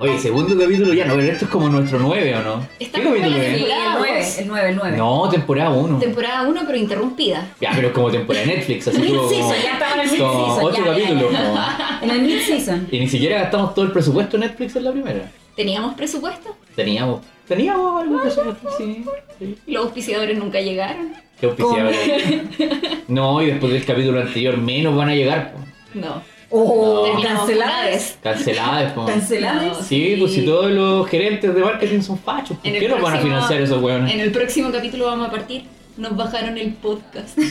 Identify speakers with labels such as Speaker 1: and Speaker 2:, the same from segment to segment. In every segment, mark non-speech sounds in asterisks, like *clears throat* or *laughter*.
Speaker 1: Oye, segundo capítulo ya, no, pero esto es como nuestro 9, ¿o no?
Speaker 2: Está
Speaker 1: ¿Qué
Speaker 2: como
Speaker 1: capítulo
Speaker 2: la
Speaker 1: es?
Speaker 2: de-
Speaker 3: Sí, el 9, el 9, el 9.
Speaker 1: No, temporada 1.
Speaker 2: Temporada 1, pero interrumpida.
Speaker 1: Ya, pero es como temporada de Netflix, así como.
Speaker 3: Mid-season, ya estaba en el
Speaker 1: como
Speaker 3: mid-season.
Speaker 1: ocho
Speaker 3: ya, ya, ya.
Speaker 1: capítulos. como.
Speaker 3: En el mid-season.
Speaker 1: Y ni siquiera gastamos todo el presupuesto en Netflix en la primera.
Speaker 2: ¿Teníamos presupuesto?
Speaker 1: Teníamos. Teníamos algo presupuesto, sí. sí.
Speaker 2: Los auspiciadores nunca llegaron.
Speaker 1: Qué auspiciadores. No, y después del capítulo anterior menos van a llegar, po.
Speaker 2: No.
Speaker 3: Oh,
Speaker 2: Terminamos
Speaker 3: canceladas.
Speaker 1: Canceladas, po.
Speaker 2: No,
Speaker 3: Canceladas.
Speaker 1: Sí, pues
Speaker 2: sí.
Speaker 1: si todos los gerentes de marketing son fachos, ¿por
Speaker 2: En el
Speaker 1: qué nos van a
Speaker 2: próximo-
Speaker 1: financiar esos hueones?
Speaker 2: En el próximo capítulo vamos a partir. Nos bajaron el podcast. *laughs*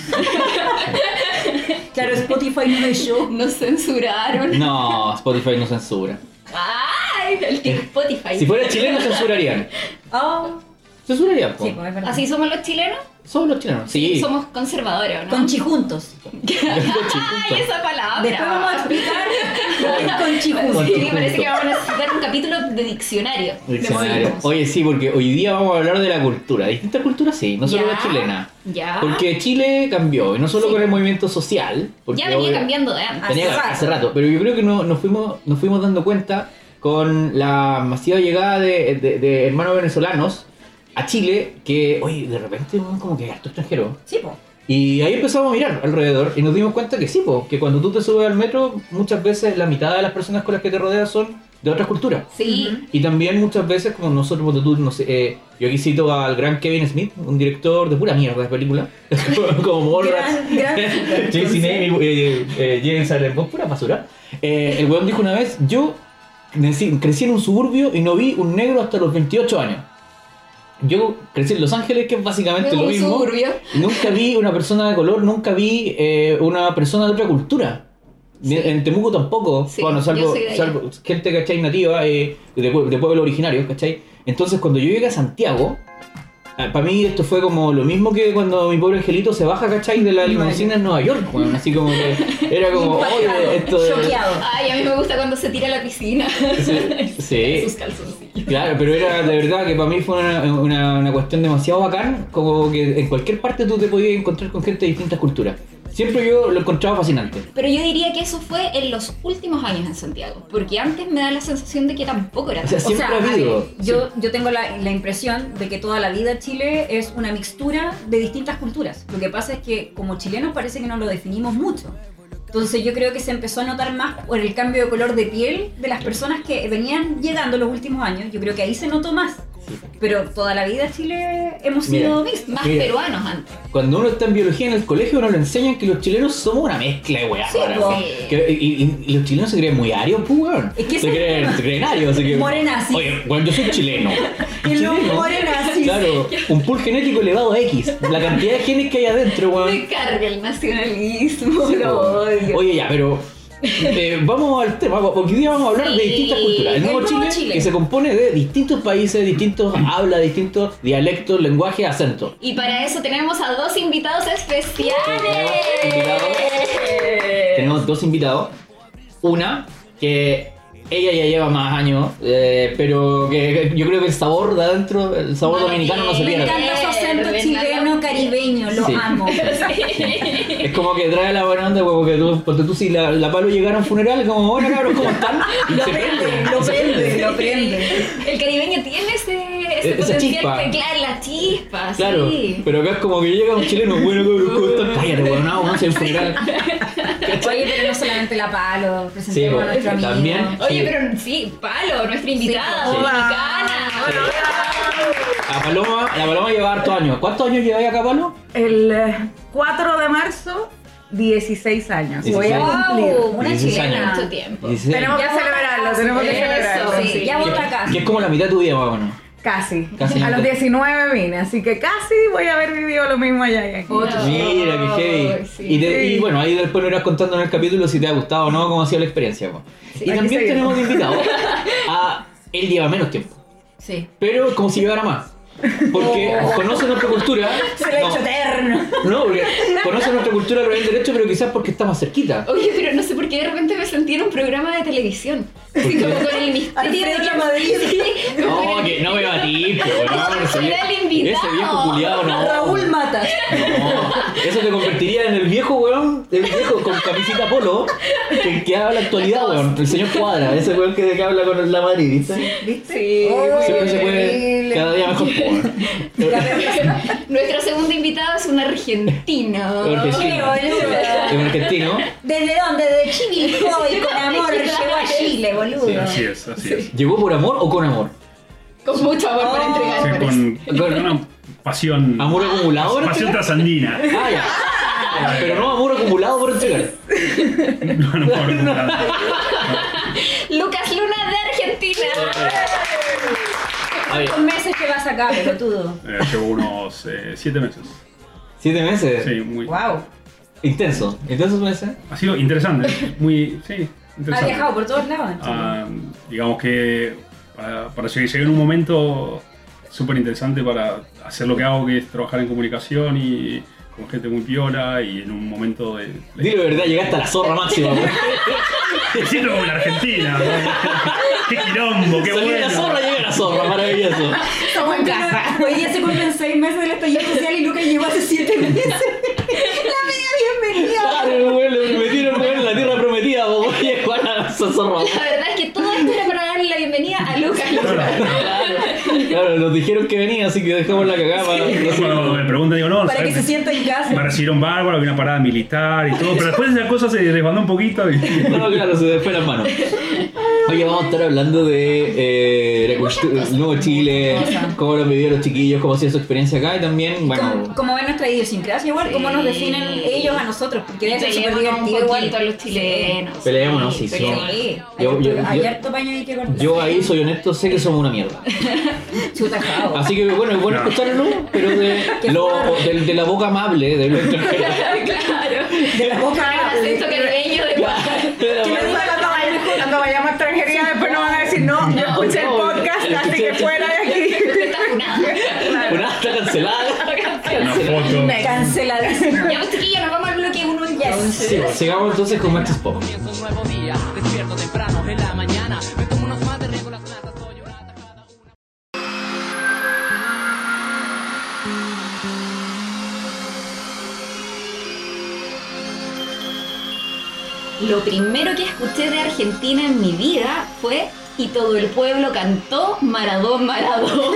Speaker 3: Claro, Spotify no es yo.
Speaker 2: Nos censuraron.
Speaker 1: No, Spotify no censura.
Speaker 2: ¡Ay! El tío Spotify.
Speaker 1: Eh, Si fuera chileno censurarían.
Speaker 3: Oh.
Speaker 1: Censurarían, po.
Speaker 3: Sí, pues es verdad.
Speaker 2: ¿Así somos los chilenos?
Speaker 1: Solo los chilenos. Sí. *laughs*
Speaker 2: Somos conservadores, ¿o ¿no?
Speaker 3: Conchijuntos.
Speaker 2: *laughs* ¡Ay, esa palabra!
Speaker 3: Después vamos a explicar *laughs* lo que es conchijuntos.
Speaker 1: Conchijuntos.
Speaker 2: Sí, parece que vamos a necesitar un capítulo de diccionario.
Speaker 1: Diccionario.
Speaker 2: De modismos.
Speaker 1: Oye, sí, porque hoy día vamos a hablar de la cultura. Distintas culturas, sí, no solo
Speaker 2: Ya,
Speaker 1: la chilena.
Speaker 2: Ya.
Speaker 1: Porque Chile cambió, y no solo
Speaker 2: Sí.
Speaker 1: con el movimiento social. Porque
Speaker 2: ya venía
Speaker 1: obvio-
Speaker 2: cambiando de antes.
Speaker 1: venía
Speaker 3: Hace
Speaker 1: hace, rato. Pero yo creo que no- nos, fuimos, nos fuimos dando cuenta con la masiva llegada de, de- de hermanos venezolanos a Chile que, oye, de repente weón, como que hay harto extranjero.
Speaker 3: Sí, pues. po.
Speaker 1: Y ahí empezamos a mirar alrededor y nos dimos cuenta que sí, po, que cuando tú te subes al metro, muchas veces la mitad de las personas con las que te rodeas son de otras culturas.
Speaker 2: Sí.
Speaker 3: Ujú.
Speaker 1: Y también muchas veces, como nosotros, ponte tú, no sé, eh, yo aquí cito al gran Kevin Smith, un director de pura mierda de película, *laughs* como Morras,
Speaker 3: Gran, gran.
Speaker 1: *laughs* Jason Amy, eh, eh, James Allen Bond, pura basura. Eh, el weón dijo una vez, yo crecí, crecí en un suburbio y no vi un negro hasta los 28 años. Yo crecí en Los Ángeles, que es básicamente lo
Speaker 2: Veo un
Speaker 1: mismo.
Speaker 2: suburbio.
Speaker 1: Y Nunca vi una persona de color, nunca vi eh, una persona de otra cultura. Ni-
Speaker 2: Sí.
Speaker 1: En Temuco tampoco.
Speaker 2: Sí,
Speaker 1: bueno,
Speaker 2: yo
Speaker 1: salvo,
Speaker 2: soy de allá.
Speaker 1: salvo gente, ¿cachai? Nativa, eh, de, pue- de pueblo originario, ¿cachai? Entonces, cuando yo llegué a Santiago, ah, para mí esto fue como lo mismo que cuando mi pobre angelito se baja, ¿cachai? De la
Speaker 3: Vale.
Speaker 1: limusina en Nueva York, weón. así como que era
Speaker 2: *laughs*
Speaker 1: como,
Speaker 3: Impactado,
Speaker 1: oye, esto de-
Speaker 3: choqueado.
Speaker 2: Ay, a mí me gusta cuando se tira a la piscina. *laughs*
Speaker 1: Sí.
Speaker 2: Sus calzoncillos.
Speaker 1: Claro, pero era de verdad que para mí fue una, una- una cuestión demasiado bacán, como que en cualquier parte tú te podías encontrar con gente de distintas culturas. Siempre yo lo encontraba fascinante.
Speaker 2: Pero yo diría que eso fue en los últimos años en Santiago. Porque antes me da la sensación de que tampoco era
Speaker 1: O sea,
Speaker 2: tan-
Speaker 1: siempre
Speaker 3: a
Speaker 1: ha habido.
Speaker 3: ver, yo, yo tengo la, la impresión de que toda la vida Chile es una mixtura de distintas culturas. Lo que pasa es que como chilenos parece que no lo definimos mucho. Entonces yo creo que se empezó a notar más por el cambio de color de piel de las personas que venían llegando los últimos años. Yo creo que ahí se notó más. Pero toda la vida Chile hemos sido
Speaker 1: Mira.
Speaker 3: mixtos.
Speaker 2: Más
Speaker 1: Mira.
Speaker 2: peruanos antes.
Speaker 1: Cuando uno está en biología en el colegio, uno le enseñan que los chilenos somos una mezcla de weá.
Speaker 3: Sí,
Speaker 1: ahora,
Speaker 3: po.
Speaker 1: weón. Que- y, y- y los chilenos se creen muy arios, pues, weón.
Speaker 3: Es que
Speaker 1: se
Speaker 3: ese-
Speaker 1: creen, se creen arios, así que.
Speaker 3: Morenazis.
Speaker 1: Oye, weón, yo soy chileno.
Speaker 3: *laughs* Y los
Speaker 1: Chileno.
Speaker 3: morenazis.
Speaker 1: Claro, un pool genético elevado a X. La cantidad de genes que hay adentro, weón.
Speaker 2: Me carga el nacionalismo.
Speaker 1: Ah. Sí,
Speaker 2: lo
Speaker 1: po.
Speaker 2: odio.
Speaker 1: Oye, ya, pero eh, vamos al tema, vamos, porque hoy día vamos a hablar de
Speaker 2: Sí,
Speaker 1: distintas culturas. El
Speaker 3: del
Speaker 1: nuevo
Speaker 3: nuevo
Speaker 1: Chile,
Speaker 3: Chile.
Speaker 1: que se compone de distintos países, distintos hablas, distintos dialectos, lenguaje, acentos.
Speaker 2: Y para eso tenemos a dos invitados especiales.
Speaker 1: Tenemos invitados. Tenemos dos invitados. Una que ella ya lleva más años, eh, pero que que yo creo que el sabor de adentro, el sabor
Speaker 2: No lo
Speaker 1: dominicano no se
Speaker 2: tiene.
Speaker 3: Me
Speaker 1: pierde.
Speaker 3: encanta su acento
Speaker 2: Bien,
Speaker 3: chileno
Speaker 2: Bernardo.
Speaker 3: caribeño, lo
Speaker 1: Sí.
Speaker 3: amo. *laughs*
Speaker 1: Es como que trae la buena onda, como que tú, porque tú si la, la palo llegara a un funeral, como, hola cabros, ¿cómo están? Y
Speaker 3: Lo
Speaker 1: se
Speaker 3: prende,
Speaker 1: prende.
Speaker 3: lo prende, lo prende.
Speaker 2: El caribeño tiene ese, ese
Speaker 1: Esa
Speaker 2: potencial,
Speaker 1: chispa.
Speaker 2: que- claro, la chispa,
Speaker 1: Claro,
Speaker 2: sí.
Speaker 1: pero acá es como que llega un chileno, bueno, cabrón, ¿cómo están? Cállate, weón, no, vamos a hacer un
Speaker 3: *laughs*
Speaker 1: funeral.
Speaker 3: Oye, pero no solamente la palo,
Speaker 1: Sí,
Speaker 3: presentemos
Speaker 1: bueno,
Speaker 3: a nuestro amigo.
Speaker 1: también.
Speaker 2: Oye,
Speaker 1: Sí.
Speaker 2: pero sí, Palo, nuestra invitada
Speaker 1: Sí.
Speaker 2: dominicana.
Speaker 1: Sí. La Paloma, la Paloma lleva harto años. ¿Cuántos años lleváis acá, Palo?
Speaker 4: El eh, 4 de marzo, 16 años. Voy a
Speaker 1: 16.
Speaker 4: cumplir.
Speaker 3: Wow, una
Speaker 1: 16
Speaker 3: chilena.
Speaker 2: Mucho tiempo.
Speaker 1: Dieciséis.
Speaker 4: Tenemos
Speaker 3: Ya
Speaker 4: que celebrarlo, tenemos que
Speaker 2: Eso,
Speaker 4: celebrarlo.
Speaker 2: sí.
Speaker 4: sí.
Speaker 3: Ya
Speaker 1: Que-
Speaker 3: vota acá.
Speaker 1: Que es como la mitad de tu vida, más o menos.
Speaker 4: Casi.
Speaker 1: Casi
Speaker 4: A
Speaker 1: mitad.
Speaker 4: los 19 vine, así que casi voy a haber vivido lo mismo allá y aquí.
Speaker 2: Otra.
Speaker 1: Mira, qué heavy.
Speaker 2: Sí.
Speaker 1: Y, te- y
Speaker 4: Sí.
Speaker 1: bueno, ahí después nos irás contando en el capítulo si te ha gustado o no, cómo ha sido la experiencia. po. y
Speaker 4: aquí
Speaker 1: también
Speaker 4: seguimos.
Speaker 1: tenemos de invitado a él lleva menos tiempo,
Speaker 3: Sí.
Speaker 1: pero como si llevara más. Porque conoce nuestra cultura.
Speaker 3: Se lo he
Speaker 1: no,
Speaker 3: hecho eterno.
Speaker 1: no, porque conoce nuestra cultura lo del derecho, pero quizás porque está más cerquita.
Speaker 2: Oye, pero no sé por qué de repente me sentí en un programa de televisión. Así como con el misterio de
Speaker 3: Alfredo
Speaker 2: que-
Speaker 3: Lamadrid.
Speaker 2: *laughs* Sí, como con
Speaker 1: No,
Speaker 2: el-
Speaker 1: que no me va a ir, po, no, ese
Speaker 2: Era
Speaker 1: vie-
Speaker 2: el invitado.
Speaker 1: Ese viejo culiado, no.
Speaker 3: Raúl Matas.
Speaker 1: No, eso te convertiría en el viejo, weón, el viejo con camisita polo, que, que habla actualidad, weón, el señor Cuadra, ese weón que, que habla con la Madrid, ¿viste?
Speaker 4: ¿Viste?
Speaker 3: Sí,
Speaker 4: Oh,
Speaker 1: Siempre se puede,
Speaker 4: increíble.
Speaker 1: cada día mejor. Es
Speaker 2: Nuestro segundo invitado es un argentino.
Speaker 1: Un argentino.
Speaker 3: Creo, él-
Speaker 1: un argentino,
Speaker 3: ¿Desde dónde? De Chile, y con amor llegó a Chile, boludo.
Speaker 1: Sí,
Speaker 5: Así es, así es.
Speaker 1: ¿llegó por amor o con amor?
Speaker 2: Con mucho amor para
Speaker 5: O sea,
Speaker 2: entregar. parece.
Speaker 5: con, con una pasión.
Speaker 1: ¿Amor acumulado? por
Speaker 5: Pasión
Speaker 1: entregar? *laughs*
Speaker 5: trasandina.
Speaker 1: Ah, ya. Ya, Pero no amor acumulado por entregar.
Speaker 5: No, no puedo acumular.
Speaker 2: Lucas Luna de Argentina.
Speaker 1: A ver,
Speaker 3: ¿Cuántos meses llevas acá, pelotudo?
Speaker 5: Eh, llevo unos eh, siete meses.
Speaker 1: siete meses.
Speaker 5: Sí, muy.
Speaker 3: Wow.
Speaker 1: Intenso, intensos meses.
Speaker 5: Ha sido interesante. Muy. Sí,
Speaker 3: Ha
Speaker 5: interesante.
Speaker 3: viajado por todos lados.
Speaker 5: Ah, digamos que para, para llegar llegué en un momento súper interesante para hacer lo que hago, que es trabajar en comunicación y con gente muy piola y en un momento de...
Speaker 1: Dilo de verdad, llegaste a la zorra máxima, weón.
Speaker 5: Me *laughs* siento como en
Speaker 1: *laughs*
Speaker 5: Argentina. ¿no? ¡Qué quilombo! ¡Qué
Speaker 1: Salí de la zorra,
Speaker 5: bueno!
Speaker 1: llegué a la zorra, maravilloso.
Speaker 3: Estamos en casa. Hoy día se cumplen seis meses del estallido social y Lucas llegó hace siete meses. La media bienvenida.
Speaker 1: Claro, güey, le metieron güey, en la tierra prometida, po, oye, Juan, esa zorra.
Speaker 2: La verdad es que todo esto era para darle la bienvenida a Lucas Luna.
Speaker 1: Claro, nos dijeron que venía, así que dejamos la cagada. para- no sé.
Speaker 5: Cuando me preguntan, digo, no,
Speaker 3: Para que
Speaker 5: ¿sabes?
Speaker 3: se sienta en
Speaker 5: me
Speaker 3: casa.
Speaker 5: recibieron bárbaro, había una parada militar y todo, pero después esa cosa se desbandó un poquito y...
Speaker 1: No, claro, se me fue las manos. Oye, vamos a estar hablando de eh, la cultura, el nuevo Chile, cómo lo han vivido los chiquillos, cómo ha sido su experiencia acá y también,
Speaker 3: Como,
Speaker 1: bueno,
Speaker 3: como ven nuestra idiosincrasia, igual, cómo nos definen ellos a nosotros, porque debe ser súper
Speaker 2: Peleémonos un
Speaker 3: divertido. igual.
Speaker 2: poquito los chilenos.
Speaker 1: peleémonos, sí,
Speaker 2: Sí,
Speaker 1: sí.
Speaker 3: Sí,
Speaker 1: Yo- yo-
Speaker 3: hay
Speaker 1: yo-
Speaker 3: harto paño ahí que cortar.
Speaker 1: Yo ahí soy honesto, sé que somos una mierda.
Speaker 3: Chuta, jao.
Speaker 1: *laughs* Así que bueno, es bueno
Speaker 5: No.
Speaker 1: escucharlo, pero de,
Speaker 3: Qué
Speaker 1: lo,
Speaker 3: fuerte.
Speaker 1: del- de, la boca amable de los extranjeros.
Speaker 2: *laughs* Claro.
Speaker 3: De la boca
Speaker 2: Ah, el acento
Speaker 1: *laughs*
Speaker 2: caribeño de
Speaker 4: Que no diga cuando vayamos- Cuando vayamos a extranjería, después nos van a decir, no, yo escuché el
Speaker 1: no,
Speaker 4: podcast,
Speaker 1: el
Speaker 4: así que
Speaker 1: escuché-
Speaker 4: fuera de aquí.
Speaker 2: Está funado.
Speaker 1: Una está cancelada.
Speaker 2: *laughs*
Speaker 5: Una foto.
Speaker 3: Canceladísimo.
Speaker 2: Ya, pues, chiquillos, nos vamos al bloque 1
Speaker 3: Yes.
Speaker 1: Sí, sigamos entonces con Max Pop.
Speaker 6: Comienza un nuevo día, despierto temprano en la mañana. Me tomo unos mates, riego las natas, soy orata cada una.
Speaker 2: Lo primero que escuché de Argentina en mi vida fue y todo el pueblo cantó Maradón, Maradón.
Speaker 5: *laughs*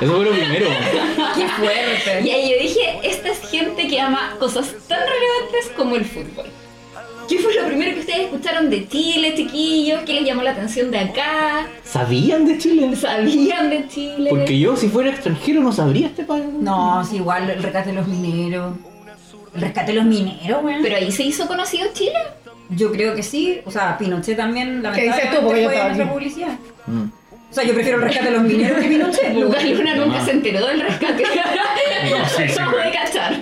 Speaker 1: Eso fue lo primero.
Speaker 3: Qué fuerte.
Speaker 2: y ahí yo dije, esta es gente que ama cosas tan relevantes como el fútbol. ¿Qué fue lo primero que ustedes escucharon de Chile, chiquillos? ¿Qué les llamó la atención de acá?
Speaker 1: ¿Sabían de Chile?
Speaker 2: ¿Sabían de Chile?
Speaker 1: Porque yo, si fuera extranjero, no sabría este país.
Speaker 3: No, es igual el rescate de los mineros. El rescate de los mineros, weón.
Speaker 2: Pero ahí se hizo conocido Chile.
Speaker 3: Yo creo que sí. O sea, Pinochet también,
Speaker 4: ¿Qué dices
Speaker 3: lamentablemente,
Speaker 4: tú? Porque yo
Speaker 3: fue
Speaker 4: estaba
Speaker 3: nuestra
Speaker 4: aquí.
Speaker 3: publicidad.
Speaker 1: Mm.
Speaker 3: O sea, yo prefiero el rescate de los mineros que
Speaker 4: *laughs*
Speaker 3: Pinochet.
Speaker 2: Lucas Luna nunca
Speaker 1: Ah.
Speaker 2: se enteró del rescate.
Speaker 5: *laughs* No, sí, sí,
Speaker 2: *laughs* No puede cachar.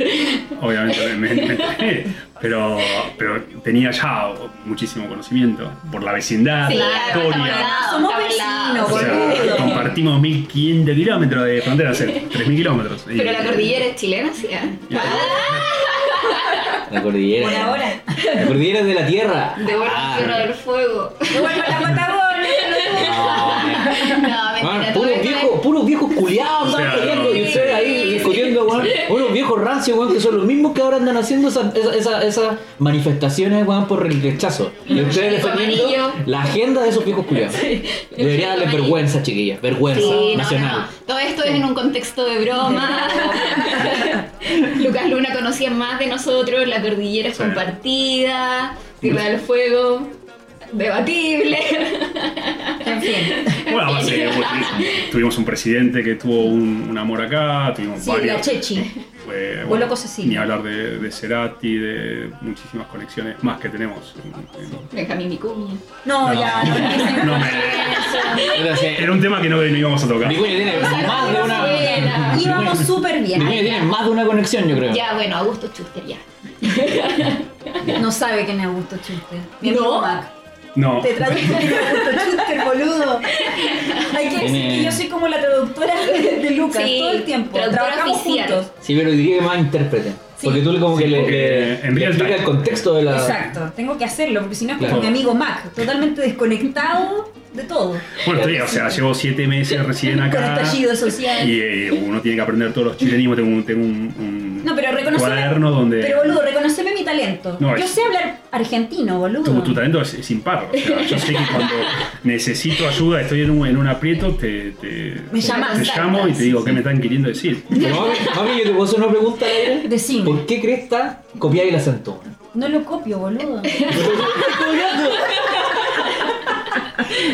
Speaker 5: Obviamente me, me- me enteré, pero, pero tenía ya muchísimo conocimiento por la vecindad,
Speaker 2: Sí,
Speaker 5: Ah, la
Speaker 2: claro, estamos al
Speaker 5: historia.
Speaker 2: lado,
Speaker 3: Somos
Speaker 2: estamos al lado.
Speaker 3: vecinos,
Speaker 5: O sea,
Speaker 3: boludo.
Speaker 5: compartimos 1500 kilómetros de frontera, o sea, 3000 kilómetros. Y-
Speaker 2: Pero la cordillera es chilena, sí. ¿eh?
Speaker 1: Ah.
Speaker 5: y-
Speaker 1: La cordillera.
Speaker 3: Por ahora.
Speaker 1: La cordillera es de la tierra.
Speaker 2: De vuelta
Speaker 1: Ah,
Speaker 2: a Tierra del Fuego.
Speaker 3: Devuelvan la Patagonia.
Speaker 1: no.
Speaker 2: *laughs* No,
Speaker 1: Ah,
Speaker 2: mentira. tú
Speaker 1: puros
Speaker 2: ves-
Speaker 1: viejos, puros viejos culiados
Speaker 5: O sea,
Speaker 1: andan peleando y
Speaker 5: sí.
Speaker 1: ustedes ahí discutiendo, weón. Unos viejos rancios, weón, que son los mismos que ahora andan haciendo esas esa, esa- esas manifestaciones, weón, por el rechazo. Y ustedes
Speaker 2: chicos
Speaker 1: defendiendo
Speaker 2: amarillos.
Speaker 1: la agenda de esos viejos culiados. Debería darles
Speaker 2: amarillos.
Speaker 1: vergüenza, chiquillas, vergüenza
Speaker 2: Sí, no, no,
Speaker 1: nacional.
Speaker 2: no. Todo esto es en un contexto de
Speaker 1: *laughs*
Speaker 2: broma. Lucas Luna conocía más de nosotros, la cordillera es
Speaker 5: Sí.
Speaker 2: compartida, Tierra del Fuego, debatible.
Speaker 1: *laughs*
Speaker 3: En fin.
Speaker 5: Bueno, pues, eh, pues, tuvimos un presidente que tuvo un, un amor acá, tuvimos
Speaker 3: Sí,
Speaker 5: varios.
Speaker 3: la Chechi.
Speaker 5: eh, bueno,
Speaker 3: Vuelo Cosasino.
Speaker 5: Ni hablar de, de Cerati, de muchísimas conexiones más que tenemos. en- en-
Speaker 2: Benjamín Vicuña.
Speaker 3: No,
Speaker 5: No.
Speaker 3: ya, no, no,
Speaker 5: No me- Era un tema que no, no íbamos a tocar.
Speaker 1: Vicuña tiene más de una.
Speaker 2: Venezuela.
Speaker 3: Íbamos súper
Speaker 1: Vicuña
Speaker 3: bien.
Speaker 1: tiene más de una conexión, yo creo.
Speaker 2: Ya, bueno, Augusto Schuster, ya.
Speaker 3: No sabe quién es Augusto Chute. Mi amigo
Speaker 2: No.
Speaker 3: Mac.
Speaker 5: No,
Speaker 3: Te traduzco quién es Augusto Chute, boludo. Hay que decir que yo soy como la traductora de Lucas
Speaker 2: Sí,
Speaker 3: todo el tiempo.
Speaker 2: traductora
Speaker 3: Trabajamos
Speaker 2: oficial.
Speaker 3: juntos.
Speaker 1: Sí, pero diría que más intérprete.
Speaker 3: Sí.
Speaker 1: Porque tú le- como
Speaker 5: Sí,
Speaker 1: que le,
Speaker 5: porque
Speaker 1: le-
Speaker 5: en
Speaker 1: le
Speaker 5: real
Speaker 1: explica
Speaker 5: time.
Speaker 1: el contexto de la...
Speaker 3: Exacto, tengo que hacerlo porque si no es como
Speaker 1: Claro.
Speaker 3: mi amigo Mac, totalmente desconectado de todo.
Speaker 5: Bueno, estoy, o sea, llevo siete meses recién
Speaker 3: Con
Speaker 5: acá.
Speaker 3: estallido social.
Speaker 5: Y eh, uno tiene que aprender todos los chilenismos. Tengo un, tengo un, un
Speaker 3: No, pero reconoceme.
Speaker 5: cuaderno donde.
Speaker 3: Pero boludo, reconoceme mi talento.
Speaker 5: No,
Speaker 3: Yo
Speaker 5: es-
Speaker 3: sé hablar argentino, boludo.
Speaker 2: Mm.
Speaker 5: tu, tu talento es, es impar. O sea, yo sé que cuando necesito ayuda, estoy en un, en un aprieto, te, te,
Speaker 3: Me llamas.
Speaker 5: te llamo y te digo qué me están queriendo decir.
Speaker 1: Pero, Mami, mami, yo te puedo hacer una pregunta al aire.
Speaker 3: Decime.
Speaker 1: ¿Por qué cresta copiar el acento?
Speaker 3: No lo copio, *laughs* boludo.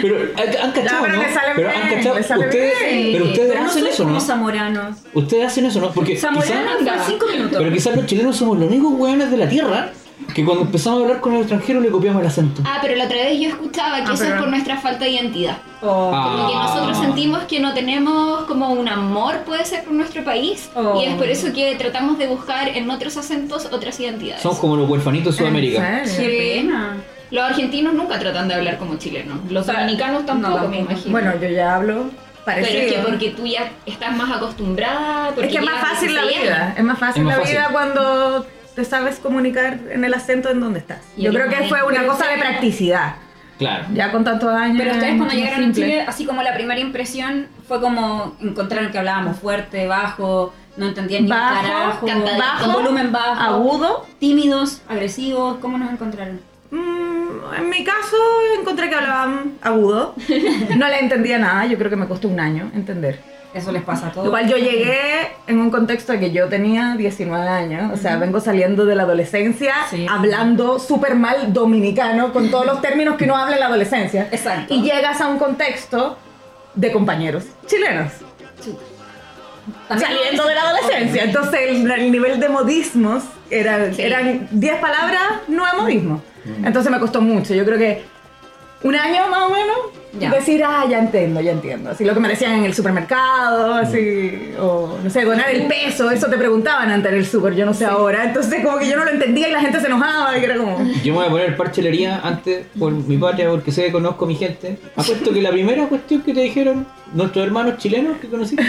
Speaker 1: Pero han- han
Speaker 4: Ya,
Speaker 1: cachado,
Speaker 4: pero
Speaker 1: ¿no?
Speaker 4: le sale
Speaker 1: Pero han
Speaker 4: bien,
Speaker 1: cachado.
Speaker 4: le sale
Speaker 1: Ustedes,
Speaker 4: bien.
Speaker 1: pero ustedes
Speaker 3: no
Speaker 1: hacen
Speaker 3: soy
Speaker 1: eso,
Speaker 3: como
Speaker 1: ¿no?
Speaker 3: Zamorano.
Speaker 1: Ustedes hacen eso, ¿no? Porque
Speaker 3: Zamorano
Speaker 1: quizás-
Speaker 3: fue cinco minutos.
Speaker 1: pero quizás los chilenos somos los únicos hueones de la tierra que cuando empezamos a hablar con el extranjero le copiamos el acento.
Speaker 2: Ah, pero la otra vez yo escuchaba que
Speaker 4: Ah,
Speaker 2: eso es
Speaker 4: pero-
Speaker 2: por nuestra falta de identidad.
Speaker 3: Oh.
Speaker 1: Ah.
Speaker 2: Porque nosotros sentimos que no tenemos como un amor, puede ser, por nuestro país.
Speaker 3: Oh.
Speaker 2: Y es por eso que tratamos de buscar en otros acentos otras identidades.
Speaker 1: Somos como los huerfanitos de Sudamérica.
Speaker 4: ¿En
Speaker 3: Qué
Speaker 4: serio?
Speaker 3: pena.
Speaker 2: Los argentinos nunca tratan de hablar como chilenos. Los
Speaker 3: Para-
Speaker 2: dominicanos tampoco,
Speaker 3: no,
Speaker 2: me
Speaker 3: tampoco.
Speaker 2: imagino.
Speaker 4: Bueno, yo ya hablo
Speaker 2: pero
Speaker 4: parecido.
Speaker 2: es que porque tú ya estás más acostumbrada. Porque
Speaker 4: es que es más
Speaker 2: ya
Speaker 4: fácil la
Speaker 2: 16
Speaker 4: vida.
Speaker 2: años.
Speaker 4: Es más fácil
Speaker 1: Es más
Speaker 4: la
Speaker 1: fácil.
Speaker 4: vida cuando te sabes comunicar en el acento en donde estás.
Speaker 2: Y
Speaker 4: Yo
Speaker 2: el
Speaker 4: creo que
Speaker 2: idioma
Speaker 4: fue
Speaker 2: ahí.
Speaker 4: una
Speaker 2: Pero
Speaker 4: cosa de
Speaker 2: ustedes-
Speaker 4: practicidad.
Speaker 1: Claro.
Speaker 4: Ya con tantos años.
Speaker 3: Pero ustedes cuando
Speaker 4: es
Speaker 3: llegaron a
Speaker 4: simple.
Speaker 3: Chile, así como la primera impresión fue como encontraron que hablábamos fuerte, bajo, no entendían ni un
Speaker 4: Bajo,
Speaker 3: carajo,
Speaker 2: cantadito.
Speaker 3: con volumen bajo,
Speaker 4: agudo.
Speaker 3: tímidos, agresivos, ¿cómo nos encontraron?
Speaker 4: Mm, en mi caso encontré que hablaban
Speaker 3: *laughs*
Speaker 4: agudo. No le entendía nada. Yo creo que me costó un año entender.
Speaker 3: Eso les pasa a todos.
Speaker 4: Igual yo llegué en un contexto de que yo tenía 19 años, o sea, vengo saliendo de la adolescencia
Speaker 3: Sí.
Speaker 4: hablando súper mal dominicano con todos los términos que uno habla en la adolescencia.
Speaker 3: Exacto.
Speaker 4: Y llegas a un contexto de compañeros chilenos,
Speaker 3: También-
Speaker 4: saliendo de la adolescencia. Entonces el, el nivel de modismos era,
Speaker 2: Sí.
Speaker 4: eran 10 palabras, nueve modismos. Entonces me costó mucho, yo creo que un año más o menos.
Speaker 3: Ya.
Speaker 4: Decir, ah, ya entiendo, ya entiendo. Así lo que me decían en el supermercado, así, o no sé, donar el peso, eso te preguntaban antes en el super, yo no sé ahora. Entonces, como que yo no lo entendía y la gente se enojaba, y era como.
Speaker 1: Yo me voy a poner parchelería antes por mi patria, porque sé que conozco a mi gente. Apuesto que la primera cuestión que te dijeron nuestros hermanos chilenos que conociste,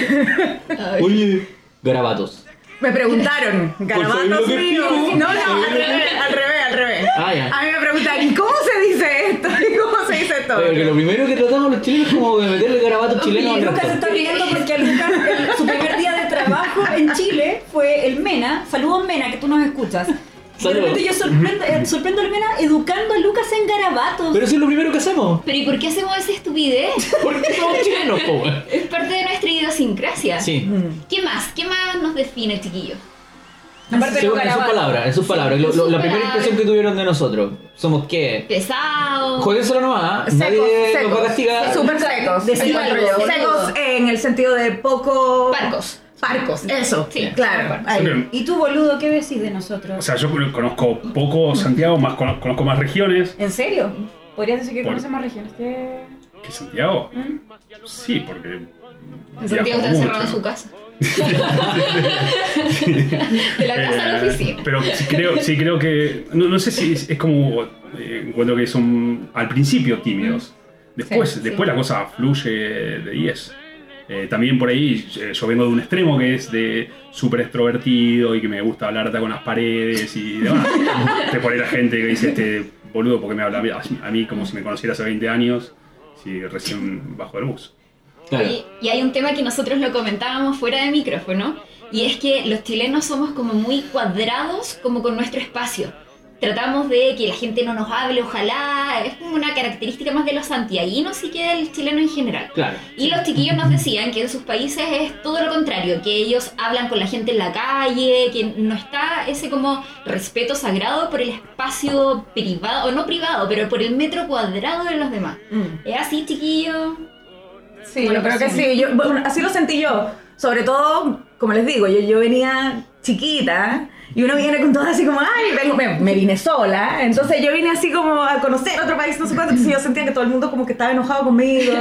Speaker 1: oye, garabatos.
Speaker 4: Me preguntaron,
Speaker 1: Por
Speaker 4: garabatos
Speaker 1: favor,
Speaker 4: míos.
Speaker 1: ¿qué?
Speaker 4: No, no, al revés, al revés, al revés.
Speaker 1: Ah, ya.
Speaker 4: A mí me preguntan, ¿cómo se dice esto? *laughs* ¿Y cómo se dice esto?
Speaker 1: Porque lo primero que tratamos los chilenos es como de meterle garabatos chilenos
Speaker 3: Y
Speaker 1: al
Speaker 3: Lucas se
Speaker 1: resto.
Speaker 3: está riendo porque a Lucas el- su primer día de trabajo en Chile fue el Mena. Saludos Mena, que tú nos escuchas. Y de
Speaker 1: Saludos.
Speaker 3: repente yo sorprendo, eh, sorprendo al Mena educando a Lucas en garabatos.
Speaker 1: Pero eso es lo primero que hacemos.
Speaker 2: Pero ¿y por qué hacemos esa
Speaker 4: *laughs*
Speaker 2: estupidez?
Speaker 1: Porque somos chilenos, po, weón.
Speaker 2: es parte de nuestra idiosincrasia.
Speaker 1: Sí.
Speaker 4: Mm.
Speaker 2: ¿Qué más? ¿Qué más nos define, chiquillos?
Speaker 3: Aparte de
Speaker 1: Según-
Speaker 3: los
Speaker 1: en sus
Speaker 3: garabatos.
Speaker 1: palabras, en sus palabras. Lo-
Speaker 2: en
Speaker 1: lo-
Speaker 2: sus
Speaker 1: la primera
Speaker 2: palabras.
Speaker 1: impresión que tuvieron de nosotros. Somos qué.
Speaker 2: Pesado.
Speaker 1: Jódenselo nomás, ¿ah?
Speaker 4: Secos,
Speaker 1: nadie nos
Speaker 4: secos,
Speaker 1: va a castigar.
Speaker 4: Súper secos.
Speaker 3: Decir
Speaker 4: encuentro
Speaker 3: algo,
Speaker 4: yo.
Speaker 3: decir
Speaker 4: Secos
Speaker 3: algo.
Speaker 4: en el sentido de poco.
Speaker 2: Parcos.
Speaker 4: Parcos, eso.
Speaker 2: Sí.
Speaker 4: claro.
Speaker 2: Parcos.
Speaker 4: ahí.
Speaker 5: Siempre-
Speaker 3: ¿Y tú, boludo, qué decís de
Speaker 5: o
Speaker 3: nosotros?
Speaker 5: sea, yo conozco poco Santiago, más cono- conozco más regiones
Speaker 3: ¿En serio? ¿Podrías decir que
Speaker 5: Por-
Speaker 3: conoces más regiones que...?
Speaker 5: que Santiago.
Speaker 3: ¿Mm?
Speaker 5: Sí, porque.
Speaker 2: Santiago está
Speaker 5: viajo
Speaker 2: encerrado en
Speaker 5: mucho.
Speaker 2: su
Speaker 5: *laughs*
Speaker 2: casa. de la casa a la
Speaker 5: Eh,
Speaker 2: oficina.
Speaker 5: Pero sí creo, sí creo que. No, no sé si es, es como. eh, encuentro que son al principio tímidos. Después,
Speaker 2: Sí, sí.
Speaker 5: después la cosa fluye de 10. Eh, también por ahí eh, yo vengo de un extremo que es de súper extrovertido y que me gusta hablar hasta con las paredes y demás. Entonces por ahí la gente que dice este boludo porque me habla a mí, a mí como si me conociera hace 20 años, si recién bajo del bus.
Speaker 1: Claro.
Speaker 2: Oye, y hay un tema que nosotros lo comentábamos fuera de micrófono, y es que los chilenos somos como muy cuadrados como con nuestro espacio. Tratamos de que la gente no nos hable, ojalá, es como una característica más de los santiaguinos y que del chileno en general.
Speaker 1: Claro.
Speaker 2: Y los chiquillos nos decían que en sus países es todo lo contrario, que ellos hablan con la gente en la calle, que no está ese como respeto sagrado por el espacio privado, o no privado, pero por el metro cuadrado de los demás.
Speaker 4: Mm.
Speaker 2: ¿Es así, chiquillo?
Speaker 4: Sí,
Speaker 2: Bueno,
Speaker 4: yo creo que
Speaker 2: sí.
Speaker 4: sí. Yo- bueno, así lo sentí yo. Sobre todo, como les digo, yo, yo venía chiquita y uno viene con todo así como, ay, vengo, me, me vine sola. Entonces yo vine así como a conocer otro país, no sé cuánto. Entonces yo sentía que todo el mundo como que estaba enojado conmigo.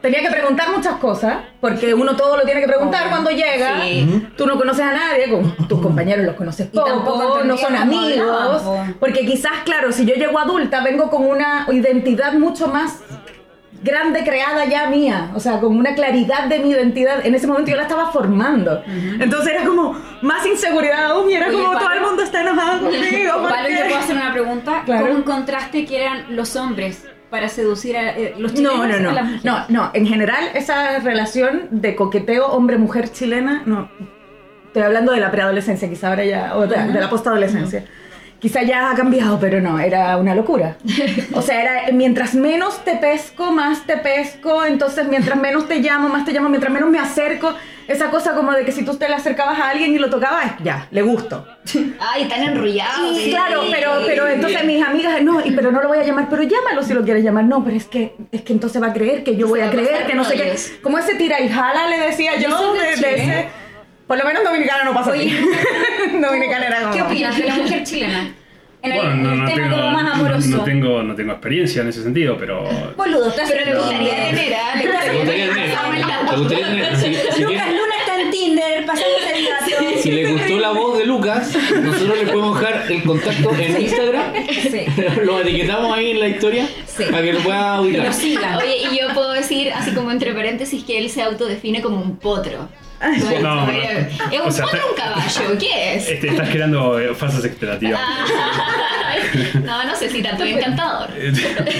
Speaker 4: Tenía que preguntar muchas cosas, porque uno todo lo tiene que preguntar cuando llega.
Speaker 2: Sí.
Speaker 4: Tú no conoces a nadie, con- tus compañeros los conoces
Speaker 3: Y tampoco
Speaker 4: poco, no
Speaker 3: entendían
Speaker 4: son
Speaker 3: cómo
Speaker 4: amigos.
Speaker 3: hablaban, po.
Speaker 4: Porque quizás, claro, si yo llego adulta, vengo con una identidad mucho más grande creada ya mía, o sea, con una claridad de mi identidad. En ese momento yo la estaba formando. Entonces era como más inseguridad aún y era
Speaker 3: Oye,
Speaker 4: como
Speaker 3: Pablo.
Speaker 4: todo el mundo está enojado
Speaker 3: *laughs*
Speaker 4: conmigo. ¿por
Speaker 3: Vale,
Speaker 4: qué?
Speaker 3: yo puedo hacer una pregunta.
Speaker 4: Claro.
Speaker 3: ¿Cómo encontraste que eran los hombres para seducir a eh, los chilenos?
Speaker 4: No, no, no.
Speaker 3: a las mujeres?
Speaker 4: No, no. En general, esa relación de coqueteo hombre-mujer chilena, no. Estoy hablando de la preadolescencia, quizá ahora ya, o de, de la postadolescencia. Quizá ya ha cambiado, pero no, era
Speaker 3: *laughs*
Speaker 4: una locura. O sea, era mientras menos te pesco, más te pesco, entonces mientras menos te llamo, más te llamo, mientras menos me acerco, esa cosa como de que si tú te le acercabas a alguien y lo tocabas, ya, le gusto.
Speaker 2: Ay, tan
Speaker 3: Ah,
Speaker 2: enrollados.
Speaker 4: Y claro, pero, pero entonces mis amigas, no, y, pero no lo voy a llamar, pero llámalo si lo quieres llamar. No, pero es que, es que entonces va a creer que yo voy
Speaker 2: va
Speaker 4: a
Speaker 2: a
Speaker 4: creer,
Speaker 2: pasar
Speaker 4: que no sé qué.
Speaker 2: rollos.
Speaker 4: Como ese tira y jala le decía
Speaker 3: ¿Y eso ¿eh? es
Speaker 4: yo,
Speaker 3: de
Speaker 4: de- de
Speaker 3: Chile?
Speaker 4: ese- por lo menos dominicana no pasa así. *laughs* dominicana era como...
Speaker 3: ¿Qué opinas de la mujer chilena? En el,
Speaker 5: Bueno,
Speaker 3: en
Speaker 5: no,
Speaker 3: el
Speaker 5: no
Speaker 3: tema
Speaker 5: tengo,
Speaker 3: como más
Speaker 5: no-
Speaker 3: amoroso.
Speaker 5: no tengo, no tengo experiencia en ese sentido, pero
Speaker 3: Boludo, estás
Speaker 2: Pero le gustaría tener, ¿ah?
Speaker 4: *laughs*
Speaker 2: Le
Speaker 1: Te gustaría
Speaker 2: gustaría
Speaker 1: tener.
Speaker 2: Samuel *laughs*
Speaker 1: Te
Speaker 2: Lago.
Speaker 1: gustaría tener. Si, si
Speaker 3: Lucas
Speaker 1: quieren-
Speaker 3: Luna está en Tinder, pasándose el dato.
Speaker 1: si le gustó la voz de Lucas, nosotros le podemos dejar el contacto en Instagram.
Speaker 3: Sí.
Speaker 1: Lo etiquetamos ahí en la historia
Speaker 3: Sí.
Speaker 1: para que lo pueda
Speaker 3: Que
Speaker 1: ubicar.
Speaker 3: lo sigan.
Speaker 2: Oye, y yo puedo decir, así como entre paréntesis, que él se autodefine como un potro.
Speaker 5: No, no.
Speaker 2: ¿Es un
Speaker 5: O sea,
Speaker 2: potro o un caballo? ¿Qué es?
Speaker 5: este, estás creando eh, falsas expectativas.
Speaker 3: Ah,
Speaker 2: *laughs* No, no sé si tanto encantador.
Speaker 5: Ah,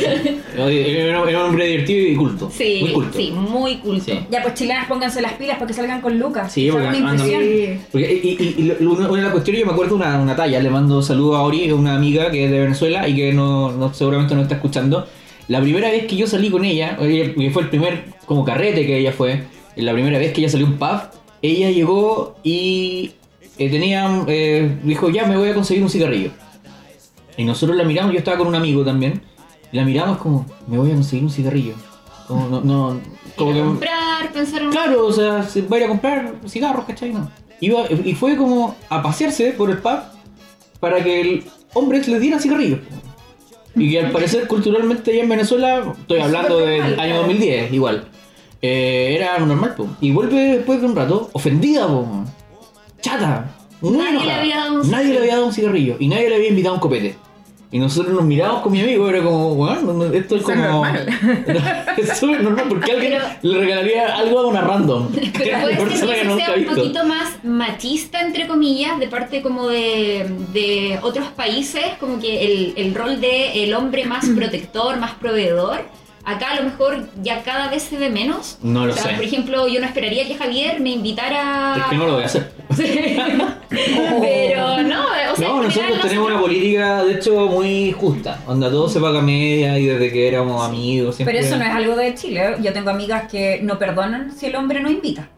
Speaker 1: Oye, Era era un hombre divertido y culto.
Speaker 2: Sí,
Speaker 1: muy culto.
Speaker 2: sí, muy culto.
Speaker 1: Sí.
Speaker 3: Ya, pues chilenas, pónganse las pilas para que salgan con Lucas.
Speaker 1: Sí,
Speaker 3: Esa
Speaker 1: porque
Speaker 3: es una
Speaker 1: andan-
Speaker 3: impresión.
Speaker 1: Porque- y, y- y lo- una, una de las cuestiones, yo me acuerdo una, una talla, le mando un saludo a Ori, que es una amiga que es de Venezuela y que no, no- seguramente no está escuchando. La primera vez que yo salí con ella, ella- que fue el primer como carrete que ella fue, la primera vez que ella salió a un pub, ella llegó y eh, tenía, eh, dijo, ya me voy a conseguir un cigarrillo. Y nosotros la miramos, yo estaba con un amigo también, y la miramos como, me voy a conseguir un cigarrillo. Como, no, no, como
Speaker 2: Ir a
Speaker 1: que-
Speaker 2: comprar, pensar en
Speaker 1: Claro, o sea, se va a ir a comprar cigarros, ¿cachai? No. Iba, y fue como a pasearse por el pub para que el hombre le diera cigarrillos. Y que al parecer culturalmente allá en Venezuela, estoy hablando
Speaker 3: súper
Speaker 1: del
Speaker 3: normal,
Speaker 1: año
Speaker 3: claro.
Speaker 1: 2010, igual, eh, era normal, po. Y vuelve después de un rato ofendida, po. Chata. muy
Speaker 2: Nadie le
Speaker 1: enojada.
Speaker 2: había dado un
Speaker 1: Nadie le había dado un cigarrillo y nadie le había invitado un copete. Y nosotros nos mirábamos con mi amigo, era como, bueno, no- esto es
Speaker 4: Eso es
Speaker 1: como. *laughs*
Speaker 4: normal.
Speaker 1: es súper normal, porque alguien le regalaría algo a una random.
Speaker 2: Pero
Speaker 1: Una
Speaker 2: puede ser
Speaker 1: persona
Speaker 2: que
Speaker 1: que
Speaker 2: eso
Speaker 1: nunca
Speaker 2: sea
Speaker 1: ha
Speaker 2: un
Speaker 1: visto.
Speaker 2: poquito más machista, entre comillas, de parte como de, de otros países, como que el, el rol de el
Speaker 1: *clears throat*
Speaker 2: hombre más protector, más proveedor, acá a lo mejor ya cada vez se ve menos.
Speaker 1: No lo
Speaker 2: o sea,
Speaker 1: sé.
Speaker 2: por ejemplo, yo no esperaría que Javier me invitara...
Speaker 1: Es que no lo voy a hacer.
Speaker 2: Pero no, o sea,
Speaker 1: No,
Speaker 2: en general
Speaker 1: nosotros tenemos
Speaker 2: nosotros-
Speaker 1: una política, de hecho, muy justa. Onda, todo se paga media y desde que éramos amigos.
Speaker 3: Pero
Speaker 1: Siempre...
Speaker 3: eso no es algo de Chile. Yo tengo amigas que no perdonan si el hombre no invita.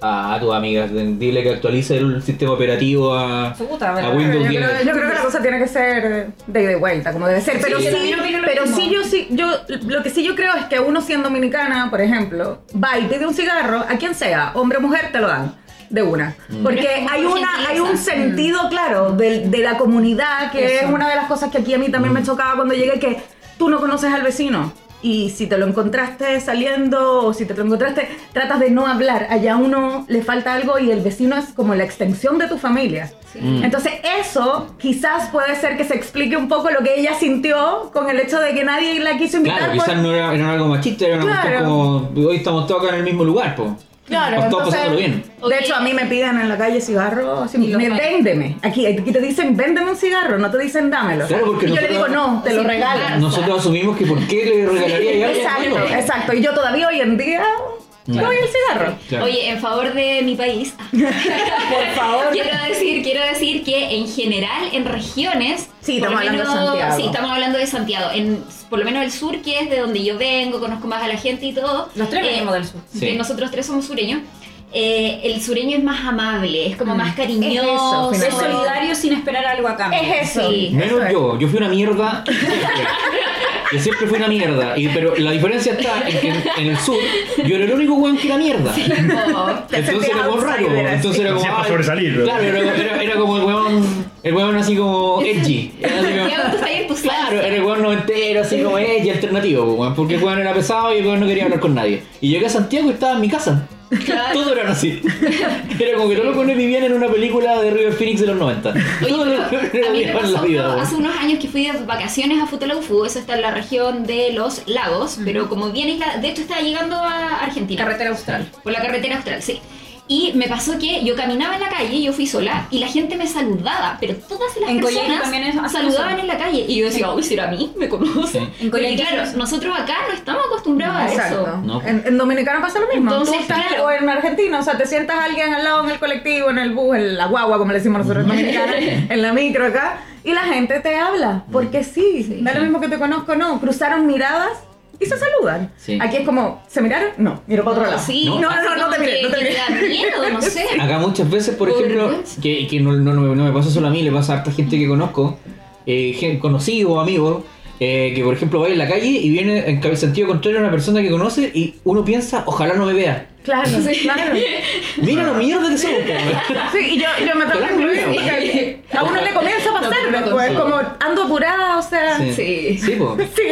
Speaker 1: Ah, tus amigas, dile que actualice el sistema operativo a,
Speaker 3: Su puta,
Speaker 1: a
Speaker 3: ¿verdad?
Speaker 1: Windows
Speaker 4: Yo
Speaker 1: 10.
Speaker 4: creo, yo creo que la cosa tiene que ser de ida y vuelta, como debe ser. Pero
Speaker 3: yo
Speaker 4: sí,
Speaker 3: también opino lo
Speaker 4: pero
Speaker 3: mismo.
Speaker 4: sí, yo sí, yo lo que sí yo creo es que uno siendo dominicana, por ejemplo, va y pide un cigarro a quien sea, hombre o mujer, te lo dan de una. Porque
Speaker 2: Pero es como
Speaker 4: hay
Speaker 2: por
Speaker 4: una,
Speaker 2: gentileza.
Speaker 4: hay un sentido claro de, de la comunidad que
Speaker 3: Eso.
Speaker 4: es una de las cosas que aquí a mí también me chocaba cuando llegué que tú no conoces al vecino. Y si te lo encontraste saliendo o si te lo encontraste, tratas de no hablar. Allá a uno le falta algo y el vecino es como la extensión de tu familia.
Speaker 1: Mm.
Speaker 4: Entonces eso quizás puede ser que se explique un poco lo que ella sintió con el hecho de que nadie la quiso invitar.
Speaker 1: Claro,
Speaker 4: por-
Speaker 1: quizás no era, era algo machista, era una cuestión
Speaker 4: pues- Claro.
Speaker 1: como hoy estamos todos acá en el mismo lugar, po.
Speaker 4: Claro,
Speaker 1: Nos estamos
Speaker 4: entonces-
Speaker 1: pasándolo bien.
Speaker 4: De hecho, a mí me piden en la calle cigarro, así,
Speaker 3: Y lo
Speaker 4: me,
Speaker 3: pagan.
Speaker 4: véndeme. Aquí, aquí te dicen, véndeme un cigarro, no te dicen, dámelo.
Speaker 1: Claro, porque
Speaker 4: y yo le digo,
Speaker 1: nosotros-
Speaker 4: no, te lo
Speaker 2: Sí,
Speaker 4: regalan.
Speaker 1: Nosotros asumimos que por qué le
Speaker 4: *laughs*
Speaker 1: regalaría yo a alguien
Speaker 4: Exacto,
Speaker 1: bueno.
Speaker 4: exacto. Y yo todavía hoy en día
Speaker 1: Claro.
Speaker 4: doy el cigarro.
Speaker 1: Claro.
Speaker 2: Oye, en favor de mi país,
Speaker 4: Por favor.
Speaker 2: Quiero decir, quiero decir que en general, en regiones.
Speaker 4: Sí,
Speaker 2: por
Speaker 4: estamos
Speaker 2: lo
Speaker 4: hablando de Santiago.
Speaker 2: Sí, estamos hablando de Santiago. En, por lo menos el sur, que es de donde yo vengo, conozco más a la gente y todo.
Speaker 3: Los tres venimos del sur.
Speaker 1: Sí.
Speaker 2: que nosotros tres somos sureños. eh, el sureño es más amable, es como
Speaker 3: Mm.
Speaker 2: más cariñoso.
Speaker 4: Es
Speaker 3: Soy
Speaker 4: eso,
Speaker 3: solidario sin esperar algo a cambio.
Speaker 4: Es eso.
Speaker 2: Sí.
Speaker 1: *laughs* Menos
Speaker 4: Eso es.
Speaker 1: yo, yo fui una mierda. siempre. Yo siempre fui una mierda. Y, pero la diferencia está en que en, en el sur yo era el único weón que era mierda.
Speaker 2: Oh.
Speaker 4: Te
Speaker 1: Entonces
Speaker 4: sentías
Speaker 1: era como raro.
Speaker 4: outsider, así.
Speaker 1: Entonces era como.
Speaker 5: Hacía para
Speaker 1: ay,
Speaker 5: sobresalir, ¿no?
Speaker 1: Claro, era, era- era como el weón. El weón así como edgy. Era así como-
Speaker 2: Ya, tú estás en tu
Speaker 1: Claro,
Speaker 2: salsa.
Speaker 1: era el weón noventero, así como edgy alternativo, weón, porque el weón era pesado y el weón no quería hablar con nadie. Y llegué a Santiago y estaba en mi casa.
Speaker 2: Claro.
Speaker 1: Todos eran así. Era como que los locos no vivían en una película de River Phoenix de los 90.
Speaker 2: Oye,
Speaker 1: Todos los locos no
Speaker 2: pero a mí me
Speaker 1: vivían la
Speaker 2: pasó
Speaker 1: vida.
Speaker 2: uno-
Speaker 1: weón.
Speaker 2: hace unos años que fui de vacaciones a Futaleufú, eso está en la región de los lagos, pero como vienes, la- de hecho estaba llegando a Argentina.
Speaker 3: Carretera austral.
Speaker 2: Por la carretera austral, sí. Y me pasó que yo caminaba en la calle, yo fui sola, y la gente me saludaba, pero todas las
Speaker 3: En Coyhaique
Speaker 2: personas
Speaker 3: también es así,
Speaker 2: saludaban
Speaker 3: ¿no?
Speaker 2: en la calle. Y yo decía, uy, será a mí, me
Speaker 1: Sí.
Speaker 2: conoce. Porque
Speaker 3: En Coyhaique
Speaker 2: claro,
Speaker 3: es así.
Speaker 2: nosotros acá no estamos acostumbrados a
Speaker 4: Exacto.
Speaker 2: eso.
Speaker 1: No.
Speaker 4: En, en Dominicano pasa lo mismo.
Speaker 2: Entonces,
Speaker 4: Tú estás-
Speaker 2: claro.
Speaker 4: O en Argentina, o sea, te sientas a alguien al lado en el colectivo, en el bus, en la guagua, como le decimos nosotros en
Speaker 2: *laughs*
Speaker 4: Dominicana, en la micro acá, y la gente te habla, porque sí, da lo mismo que te conozco, no, cruzaron miradas y se saludan.
Speaker 1: Sí.
Speaker 4: Aquí es como, ¿se miraron? No, miro para otro lado.
Speaker 2: Sí,
Speaker 4: no, no,
Speaker 2: así
Speaker 4: no, no
Speaker 2: como
Speaker 4: te mires,
Speaker 2: que-
Speaker 4: no te
Speaker 2: que
Speaker 4: mires.
Speaker 2: da miedo, no sé.
Speaker 1: Acá muchas veces, por
Speaker 2: Por
Speaker 1: ejemplo,
Speaker 2: vergüenza.
Speaker 1: que, que no, no- no- no me pasa solo a mí, le pasa a harta gente que conozco, eh, gen- conocido o amigo, eh, que por ejemplo va en la calle y viene en cab- sentido contrario a una persona que conoce y uno piensa, ojalá no me vea.
Speaker 4: Claro,
Speaker 2: Sí.
Speaker 4: claro.
Speaker 1: Mira lo mierda que somos. po, weón.
Speaker 4: Sí, y yo, yo me tengo que
Speaker 1: Claro,
Speaker 4: incluir,
Speaker 1: claro.
Speaker 4: porque a uno le comienza a pasar
Speaker 2: No, no
Speaker 4: después,
Speaker 1: consigo.
Speaker 4: como ando apurada, o
Speaker 1: *laughs*
Speaker 4: sea.
Speaker 1: Sí.
Speaker 2: Sí.
Speaker 4: *laughs*
Speaker 1: Sí, po.
Speaker 4: sí,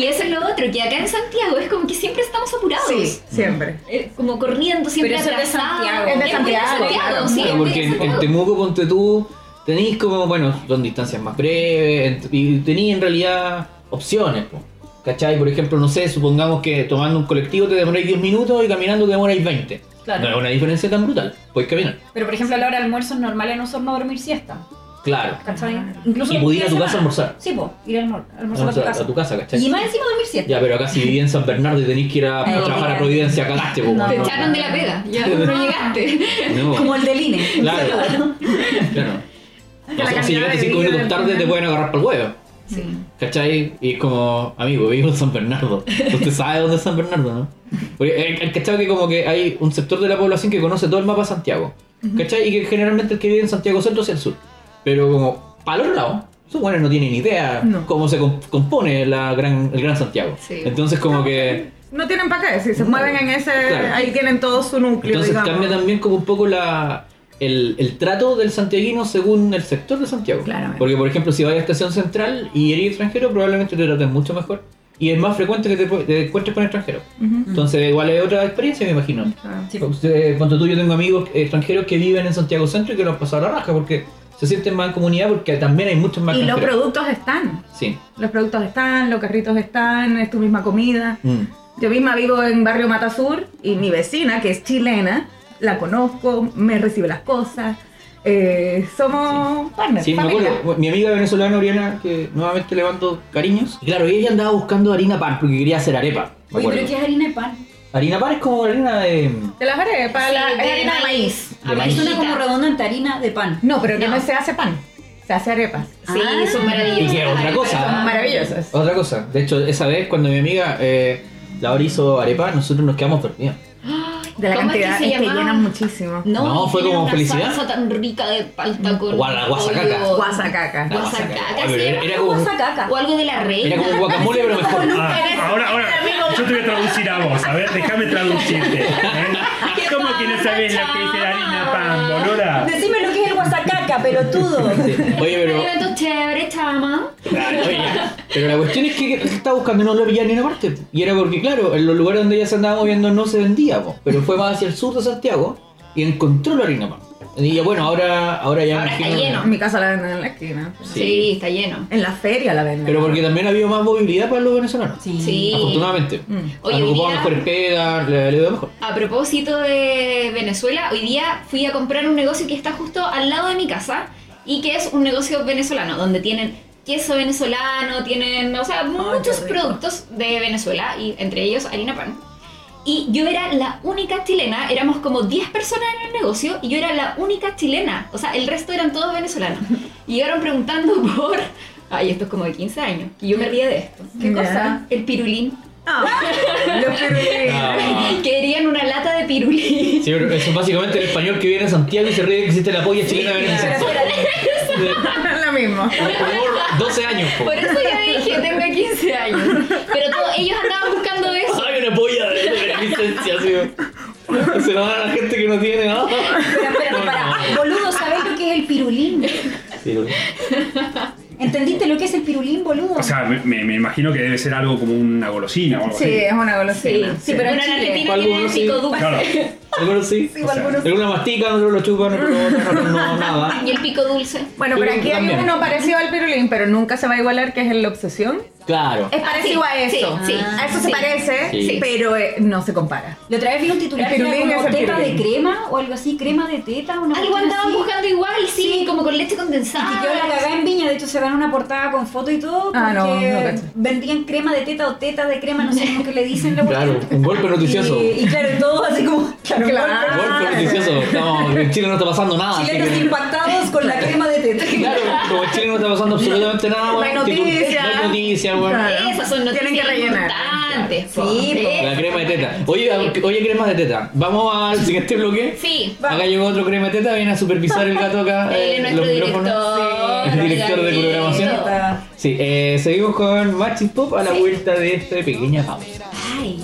Speaker 2: Y eso es lo otro, que acá en Santiago es como que siempre estamos apurados.
Speaker 4: sí siempre.
Speaker 2: Eh, como corriendo, siempre
Speaker 3: Pero eso es de
Speaker 2: atrasados.
Speaker 3: Santiago. Es
Speaker 4: de
Speaker 2: muy
Speaker 4: Santiago, claro.
Speaker 1: Claro,
Speaker 2: sí, es muy de
Speaker 1: porque en, en
Speaker 2: Santiago.
Speaker 1: Temuco, ponte tú, tenéis como, bueno, son distancias más breves ent- y tenéis en realidad opciones, po. ¿cachai? Por ejemplo, no sé, supongamos que tomando un colectivo te demoráis 10 minutos y caminando te demoráis 20.
Speaker 3: Claro.
Speaker 1: No es una diferencia tan brutal, puedes caminar.
Speaker 3: Pero por ejemplo, a la hora de almuerzo es normal en nosotros no dormir siesta.
Speaker 1: Claro.
Speaker 3: ¿Cachai? Incluso
Speaker 1: Y
Speaker 3: los
Speaker 1: podía ir a tu
Speaker 3: fines de
Speaker 1: casa a
Speaker 3: semana.
Speaker 1: almorzar.
Speaker 3: Sí, po, Ah. ir a almor- almorzar a
Speaker 1: Vamos
Speaker 3: tu casa.
Speaker 1: a tu casa, ¿cachai?
Speaker 3: Y más encima dormir siesta.
Speaker 1: Ya, pero acá si vivís en San Bernardo y tenéis que ir a, a
Speaker 3: Eh,
Speaker 1: trabajar a
Speaker 3: ya.
Speaker 1: Providencia, cagaste, po,
Speaker 3: No.
Speaker 2: Te
Speaker 1: weón.
Speaker 2: echaron de la pega,
Speaker 1: *laughs*
Speaker 2: ya no llegaste.
Speaker 1: No.
Speaker 3: Como el del INE.
Speaker 4: *laughs*
Speaker 1: Claro. claro.
Speaker 4: La
Speaker 1: O sea, si
Speaker 4: cantidad
Speaker 1: llegaste
Speaker 4: de
Speaker 1: 5
Speaker 4: vida
Speaker 1: minutos
Speaker 4: del
Speaker 1: tarde te
Speaker 4: final.
Speaker 1: pueden agarrar para el huevo.
Speaker 2: Sí.
Speaker 1: ¿Cachai? Y es como, amigo, vivo en San Bernardo. Usted sabe dónde es San Bernardo, ¿no? Porque el, cachado que como que hay un sector de la población que conoce todo el mapa de Santiago. ¿Cachai? Y que generalmente el que vive en Santiago Centro es el sur. Pero como, para los lados, esos buenos no tienen ni idea
Speaker 4: No.
Speaker 1: cómo se com- compone la gran, el Gran Santiago.
Speaker 2: Sí.
Speaker 1: Entonces como que...
Speaker 4: No tienen para qué, si se
Speaker 1: No.
Speaker 4: mueven en ese,
Speaker 1: Claro.
Speaker 4: ahí tienen todo su núcleo,
Speaker 1: Entonces
Speaker 4: digamos.
Speaker 1: cambia también como un poco la, el, el trato del santiaguino según el sector de Santiago.
Speaker 4: Claramente.
Speaker 1: Porque, por ejemplo, si vas a Estación Central y eres extranjero, probablemente te traten mucho mejor. Y es más frecuente que te, pu- te encuentres con extranjeros.
Speaker 4: Mm.
Speaker 1: Entonces, igual es otra experiencia, me imagino.
Speaker 4: Claro.
Speaker 3: Sí.
Speaker 1: Usted- Cuando tú, yo tengo amigos extranjeros que viven en Santiago Centro y que lo han pasado la raja porque se sienten más en comunidad porque también hay muchos más
Speaker 4: Y los
Speaker 1: extranjeros.
Speaker 4: productos están,
Speaker 1: Sí.
Speaker 4: los productos están, los carritos están, es tu misma comida.
Speaker 1: Mm.
Speaker 4: Yo misma vivo en barrio Matasur y mi vecina, que es chilena, la conozco, me recibe las cosas. eh, somos partners,
Speaker 1: Sí, me
Speaker 4: familia.
Speaker 1: acuerdo. Mi amiga venezolana Oriana, que nuevamente le mando cariños. Y claro, ella andaba buscando harina pan porque quería hacer arepa. me
Speaker 3: Oye,
Speaker 1: acuerdo.
Speaker 3: pero ¿qué es harina de pan?
Speaker 1: Harina pan es como harina de.
Speaker 4: De las arepas,
Speaker 2: Sí,
Speaker 4: la eh,
Speaker 2: de
Speaker 4: es harina de
Speaker 2: maíz.
Speaker 4: maíz.
Speaker 1: De maíz.
Speaker 3: Es una Ah, como redondante harina de pan.
Speaker 4: No, pero que no.
Speaker 2: No.
Speaker 4: se hace pan, se hace arepas.
Speaker 2: Sí,
Speaker 3: Ah.
Speaker 2: son maravillosos.
Speaker 1: Y que otra cosa.
Speaker 2: Ah.
Speaker 4: Son maravillosas.
Speaker 1: Otra cosa. De hecho, esa vez cuando mi amiga eh, Laura hizo arepa, nosotros nos quedamos dormidos.
Speaker 4: De la
Speaker 2: ¿Cómo es que
Speaker 4: cantidad,
Speaker 2: se
Speaker 4: es que
Speaker 2: llama?
Speaker 4: llenan muchísimo.
Speaker 1: No,
Speaker 2: y
Speaker 1: fue
Speaker 2: tiene
Speaker 1: como
Speaker 2: una
Speaker 1: felicidad. Mm,
Speaker 2: salsa tan rica de palta con
Speaker 1: Guala- guasacaca.
Speaker 2: pollo.
Speaker 4: Guasacaca.
Speaker 1: No,
Speaker 2: Guasacaca,
Speaker 1: guasacaca.
Speaker 2: sí,
Speaker 1: Oye,
Speaker 2: era
Speaker 1: Era, era como,
Speaker 3: Guasacaca.
Speaker 2: O algo de la reina.
Speaker 1: era como un guacamole, pero mejor.
Speaker 5: Ah, ahora, ahora, yo te voy a traducir a vos. A ver, déjame traducirte. ¿eh? ¿Cómo que no sabes lo que es la harina pan, bolora?
Speaker 3: Decime lo que es el guasacaca, pelotudo.
Speaker 1: *laughs* Sí. Oye,
Speaker 2: Un
Speaker 1: pero.
Speaker 2: alimento chévere, chama.
Speaker 1: Claro, oye, pero la cuestión es que estaba buscando y no lo pillaba ni en una parte. Y era porque, claro, en los lugares donde ella se andaba moviendo no se vendía, po. pero fue más hacia el sur de Santiago y encontró la harina pan. Y ya, bueno, ahora, ahora ya
Speaker 2: Ahora
Speaker 1: me
Speaker 2: está
Speaker 1: imagino-
Speaker 2: lleno.
Speaker 4: En mi casa la venden en la esquina.
Speaker 2: Sí.
Speaker 1: Sí. Mm.
Speaker 2: está lleno.
Speaker 4: En la feria la venden.
Speaker 1: Pero porque también ha habido más movilidad para los venezolanos.
Speaker 2: Sí.
Speaker 1: Afortunadamente.
Speaker 4: Mm.
Speaker 2: Oye,
Speaker 1: Han
Speaker 2: hoy
Speaker 1: ocupado
Speaker 2: día-
Speaker 1: mejores pedas, le, le veo mejor.
Speaker 2: A propósito de Venezuela, hoy día fui a comprar un negocio que está justo al lado de mi casa y que es un negocio venezolano, donde tienen queso venezolano, tienen, o sea, muchos
Speaker 4: qué rico.
Speaker 2: productos de Venezuela y entre ellos harina pan. Y yo era la única chilena, éramos como 10 personas en el negocio y yo era la única chilena, o sea, el resto eran todos venezolanos.
Speaker 4: *laughs*
Speaker 2: Y llegaron preguntando por, ay, esto es como de 15 años, y yo me ría de esto.
Speaker 4: ¿Qué
Speaker 3: cosa?
Speaker 2: El pirulín.
Speaker 4: Ah, los
Speaker 1: *laughs*
Speaker 2: *laughs*
Speaker 4: pirulines.
Speaker 1: Ah.
Speaker 2: Querían una lata de pirulín.
Speaker 1: Sí, pero eso es básicamente el español que viene a Santiago y se ríe que existe la polla chilena venezolana.
Speaker 4: *laughs* Lo mismo.
Speaker 1: Humor 12 años, po.
Speaker 2: Por eso yo dije, tengo 15 años.
Speaker 3: *laughs*
Speaker 2: Pero todos ellos andaban buscando eso.
Speaker 1: Ay, una polla de de licencia, sí. Se lo dan a la gente que no tiene nada.
Speaker 3: Pero, espérate, pará. Boludo, ¿sabés lo que es el pirulín?
Speaker 1: Sí, lo-
Speaker 3: ¿Entendiste lo que es el pirulín, boludo?
Speaker 5: O sea, me, me- me imagino que debe ser algo como una golosina o algo
Speaker 4: Sí,
Speaker 5: así.
Speaker 4: es una golosina.
Speaker 2: Sí, sí, pero en Argentina
Speaker 1: ¿Cuál
Speaker 2: tiene el
Speaker 1: uno sí?
Speaker 3: *laughs*
Speaker 2: pico dulce.
Speaker 5: Claro.
Speaker 1: Algunos sí.
Speaker 4: Sí, algunos sí.
Speaker 1: Algunos mastican, otros lo chupan, otros no, otros no, nada.
Speaker 2: Y el pico dulce.
Speaker 4: Bueno, pero
Speaker 1: Sí,
Speaker 4: aquí hay
Speaker 1: también.
Speaker 4: uno parecido al pirulín, pero nunca se va a igualar, que es el obsesión.
Speaker 1: Claro.
Speaker 4: Es
Speaker 2: Ah,
Speaker 4: parecido
Speaker 2: sí,
Speaker 4: a eso. Ah,
Speaker 2: sí, sí.
Speaker 4: a eso se
Speaker 2: Sí.
Speaker 4: parece,
Speaker 1: Sí.
Speaker 4: pero eh, no se compara.
Speaker 3: La otra vez vi un titular
Speaker 4: El
Speaker 3: que era
Speaker 4: pirulín
Speaker 3: como
Speaker 4: es el
Speaker 3: teta de
Speaker 4: pirulín.
Speaker 3: crema o algo así, crema de teta. Una
Speaker 2: Algo
Speaker 3: cuestión
Speaker 2: andaban
Speaker 3: así.
Speaker 2: buscando igual, sí,
Speaker 3: Sí.
Speaker 2: como con leche condensada.
Speaker 3: Y que yo la cagá en Viña, de hecho se ganó una portada con foto y todo, porque
Speaker 4: Ah, no, no cacho.
Speaker 3: vendían crema de teta o teta de crema, no sé cómo que le dicen la
Speaker 1: Claro,
Speaker 3: cuestión.
Speaker 1: un golpe noticioso.
Speaker 3: Y, Ah. y claro, todo así como... Claro, un
Speaker 4: Claro.
Speaker 3: golpe.
Speaker 1: Golpe noticioso. No, en Chile no está pasando nada. así
Speaker 3: Chilenos
Speaker 1: que-
Speaker 3: impactados con la crema de teta.
Speaker 1: Claro, como en Chile no está pasando absolutamente nada,
Speaker 4: No
Speaker 1: weón.
Speaker 4: hay
Speaker 1: tipo,
Speaker 4: noticias.
Speaker 1: No hay noticias, weón.
Speaker 4: Claro.
Speaker 2: Esas son noticias
Speaker 4: Tienen que rellenar.
Speaker 2: importantes.
Speaker 3: Sí,
Speaker 2: po. Eh,
Speaker 3: po.
Speaker 1: La crema de teta. Oye, a- oye, crema de teta. Vamos al siguiente bloque.
Speaker 2: Sí.
Speaker 1: Acá llegó otro crema de teta, viene a supervisar el gato acá.
Speaker 2: Él
Speaker 1: eh,
Speaker 2: es nuestro director.
Speaker 1: El director de
Speaker 2: Gabriel.
Speaker 1: programación. Sí, eh, seguimos con Maxi Pop a la
Speaker 2: Sí.
Speaker 1: vuelta de este esta pequeña pausa.
Speaker 2: Ay.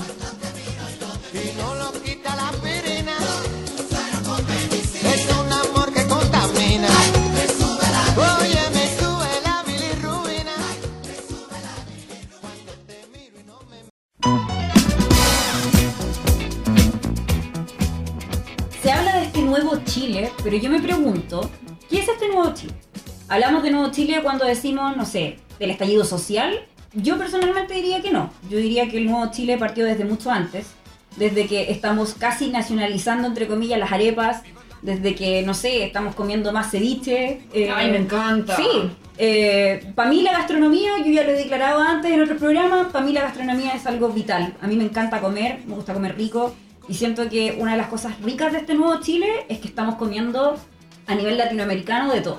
Speaker 7: Es un amor que contamina. Oye, me sube la bilirrubina.
Speaker 3: Se habla de este nuevo Chile, pero yo me pregunto, ¿qué es este nuevo Chile? Hablamos de nuevo Chile cuando decimos, no sé, del estallido social. Yo personalmente diría que no. Yo diría que el nuevo Chile partió desde mucho antes, desde que estamos casi nacionalizando, entre comillas, las arepas, desde que, no sé, estamos comiendo más ceviche. eh,
Speaker 2: Ay, me encanta.
Speaker 3: Sí. para mí la gastronomía, yo ya lo he declarado antes en otro programa, para mí la gastronomía es algo vital. A mí me encanta comer, me gusta comer rico y siento que una de las cosas ricas de este nuevo Chile es que estamos comiendo a nivel latinoamericano de todo.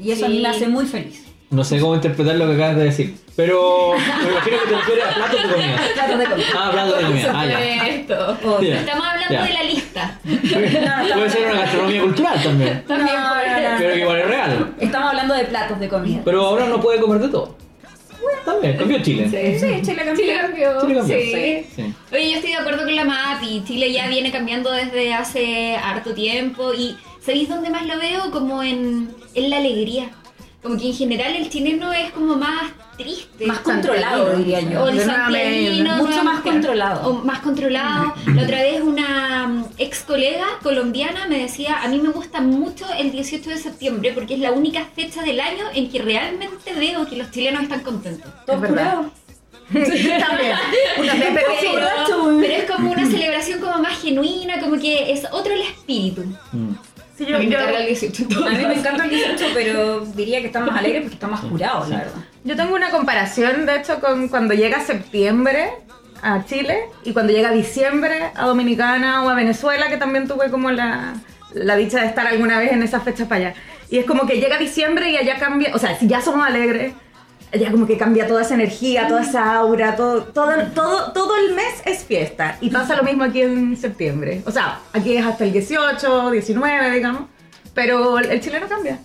Speaker 3: Y eso a mí
Speaker 2: Sí.
Speaker 3: me hace muy feliz.
Speaker 1: No sé cómo interpretar lo que acabas de decir, pero me imagino que te refieres a platos de comida.
Speaker 3: Platos de comida.
Speaker 1: Ah, platos de comida. Ah, ya.
Speaker 2: Esto.
Speaker 3: Oh,
Speaker 1: Ya.
Speaker 2: Estamos hablando
Speaker 1: Ya.
Speaker 2: de la lista.
Speaker 1: *laughs* Puede ser una gastronomía cultural también,
Speaker 2: También
Speaker 3: No,
Speaker 2: por-
Speaker 3: no, no.
Speaker 1: pero que igual es real.
Speaker 3: Estamos hablando de platos de comida.
Speaker 1: Pero ahora no puede comer de todo. También, cambió Chile.
Speaker 3: Sí, Chile cambió.
Speaker 2: Chile cambió.
Speaker 1: Chile cambió.
Speaker 2: Sí.
Speaker 1: Sí.
Speaker 2: Oye, yo estoy de acuerdo con la MAPI. Chile ya viene cambiando desde hace harto tiempo. Y ¿sabéis dónde más lo veo? Como en, en la alegría. Como que en general el chileno es como más triste.
Speaker 3: Más controlado, diría yo.
Speaker 2: O el
Speaker 4: De nueva
Speaker 2: santiaguino, no,
Speaker 4: medida.
Speaker 3: Mucho más
Speaker 2: claro.
Speaker 3: controlado.
Speaker 2: O más controlado. La otra vez una mm, ex colega colombiana me decía, a mí me gusta mucho el 18 de septiembre porque es la única fecha del año en que realmente veo que los chilenos están contentos.
Speaker 3: Todo
Speaker 4: Es verdad.
Speaker 3: curado.
Speaker 4: *laughs* También. También, pero-
Speaker 3: Sí,
Speaker 2: Pero,
Speaker 3: borracho, güey.
Speaker 2: pero es como una celebración como más genuina, como que es otro el espíritu.
Speaker 1: Mm.
Speaker 4: Sí, yo- yo-
Speaker 3: A mí me encanta el 18, pero diría que está más alegre porque está más curado, la verdad.
Speaker 4: Yo tengo una comparación, de hecho, con cuando llega septiembre a Chile y cuando llega diciembre a Dominicana o a Venezuela, que también tuve como la, la dicha de estar alguna vez en esas fechas para allá. Y es como que llega diciembre y allá cambia, o sea, si ya somos alegres, allá como que cambia toda esa energía, toda esa aura, todo, todo, todo, todo el mes es fiesta. Y pasa lo mismo aquí en septiembre. O sea, aquí es hasta el 18, 19, digamos, pero el chileno cambia.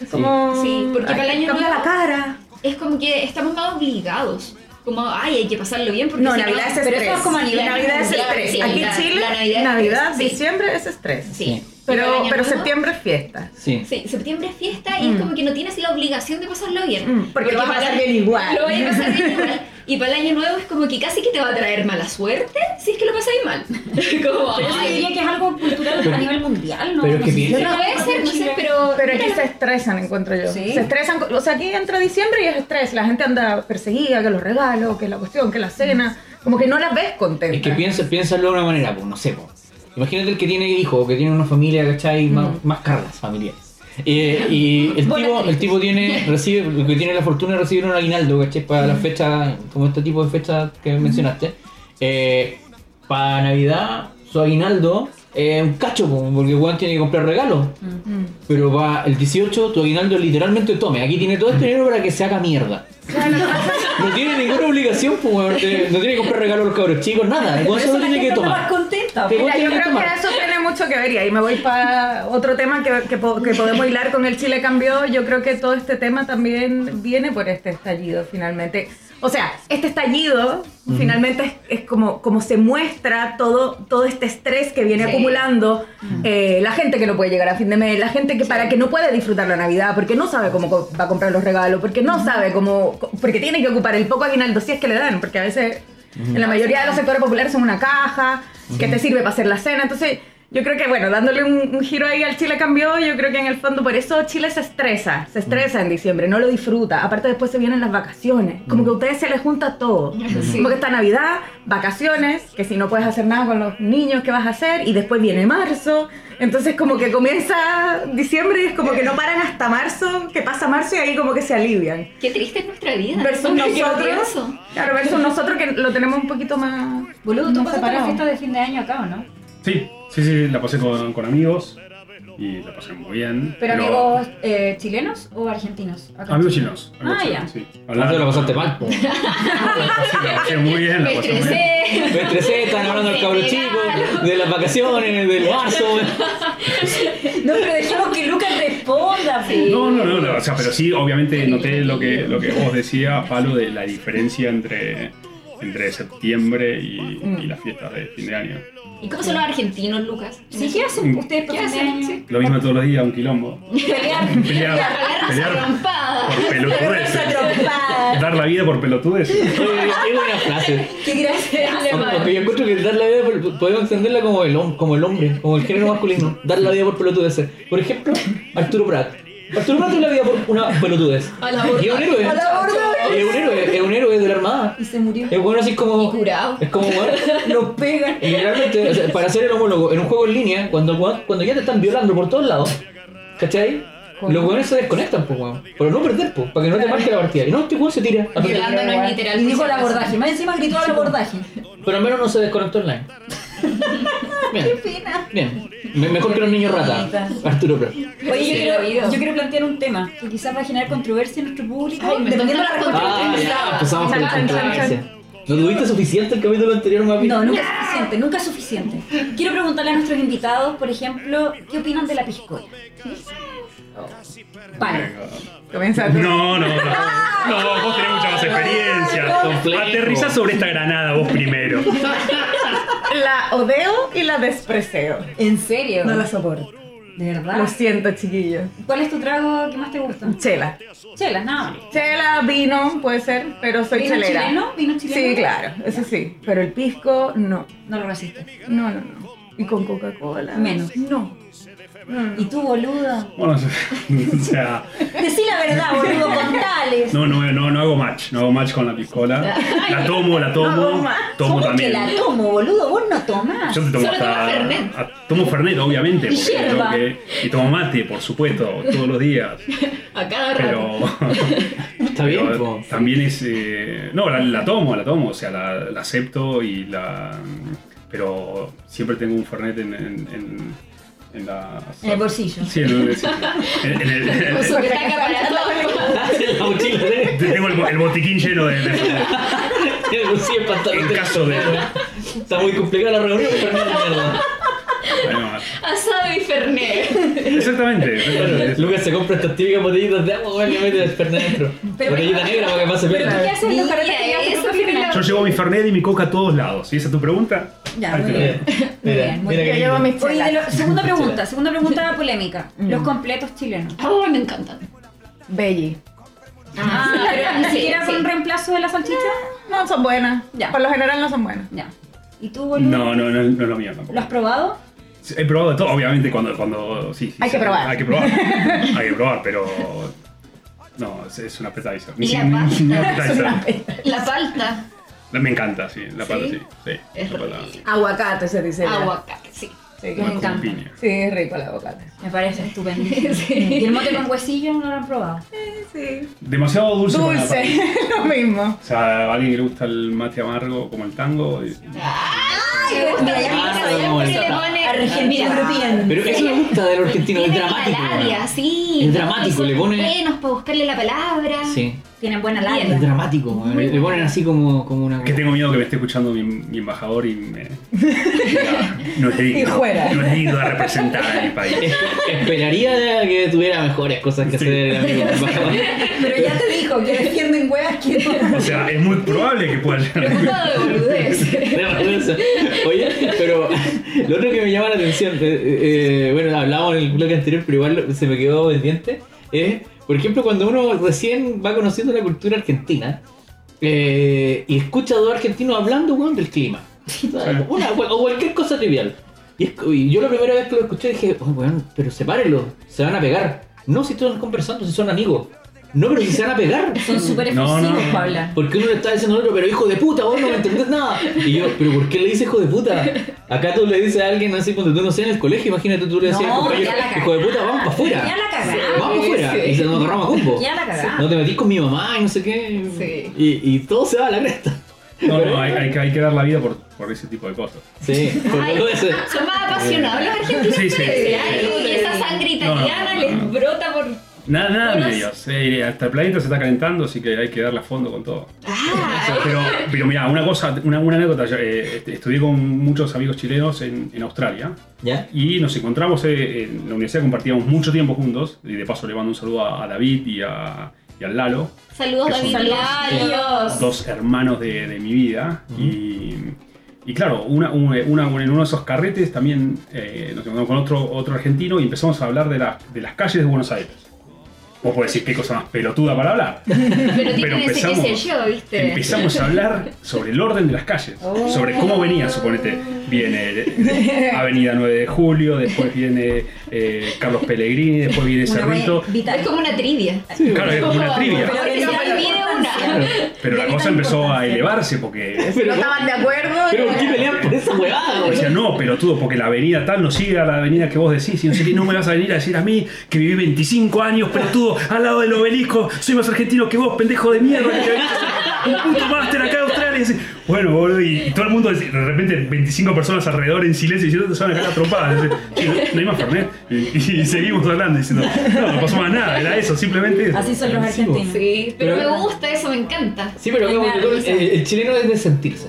Speaker 4: Es como...
Speaker 2: Sí, porque para el año
Speaker 4: Cambia
Speaker 2: nuevo-
Speaker 4: la cara.
Speaker 2: Es como que estamos más obligados. Como, ay, hay que pasarlo bien porque
Speaker 4: No,
Speaker 2: si
Speaker 4: Navidad es
Speaker 3: pero
Speaker 4: estrés.
Speaker 3: eso es como a nivel
Speaker 4: Navidad es
Speaker 2: mundial,
Speaker 4: estrés.
Speaker 2: sí,
Speaker 4: Aquí
Speaker 2: la-
Speaker 4: Chile,
Speaker 2: la Navidad
Speaker 4: Navidad,
Speaker 2: es estrés, sí.
Speaker 4: diciembre es estrés.
Speaker 2: Sí.
Speaker 4: Pero,
Speaker 2: Igual año
Speaker 4: pero
Speaker 2: nuevo,
Speaker 4: septiembre es fiesta.
Speaker 1: Sí.
Speaker 2: Sí, septiembre es fiesta y es
Speaker 4: Mm.
Speaker 2: como que no tienes la obligación de pasarlo bien.
Speaker 4: Mm, porque lo vas a
Speaker 2: para-
Speaker 4: pasar bien igual.
Speaker 2: Lo vas a pasar bien
Speaker 4: *laughs*
Speaker 2: igual. Y para el año nuevo es como que casi que te va a traer mala suerte si es que lo pasáis mal. *laughs* como,
Speaker 3: Pero yo diría
Speaker 2: ay,
Speaker 3: que es algo cultural a nivel mundial, ¿no?
Speaker 1: pero
Speaker 3: no pues
Speaker 1: que
Speaker 3: sé si
Speaker 1: piensa-
Speaker 3: será
Speaker 2: no puede
Speaker 3: algo
Speaker 2: ser, no sé,
Speaker 3: Chile.
Speaker 2: pero...
Speaker 4: Pero aquí
Speaker 2: mira,
Speaker 4: se estresan, encuentro yo.
Speaker 3: Sí.
Speaker 4: Se estresan. con- O sea, aquí entra diciembre y es estrés. La gente anda perseguida, que los regalos, que la cuestión, que la cena. Como que no las ves contentas.
Speaker 1: Es que piensa, piénsalo de una manera, pues, no sé, pues. Imagínate el que tiene hijos, que tiene una familia, ¿cachai?
Speaker 3: Mm.
Speaker 1: Más, más cargas familiares. Eh, y el
Speaker 2: Buenas
Speaker 1: tipo, el
Speaker 2: fechas.
Speaker 1: tipo tiene, recibe, el que tiene la fortuna de recibir un aguinaldo, ¿cachai? Para
Speaker 3: Mm.
Speaker 1: las fechas, como este tipo de fechas que mencionaste. Eh, para Navidad, su aguinaldo es un cacho, po, porque Juan tiene que comprar regalos.
Speaker 4: Mm.
Speaker 1: Pero va el 18, tu aguinaldo literalmente tome. Aquí tiene todo este dinero para que se haga mierda. No tiene ninguna obligación, pues, weón, de- no tiene que comprar regalos a los cabros chicos, nada. El
Speaker 3: Por
Speaker 1: weón
Speaker 3: eso
Speaker 1: solo
Speaker 3: la
Speaker 1: tiene
Speaker 3: gente
Speaker 1: que
Speaker 3: está
Speaker 1: tomar.
Speaker 3: más contenta.
Speaker 1: Te-
Speaker 4: Mira,
Speaker 1: Vos
Speaker 4: yo
Speaker 1: tenés que
Speaker 4: creo que
Speaker 1: tomar.
Speaker 4: eso tiene mucho que ver y ahí me voy para otro tema que, que po- que podemos hilar con el Chile cambió. Yo creo que todo este tema también viene por este estallido finalmente. O sea, este estallido finalmente es, es como, como se muestra todo, todo este estrés que viene
Speaker 2: Sí.
Speaker 4: acumulando eh, la gente que no puede llegar a fin de mes, la gente que para que no puede disfrutar la Navidad porque no sabe cómo co- va a comprar los regalos, porque no sabe cómo, porque tiene que ocupar el poco aguinaldo si es que le dan, porque a veces en la mayoría de los sectores populares son una caja que te sirve para hacer la cena. Entonces, Yo creo que, bueno, dándole un, un giro ahí al Chile cambió, yo creo que en el fondo por eso Chile se estresa, se estresa en diciembre, no lo disfruta. Aparte después se vienen las vacaciones, como que a ustedes se les junta todo.
Speaker 2: Sí.
Speaker 4: Como que está Navidad, vacaciones, que si no puedes hacer nada con los niños, ¿qué vas a hacer? Y después viene marzo, entonces como que comienza diciembre y es como que no paran hasta marzo, que pasa marzo y ahí como que se alivian.
Speaker 2: Qué triste es nuestra vida.
Speaker 4: Versus
Speaker 2: Qué
Speaker 4: nosotros,
Speaker 2: odioso.
Speaker 4: claro, versus nosotros que lo tenemos un poquito más...
Speaker 3: Boludo, tú
Speaker 4: más
Speaker 3: pasaste la
Speaker 4: separado.
Speaker 3: fiesta de fin de año acá, ¿o no?
Speaker 5: Sí, sí, sí, la pasé con, con amigos y la pasé muy bien.
Speaker 3: ¿Pero amigos eh, chilenos o argentinos? Acá.
Speaker 5: Amigos chilenos. amigos
Speaker 3: Ah,
Speaker 5: chilenos,
Speaker 3: ya.
Speaker 5: Sí.
Speaker 1: Hablando de lo pasaste mal, po.
Speaker 5: Sí, la pasé muy bien,
Speaker 2: Me
Speaker 5: la
Speaker 3: *laughs*
Speaker 5: pasé muy bien.
Speaker 2: estresé.
Speaker 1: Me estresé, están hablando del cabro chico, de las vacaciones, del marzo.
Speaker 3: No, pero dejemos que Lucas responda, pues. fe.
Speaker 5: No, no, no, no, o sea, pero sí, obviamente noté lo que, lo que vos decías, Pablo, de la diferencia entre, entre septiembre y, y las fiestas de fin de año.
Speaker 2: ¿Y cómo son los argentinos, Lucas?
Speaker 3: Sí, ¿qué hacen ustedes por
Speaker 2: ¿Qué
Speaker 3: fin de
Speaker 2: hacen?
Speaker 3: año?
Speaker 2: Sí.
Speaker 5: Lo mismo todos los días, un quilombo.
Speaker 3: Pelear.
Speaker 5: *laughs*
Speaker 3: *laughs*
Speaker 5: Pelear, pelear
Speaker 2: Trompada.
Speaker 5: por
Speaker 4: *laughs*
Speaker 5: pelotudes.
Speaker 3: Atropada.
Speaker 5: Dar la vida por pelotudes.
Speaker 1: Oye, Es buena frase.
Speaker 3: Qué gracia.
Speaker 1: Aunque yo encuentro que dar la vida por- podemos entenderla como el, hom- como el hombre, como el género masculino. Dar la vida por pelotudeces. Por ejemplo, Arturo Prat. Arturo Prat dio la vida por una pelotudez.
Speaker 2: A la borda.
Speaker 1: Y es un héroe.
Speaker 3: A la borda.
Speaker 1: Y Es un héroe, es un héroe de la armada.
Speaker 3: Y se murió.
Speaker 1: Es bueno así como.
Speaker 2: Y curado.
Speaker 1: Es como bueno.
Speaker 3: *laughs* Lo pegan.
Speaker 1: Y Generalmente, o sea, para ser el homólogo en un juego en línea, cuando, cuando ya te están violando por todos lados, ¿cachai? Los weones se desconectan, pues, weón. Para no perder, pues, para que no te marque la partida. Y no, este weón se tira. a perder.
Speaker 2: Violando no es literal.
Speaker 3: Y dijo
Speaker 2: muchas
Speaker 3: el
Speaker 2: veces.
Speaker 3: abordaje. Más encima gritó al abordaje.
Speaker 1: Pero al menos no se desconectó
Speaker 3: *laughs*
Speaker 1: online. Bien. Bien. Me- mejor que los niños rata. Arturo Pro.
Speaker 3: Oye, yo
Speaker 2: Sí.
Speaker 3: quiero, yo quiero plantear un tema que quizás va a generar controversia en nuestro público.
Speaker 2: Ay, me
Speaker 3: dependiendo de la
Speaker 2: toca la
Speaker 3: respuesta que
Speaker 1: Ah,
Speaker 3: ustedes
Speaker 1: ya.
Speaker 3: daban.
Speaker 1: Empezamos con la controversia. ¿No tuviste suficiente el capítulo anterior, Mavi?
Speaker 3: No, nunca es suficiente, nunca es suficiente. Quiero preguntarle a nuestros invitados, por ejemplo, ¿qué opinan de la piscola? Vale.
Speaker 4: Comienza
Speaker 5: No, no, no. No, vos tenés mucha más experiencia.
Speaker 1: Complejo.
Speaker 5: Aterriza sobre esta granada vos primero.
Speaker 4: La odeo y la desprecio.
Speaker 3: ¿En serio?
Speaker 4: No la soporto.
Speaker 3: ¿De
Speaker 4: Lo
Speaker 3: verdad?
Speaker 4: siento, chiquillos.
Speaker 3: ¿Cuál es tu trago que más te gusta?
Speaker 4: Chela.
Speaker 3: Chela, nada. No.
Speaker 4: Chela, vino, puede ser, pero soy
Speaker 3: ¿Vino
Speaker 4: chelera.
Speaker 3: chileno? ¿Vino chileno?
Speaker 4: Sí, claro, eso sí. Pero el pisco, no.
Speaker 3: No lo resiste.
Speaker 4: No, no, no. Y con Coca-Cola.
Speaker 3: Menos.
Speaker 4: No.
Speaker 3: ¿Y tú, boludo?
Speaker 5: Bueno, *laughs* o sea,
Speaker 3: Decí la verdad,
Speaker 4: *laughs*
Speaker 3: boludo, contales.
Speaker 5: no, no, no, no hago match. No hago match con la piscola. La tomo, la tomo. Tomo
Speaker 3: ¿Cómo que
Speaker 5: también.
Speaker 3: la tomo, boludo? Vos no tomás.
Speaker 5: Yo te tomo
Speaker 2: Solo
Speaker 5: hasta.
Speaker 2: tomas Fernet.
Speaker 5: a- tomo Fernet, obviamente.
Speaker 3: Y
Speaker 5: porque tengo
Speaker 3: yerba.
Speaker 5: que- y tomo mate, por supuesto, todos los
Speaker 3: *laughs*
Speaker 5: días.
Speaker 2: A cada rato.
Speaker 5: Pero.
Speaker 1: Está bien,
Speaker 5: pero
Speaker 1: po. *laughs*
Speaker 5: También es. eh, no, la, la tomo, la tomo. O sea, la, la acepto y la. Pero siempre tengo un Fernet en. en, en- en la,
Speaker 3: En el bolsillo.
Speaker 5: Sí, en,
Speaker 3: *laughs*
Speaker 5: el- sí, en- en el- en el-
Speaker 2: Uso que está para todo.
Speaker 1: La mochila de
Speaker 5: tengo el, bo- el botiquín lleno de. de Fernet.
Speaker 1: tiene bolsillo de pantalón.
Speaker 5: En caso de-
Speaker 1: Está muy complicada la reunión, pero no mierda.
Speaker 5: Bueno,
Speaker 2: Asado y Fernet.
Speaker 5: exactamente.
Speaker 1: Bueno,
Speaker 5: exactamente.
Speaker 1: Lucas se compra estas típicas botellitas de agua, weón, le mete el Fernet dentro.
Speaker 3: Pero-
Speaker 1: Botellita negra para que pase
Speaker 3: ¿Pero tú qué
Speaker 1: bien.
Speaker 3: haces en los
Speaker 2: Mira,
Speaker 3: carretes que llevas tu
Speaker 2: eso
Speaker 3: propio
Speaker 2: tiene la-
Speaker 3: vinagre?
Speaker 5: Yo llevo mi Fernet y mi coca a todos lados. ¿Y esa es tu pregunta?
Speaker 3: Ya,
Speaker 5: Ahí
Speaker 3: muy
Speaker 5: te lo
Speaker 3: bien.
Speaker 5: dejo.
Speaker 3: Muy
Speaker 1: Mira,
Speaker 3: bien, muy
Speaker 1: mira
Speaker 4: Yo
Speaker 1: que
Speaker 4: llevo mis
Speaker 3: Oye,
Speaker 4: chelas.
Speaker 3: de lo- segunda
Speaker 4: *laughs*
Speaker 3: pregunta, segunda pregunta polémica.
Speaker 4: Mm.
Speaker 3: Los completos chilenos.
Speaker 2: Oh, me encantan.
Speaker 4: Belly.
Speaker 3: Ah, pero ni
Speaker 2: sí,
Speaker 3: siquiera fue
Speaker 2: sí.
Speaker 3: un reemplazo de la salchicha.
Speaker 4: No son buenas.
Speaker 3: Ya.
Speaker 4: Por lo general no son buenas.
Speaker 3: Ya. ¿Y tú, boludo?
Speaker 5: No, no, no, no es lo mío tampoco.
Speaker 3: ¿Lo has probado?
Speaker 5: Sí, He probado de todo, obviamente cuando, cuando sí, sí,
Speaker 4: Hay
Speaker 5: sí,
Speaker 4: que probar.
Speaker 5: Hay que probar. hay que probar, pero no, es, es un appetizer. Ni
Speaker 2: Y la
Speaker 5: si- ni-
Speaker 2: pasta.
Speaker 5: ni un appetizer.
Speaker 2: La palta.
Speaker 5: La- Me encanta, sí, la pata,
Speaker 2: Sí.
Speaker 5: sí. sí,
Speaker 2: Es
Speaker 5: la pata.
Speaker 2: rico.
Speaker 4: Aguacate se dice. ya.
Speaker 2: Aguacate, sí.
Speaker 4: Sí,
Speaker 5: Más
Speaker 3: Me
Speaker 5: con
Speaker 3: encanta.
Speaker 5: piña.
Speaker 4: sí, es rico el aguacate.
Speaker 3: Me parece estupendo. *laughs* ¿Y el mote con huesillo no lo han probado?
Speaker 4: Sí.
Speaker 5: Demasiado dulce. para la
Speaker 4: Dulce, *laughs*
Speaker 5: pata.
Speaker 4: lo mismo.
Speaker 5: O sea, a alguien que le gusta el mate amargo como el tango.
Speaker 2: Me
Speaker 5: y-
Speaker 2: gusta
Speaker 3: mira,
Speaker 2: la
Speaker 3: ya
Speaker 2: pizza,
Speaker 1: me
Speaker 2: ya
Speaker 1: gusta.
Speaker 2: se le pone- Mira,
Speaker 1: Pero eso me gusta del argentino, es
Speaker 2: tienen
Speaker 1: dramático.
Speaker 2: malaria,
Speaker 1: weón.
Speaker 2: sí.
Speaker 1: Es dramático,
Speaker 2: Son
Speaker 1: le pone-
Speaker 2: buenos para buscarle la palabra.
Speaker 1: Sí.
Speaker 3: Tienen buena
Speaker 1: Es
Speaker 3: labia.
Speaker 1: dramático, weón. le le ponen así como, como una.
Speaker 5: Que tengo miedo que me esté escuchando mi, mi embajador y me. diga, no es digno.
Speaker 4: Y fuera.
Speaker 5: No es digno de representar a mi país.
Speaker 1: Esperaría que tuviera mejores cosas que
Speaker 5: Sí.
Speaker 1: hacer el amigo.
Speaker 5: *laughs*
Speaker 3: Pero ya te dijo que defienden huevas que *laughs*
Speaker 5: O sea, es muy probable que pueda llegar.
Speaker 2: Todo de boludez.
Speaker 1: De vergüenza. pues, Oye, pero lo otro que me llama la atención, eh, eh, bueno, hablábamos en el bloque anterior, pero igual lo- se me quedó pendiente, es, por ejemplo, cuando uno recién va conociendo la cultura argentina eh, y escucha a dos argentinos hablando, weón, del clima. O sea, Una, o cualquier cosa trivial. Y, es- y yo la primera vez que lo escuché dije, oh, bueno, pero sepárenlo, se van a pegar. No si están conversando, si son amigos. No, pero si se van a pegar.
Speaker 3: Son súper
Speaker 5: No,
Speaker 3: efusivos
Speaker 5: no, no.
Speaker 3: para hablar.
Speaker 1: Porque uno le está diciendo al otro, pero hijo de puta, vos no me entendés nada. Y yo, pero ¿por qué le dices hijo de puta? Acá tú le dices a alguien así cuando tú no sé en el colegio, imagínate tú le decías
Speaker 3: No,
Speaker 1: al compañero,
Speaker 3: ya la cagaste.
Speaker 1: hijo de puta, vamos para afuera.
Speaker 3: Ya la cagaste.
Speaker 1: Vamos para afuera.
Speaker 2: Sí.
Speaker 1: Y se nos agarramos a combo.
Speaker 3: Ya la cagada.
Speaker 1: No te metís con mi mamá y no sé qué.
Speaker 2: Sí.
Speaker 1: Y, y todo se va a la cresta.
Speaker 5: No, no, hay, hay que, hay que dar la vida por, por ese tipo de cosas.
Speaker 1: Sí, por
Speaker 2: Ay,
Speaker 1: todo eso.
Speaker 2: Son más apasionados los argentinos
Speaker 5: Sí, sí.
Speaker 2: parece, ¿eh? Como que esa sangre italiana
Speaker 5: No, no, no.
Speaker 2: les brota por...
Speaker 5: Nada, nada
Speaker 2: Bueno,
Speaker 5: de ellos. Eh, hasta el planeta se está calentando, así que hay que darle a fondo con todo. O sea,
Speaker 2: Ah,
Speaker 5: pero, pero mira, una cosa, una, una anécdota. Yo, eh, este, estudié con muchos amigos chilenos en, en Australia
Speaker 1: ¿Ya?
Speaker 5: y nos encontramos eh, en la universidad, compartíamos mucho tiempo juntos. Y de paso le mando un saludo a, a David y a, y a Lalo,
Speaker 2: saludos
Speaker 5: Que
Speaker 2: David
Speaker 5: son-
Speaker 2: Lalo.
Speaker 5: dos hermanos de, de mi vida. y, y claro, una, un- una- en uno de esos carretes también eh, nos encontramos con otro, otro argentino y empezamos a hablar de, la- de las calles de Buenos Aires. Vos podés decir qué cosa más pelotuda para hablar.
Speaker 2: *laughs* Pero
Speaker 5: Pero
Speaker 2: tienen ese qué sé
Speaker 5: empezamos-
Speaker 2: yo, ¿viste?
Speaker 5: Empezamos a hablar sobre el orden de las calles,
Speaker 2: Oh.
Speaker 5: sobre cómo venía, suponete. Viene eh, Avenida 9 de Julio, después viene eh, Carlos Pellegrini, después viene
Speaker 3: Una wea
Speaker 5: Cerrito.
Speaker 3: vital.
Speaker 2: Es como una trivia.
Speaker 5: Claro, es
Speaker 2: *laughs*
Speaker 5: como una trivia.
Speaker 3: Pero
Speaker 2: Porque
Speaker 3: de
Speaker 2: se
Speaker 3: vital
Speaker 2: me olvide
Speaker 3: importancia.
Speaker 2: una.
Speaker 5: Pero la
Speaker 3: de
Speaker 5: cosa
Speaker 3: vital
Speaker 5: empezó a
Speaker 3: importancia.
Speaker 5: elevarse porque
Speaker 1: Pero,
Speaker 4: No estaban de acuerdo.
Speaker 1: pero ¿por qué pelean por esa huevada, güey?
Speaker 5: decía, no, pelotudo, porque la avenida tal no sigue a la avenida que vos decís. Y no sé qué, no me vas a venir a decir a mí que viví 25 años, pelotudo, al lado del obelisco. Soy más argentino que vos, pendejo de mierda. que venís a hacer Un puto máster acá en Australia. Y dice, Bueno, boludo, y, y todo el mundo, de repente, 25 personas alrededor en silencio diciendo, te van a dejar atropadas. no hay más Fernet. Y, y seguimos hablando diciendo, no, no pasó más nada, era eso, simplemente eso. Ah,
Speaker 3: Así son los
Speaker 1: Sí, vos.
Speaker 3: argentinos.
Speaker 2: Sí, pero
Speaker 1: Pero-
Speaker 2: me gusta eso, me encanta.
Speaker 1: Sí, pero como que todo el, eh, el chileno es de sentirse.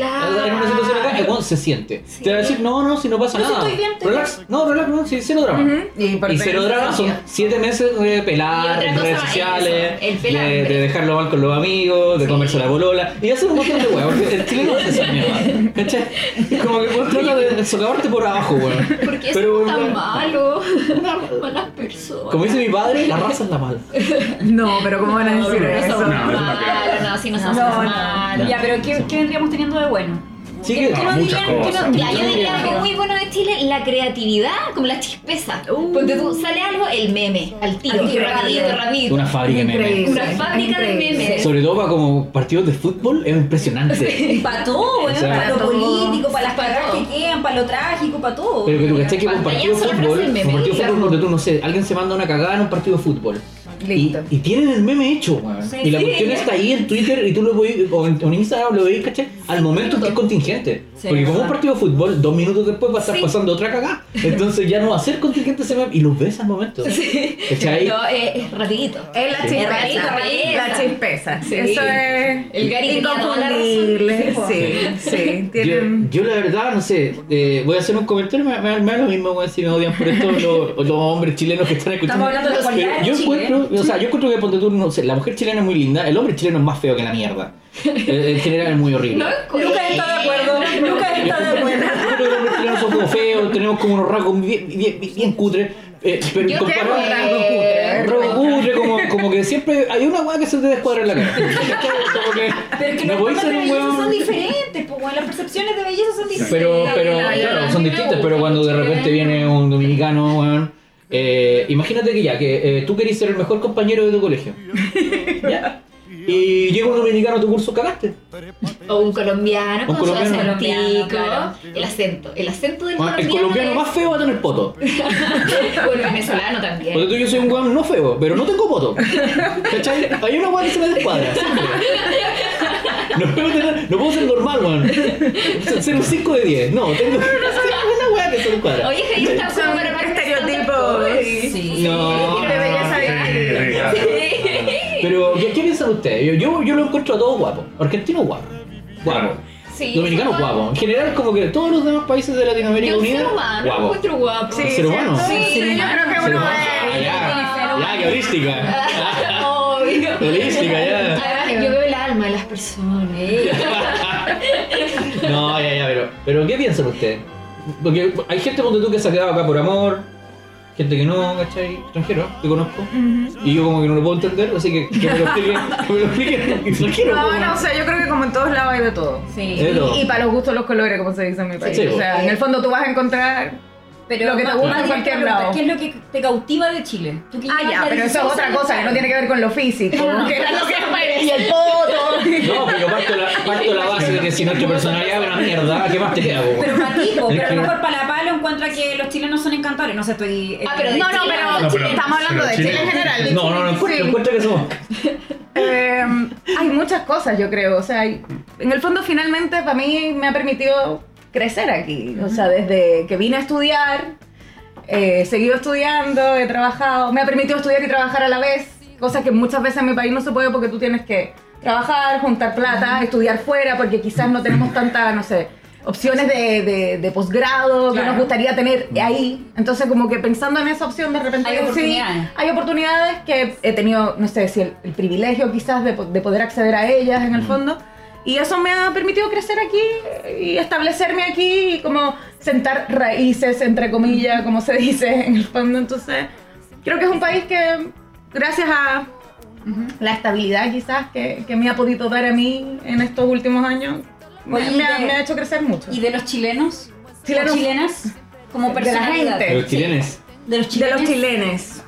Speaker 2: Ah.
Speaker 1: En una situación acá, el
Speaker 2: Claro.
Speaker 1: weón se siente. Te va a decir, no, no, si no pasa
Speaker 3: No, si
Speaker 1: nada.
Speaker 3: estoy bien, estoy
Speaker 1: relax. No, relax, no, si cero drama.
Speaker 4: Y, por
Speaker 1: Y cero drama son siete meses de pelar
Speaker 2: Y otra
Speaker 1: en
Speaker 2: cosa
Speaker 1: redes
Speaker 2: es
Speaker 1: sociales,
Speaker 2: eso, el pelambre.
Speaker 1: de, de dejarlo mal con los amigos, de
Speaker 2: Sí.
Speaker 1: comerse la bolola y hacer un montón de huevos. porque El chileno hace esa mierda. ¿Cachai? Es Como que vos tratas de socavarte por abajo, weón.
Speaker 2: Porque eso
Speaker 1: Pero,
Speaker 2: es tan
Speaker 1: weón,
Speaker 2: malo. *laughs* Unas malas personas.
Speaker 1: Como dice mi padre, la raza es la mala.
Speaker 4: *laughs* No, pero ¿cómo van a decir
Speaker 2: No
Speaker 4: eso?
Speaker 2: somos
Speaker 5: No, no, no.
Speaker 2: malos, no, si no
Speaker 3: No,
Speaker 2: somos
Speaker 3: no,
Speaker 2: malos.
Speaker 3: Ya, pero ¿qué, qué vendríamos teniendo de bueno?
Speaker 1: Sí,
Speaker 3: que,
Speaker 1: que-
Speaker 3: nos
Speaker 5: Ah, Muchas
Speaker 3: digan, que
Speaker 5: cosas.
Speaker 3: nos
Speaker 2: Ya, yo diría
Speaker 3: digan
Speaker 2: algo muy bueno de Chile, la creatividad, como la chispeza.
Speaker 4: Uh.
Speaker 2: Porque tú sale algo, el meme, al tiro,
Speaker 4: Al tiro,
Speaker 2: rapidito,
Speaker 4: rápido.
Speaker 2: rapidito.
Speaker 1: Una fábrica de memes.
Speaker 4: Increíble.
Speaker 2: Una fábrica de
Speaker 4: Increíble.
Speaker 2: memes.
Speaker 1: Sobre todo para como partidos de fútbol, es impresionante.
Speaker 3: Para todo, bueno,
Speaker 1: O sea,
Speaker 3: para lo
Speaker 4: para todo.
Speaker 3: político, para las
Speaker 2: Para
Speaker 3: cagadas
Speaker 2: todo.
Speaker 3: que quedan, para lo trágico, para todo.
Speaker 1: Pero que tú cachai que un
Speaker 2: Cuando
Speaker 1: partido de
Speaker 2: ya son
Speaker 1: fútbol,
Speaker 2: frases meme,
Speaker 1: un partido de
Speaker 2: claro.
Speaker 1: fútbol donde tú no sé, alguien se manda una cagada en un partido de fútbol.
Speaker 4: Listo.
Speaker 1: Y, y tienen el meme hecho, weón.
Speaker 3: Sí,
Speaker 1: y la
Speaker 3: sí,
Speaker 1: cuestión
Speaker 3: ya.
Speaker 1: está ahí en Twitter y tú lo veis, o en, o en Instagram lo veis, ¿cachai? Al momento es que es contingente.
Speaker 3: Sí,
Speaker 1: Porque como
Speaker 3: verdad.
Speaker 1: un partido de fútbol, dos minutos después va a estar
Speaker 2: Sí.
Speaker 1: pasando otra cagada. Entonces ya no va a ser contingente ese meme y los ves al momento. ¿Cachai?
Speaker 2: *laughs* No, es, es rapidito.
Speaker 4: Es la
Speaker 2: Rapidito,
Speaker 4: chispeza.
Speaker 2: rapidito.
Speaker 4: La chispeza.
Speaker 2: Sí.
Speaker 4: Eso es.
Speaker 2: El Gary tenía toda la razón.
Speaker 4: inconfundible. Sí, pues. sí.
Speaker 1: Yo,
Speaker 4: Tienen.
Speaker 1: yo la verdad, no sé, eh, voy a hacer un comentario, me, me, me da lo mismo weón, si me odian por esto los, los hombres chilenos que están escuchando.
Speaker 3: Estamos hablando de la
Speaker 1: Pero
Speaker 3: cualidad
Speaker 1: yo
Speaker 3: de Chile.
Speaker 1: encuentro, o sea, yo encuentro que ponte tú, no sé, la mujer chilena es muy linda, el hombre chileno es más feo que la mierda. Eh, En general es muy
Speaker 3: *laughs*
Speaker 1: horrible.
Speaker 2: No,
Speaker 3: Nunca está de acuerdo, nunca está de acuerdo.
Speaker 1: Yo creo que los hombres chilenos son como feos, tenemos como unos rasgos bien, bien, bien cutres, eh, pero
Speaker 2: Yo
Speaker 1: comparado
Speaker 2: creo que-
Speaker 1: rasgo cutre, como, como que siempre hay una weá que se te descuadra en la
Speaker 3: *laughs*
Speaker 1: cara. Como que
Speaker 3: Pero es que
Speaker 1: no
Speaker 3: los
Speaker 1: podéis
Speaker 3: formas
Speaker 1: ser
Speaker 3: de
Speaker 1: un
Speaker 3: belleza
Speaker 1: weón.
Speaker 3: son diferentes, pues, bueno, las percepciones de belleza son diferentes.
Speaker 1: Pero, pero
Speaker 2: la- la-
Speaker 1: claro,
Speaker 2: la-
Speaker 1: son
Speaker 2: la-
Speaker 1: distintas,
Speaker 2: la-
Speaker 1: pero
Speaker 2: la-
Speaker 1: cuando de
Speaker 2: la-
Speaker 1: repente viene un dominicano, weón, eh, imagínate que ya, que eh, tú querés ser el mejor compañero de tu colegio. ¿ya? Y llega un dominicano a tu curso, cagaste.
Speaker 2: O un colombiano
Speaker 1: Un
Speaker 2: con su
Speaker 1: colombiano.
Speaker 2: acentico.
Speaker 3: Colombiano,
Speaker 2: El acento. El acento del
Speaker 1: Bueno, el
Speaker 2: colombiano.
Speaker 1: colombiano
Speaker 2: es-
Speaker 1: más feo va a tener poto.
Speaker 2: O el venezolano también.
Speaker 1: Porque tú yo soy un weón no feo, pero no tengo poto. ¿Cachai? Hay una weón que se me descuadra. siempre. No puedo, tener- no puedo ser normal, weón. Ser un 5 de 10. No, tengo *laughs* una weá que se descuadra.
Speaker 2: Oye, Jair está
Speaker 4: Son
Speaker 2: súper mal
Speaker 4: estereotipos.
Speaker 3: Sí.
Speaker 1: No.
Speaker 4: Debería saber.
Speaker 5: Sí, sí, claro.
Speaker 1: Pero, ¿qué, qué piensan ustedes? Yo, yo, yo lo encuentro a todos guapo. Argentino guapo. Guapo.
Speaker 2: Sí,
Speaker 1: *laughs* Dominicano
Speaker 2: son-
Speaker 1: guapo. En general, como que todos los demás países de Latinoamérica
Speaker 2: Yo un ser
Speaker 1: Unida.
Speaker 2: humano, lo
Speaker 1: Guapo.
Speaker 2: encuentro guapo.
Speaker 1: Sí. ser humano.
Speaker 4: ¿cierto?
Speaker 2: Sí,
Speaker 4: Sí,
Speaker 2: ser
Speaker 4: yo creo que
Speaker 1: Ser
Speaker 4: uno
Speaker 1: humano.
Speaker 4: es.
Speaker 1: Ah, ya, ya, que holística.
Speaker 2: Obvio.
Speaker 1: Holística, ya.
Speaker 2: Además, yo veo el alma de las personas. ¿eh?
Speaker 1: No, ya, ya, pero. Pero, ¿qué piensan ustedes? Porque hay gente, ponte tú, que se ha quedado acá por amor. gente que no, ¿cachai? Extranjero, que conozco. Y yo como que no lo puedo entender, así que que me lo expliquen, que me lo expliquen,
Speaker 4: *laughs*
Speaker 1: extranjero.
Speaker 4: No,
Speaker 1: como-
Speaker 4: no, o sea, yo creo que como en todos lados hay de todo.
Speaker 3: Sí.
Speaker 1: Pero-
Speaker 4: Y, y para los gustos los colores, como se dice en mi país.
Speaker 1: Sí,
Speaker 4: o sea,
Speaker 1: pues.
Speaker 4: en el fondo tú vas a encontrar
Speaker 3: Pero
Speaker 4: Lo que te
Speaker 3: más-
Speaker 4: gusta
Speaker 3: más
Speaker 4: en
Speaker 3: bien,
Speaker 4: cualquier
Speaker 3: ¿qué es lo-
Speaker 4: lado.
Speaker 3: ¿Qué es lo que te cautiva de Chile? Tú que
Speaker 4: Ah,
Speaker 3: llevas
Speaker 4: ya, pero eso es
Speaker 3: 16
Speaker 4: otra
Speaker 3: años
Speaker 4: cosa que no
Speaker 3: acá.
Speaker 4: tiene que ver con lo físico.
Speaker 3: No, no.
Speaker 4: que *laughs* es lo que es y el poto.
Speaker 1: No, pero parto la, parto la base de que si nuestra personalidad es una mierda, ¿qué más te hago?
Speaker 3: Pero para ti, po,
Speaker 1: Es
Speaker 3: pero a
Speaker 1: que-
Speaker 3: lo mejor para la palo encuentra que los chilenos son encantadores. No sé, estoy.
Speaker 2: Ah, pero de
Speaker 4: *laughs* No, no,
Speaker 2: Chile,
Speaker 4: pero,
Speaker 5: No, pero-
Speaker 4: estamos hablando
Speaker 5: pero
Speaker 4: de Chile en
Speaker 5: Chile-
Speaker 4: general.
Speaker 1: No, no, no, encuentro,
Speaker 4: Sí.
Speaker 1: encuentro que somos.
Speaker 4: Eh, hay muchas cosas, yo creo. O sea, hay- en el fondo, finalmente, para mí me ha permitido crecer aquí. O sea, desde que vine a estudiar, eh, he seguido estudiando, he trabajado. Me ha permitido estudiar y trabajar a la vez. Cosa que muchas veces en mi país no se puede porque tú tienes que trabajar, juntar plata, estudiar fuera, porque quizás no tenemos tanta, no sé, opciones de, de- de posgrado que
Speaker 3: Claro.
Speaker 4: nos gustaría tener ahí. Entonces, como que pensando en esa opción, de repente
Speaker 3: Hay
Speaker 4: digo, sí,
Speaker 3: oportunidades.
Speaker 4: hay oportunidades que he tenido, no sé si el, el privilegio quizás de, po- de poder acceder a ellas en el fondo. Y eso me ha permitido crecer aquí y establecerme aquí y como sentar raíces, entre comillas, como se dice en el fondo. Entonces, creo que es un país que, gracias a la estabilidad quizás que, que me ha podido dar a mí en estos últimos años, me,
Speaker 3: Oye,
Speaker 4: me ha,
Speaker 3: y de-
Speaker 4: me ha hecho crecer mucho.
Speaker 3: ¿Y de los chilenos?
Speaker 4: Chilenos.
Speaker 3: ¿O chilenas? Como
Speaker 4: De la
Speaker 3: personalidad.
Speaker 4: gente.
Speaker 1: Los chilenes.
Speaker 3: De los
Speaker 4: de
Speaker 3: chilenos.
Speaker 4: los chilenes.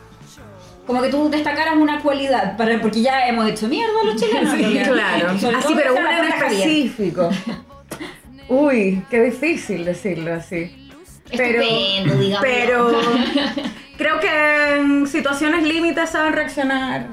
Speaker 3: Como que tú destacaras una cualidad, para, porque ya hemos hecho mierda a los chilenos.
Speaker 4: *laughs* Sí,
Speaker 3: ¿no?
Speaker 4: claro.
Speaker 3: Sobre
Speaker 4: Así,
Speaker 3: todo
Speaker 4: pero
Speaker 3: esa
Speaker 4: uno en
Speaker 3: la cuenta Javier.
Speaker 4: específico. Uy, qué difícil decirlo así. Pero,
Speaker 2: Estupendo, digamos.
Speaker 4: pero
Speaker 3: *laughs*
Speaker 4: creo que en situaciones límites saben reaccionar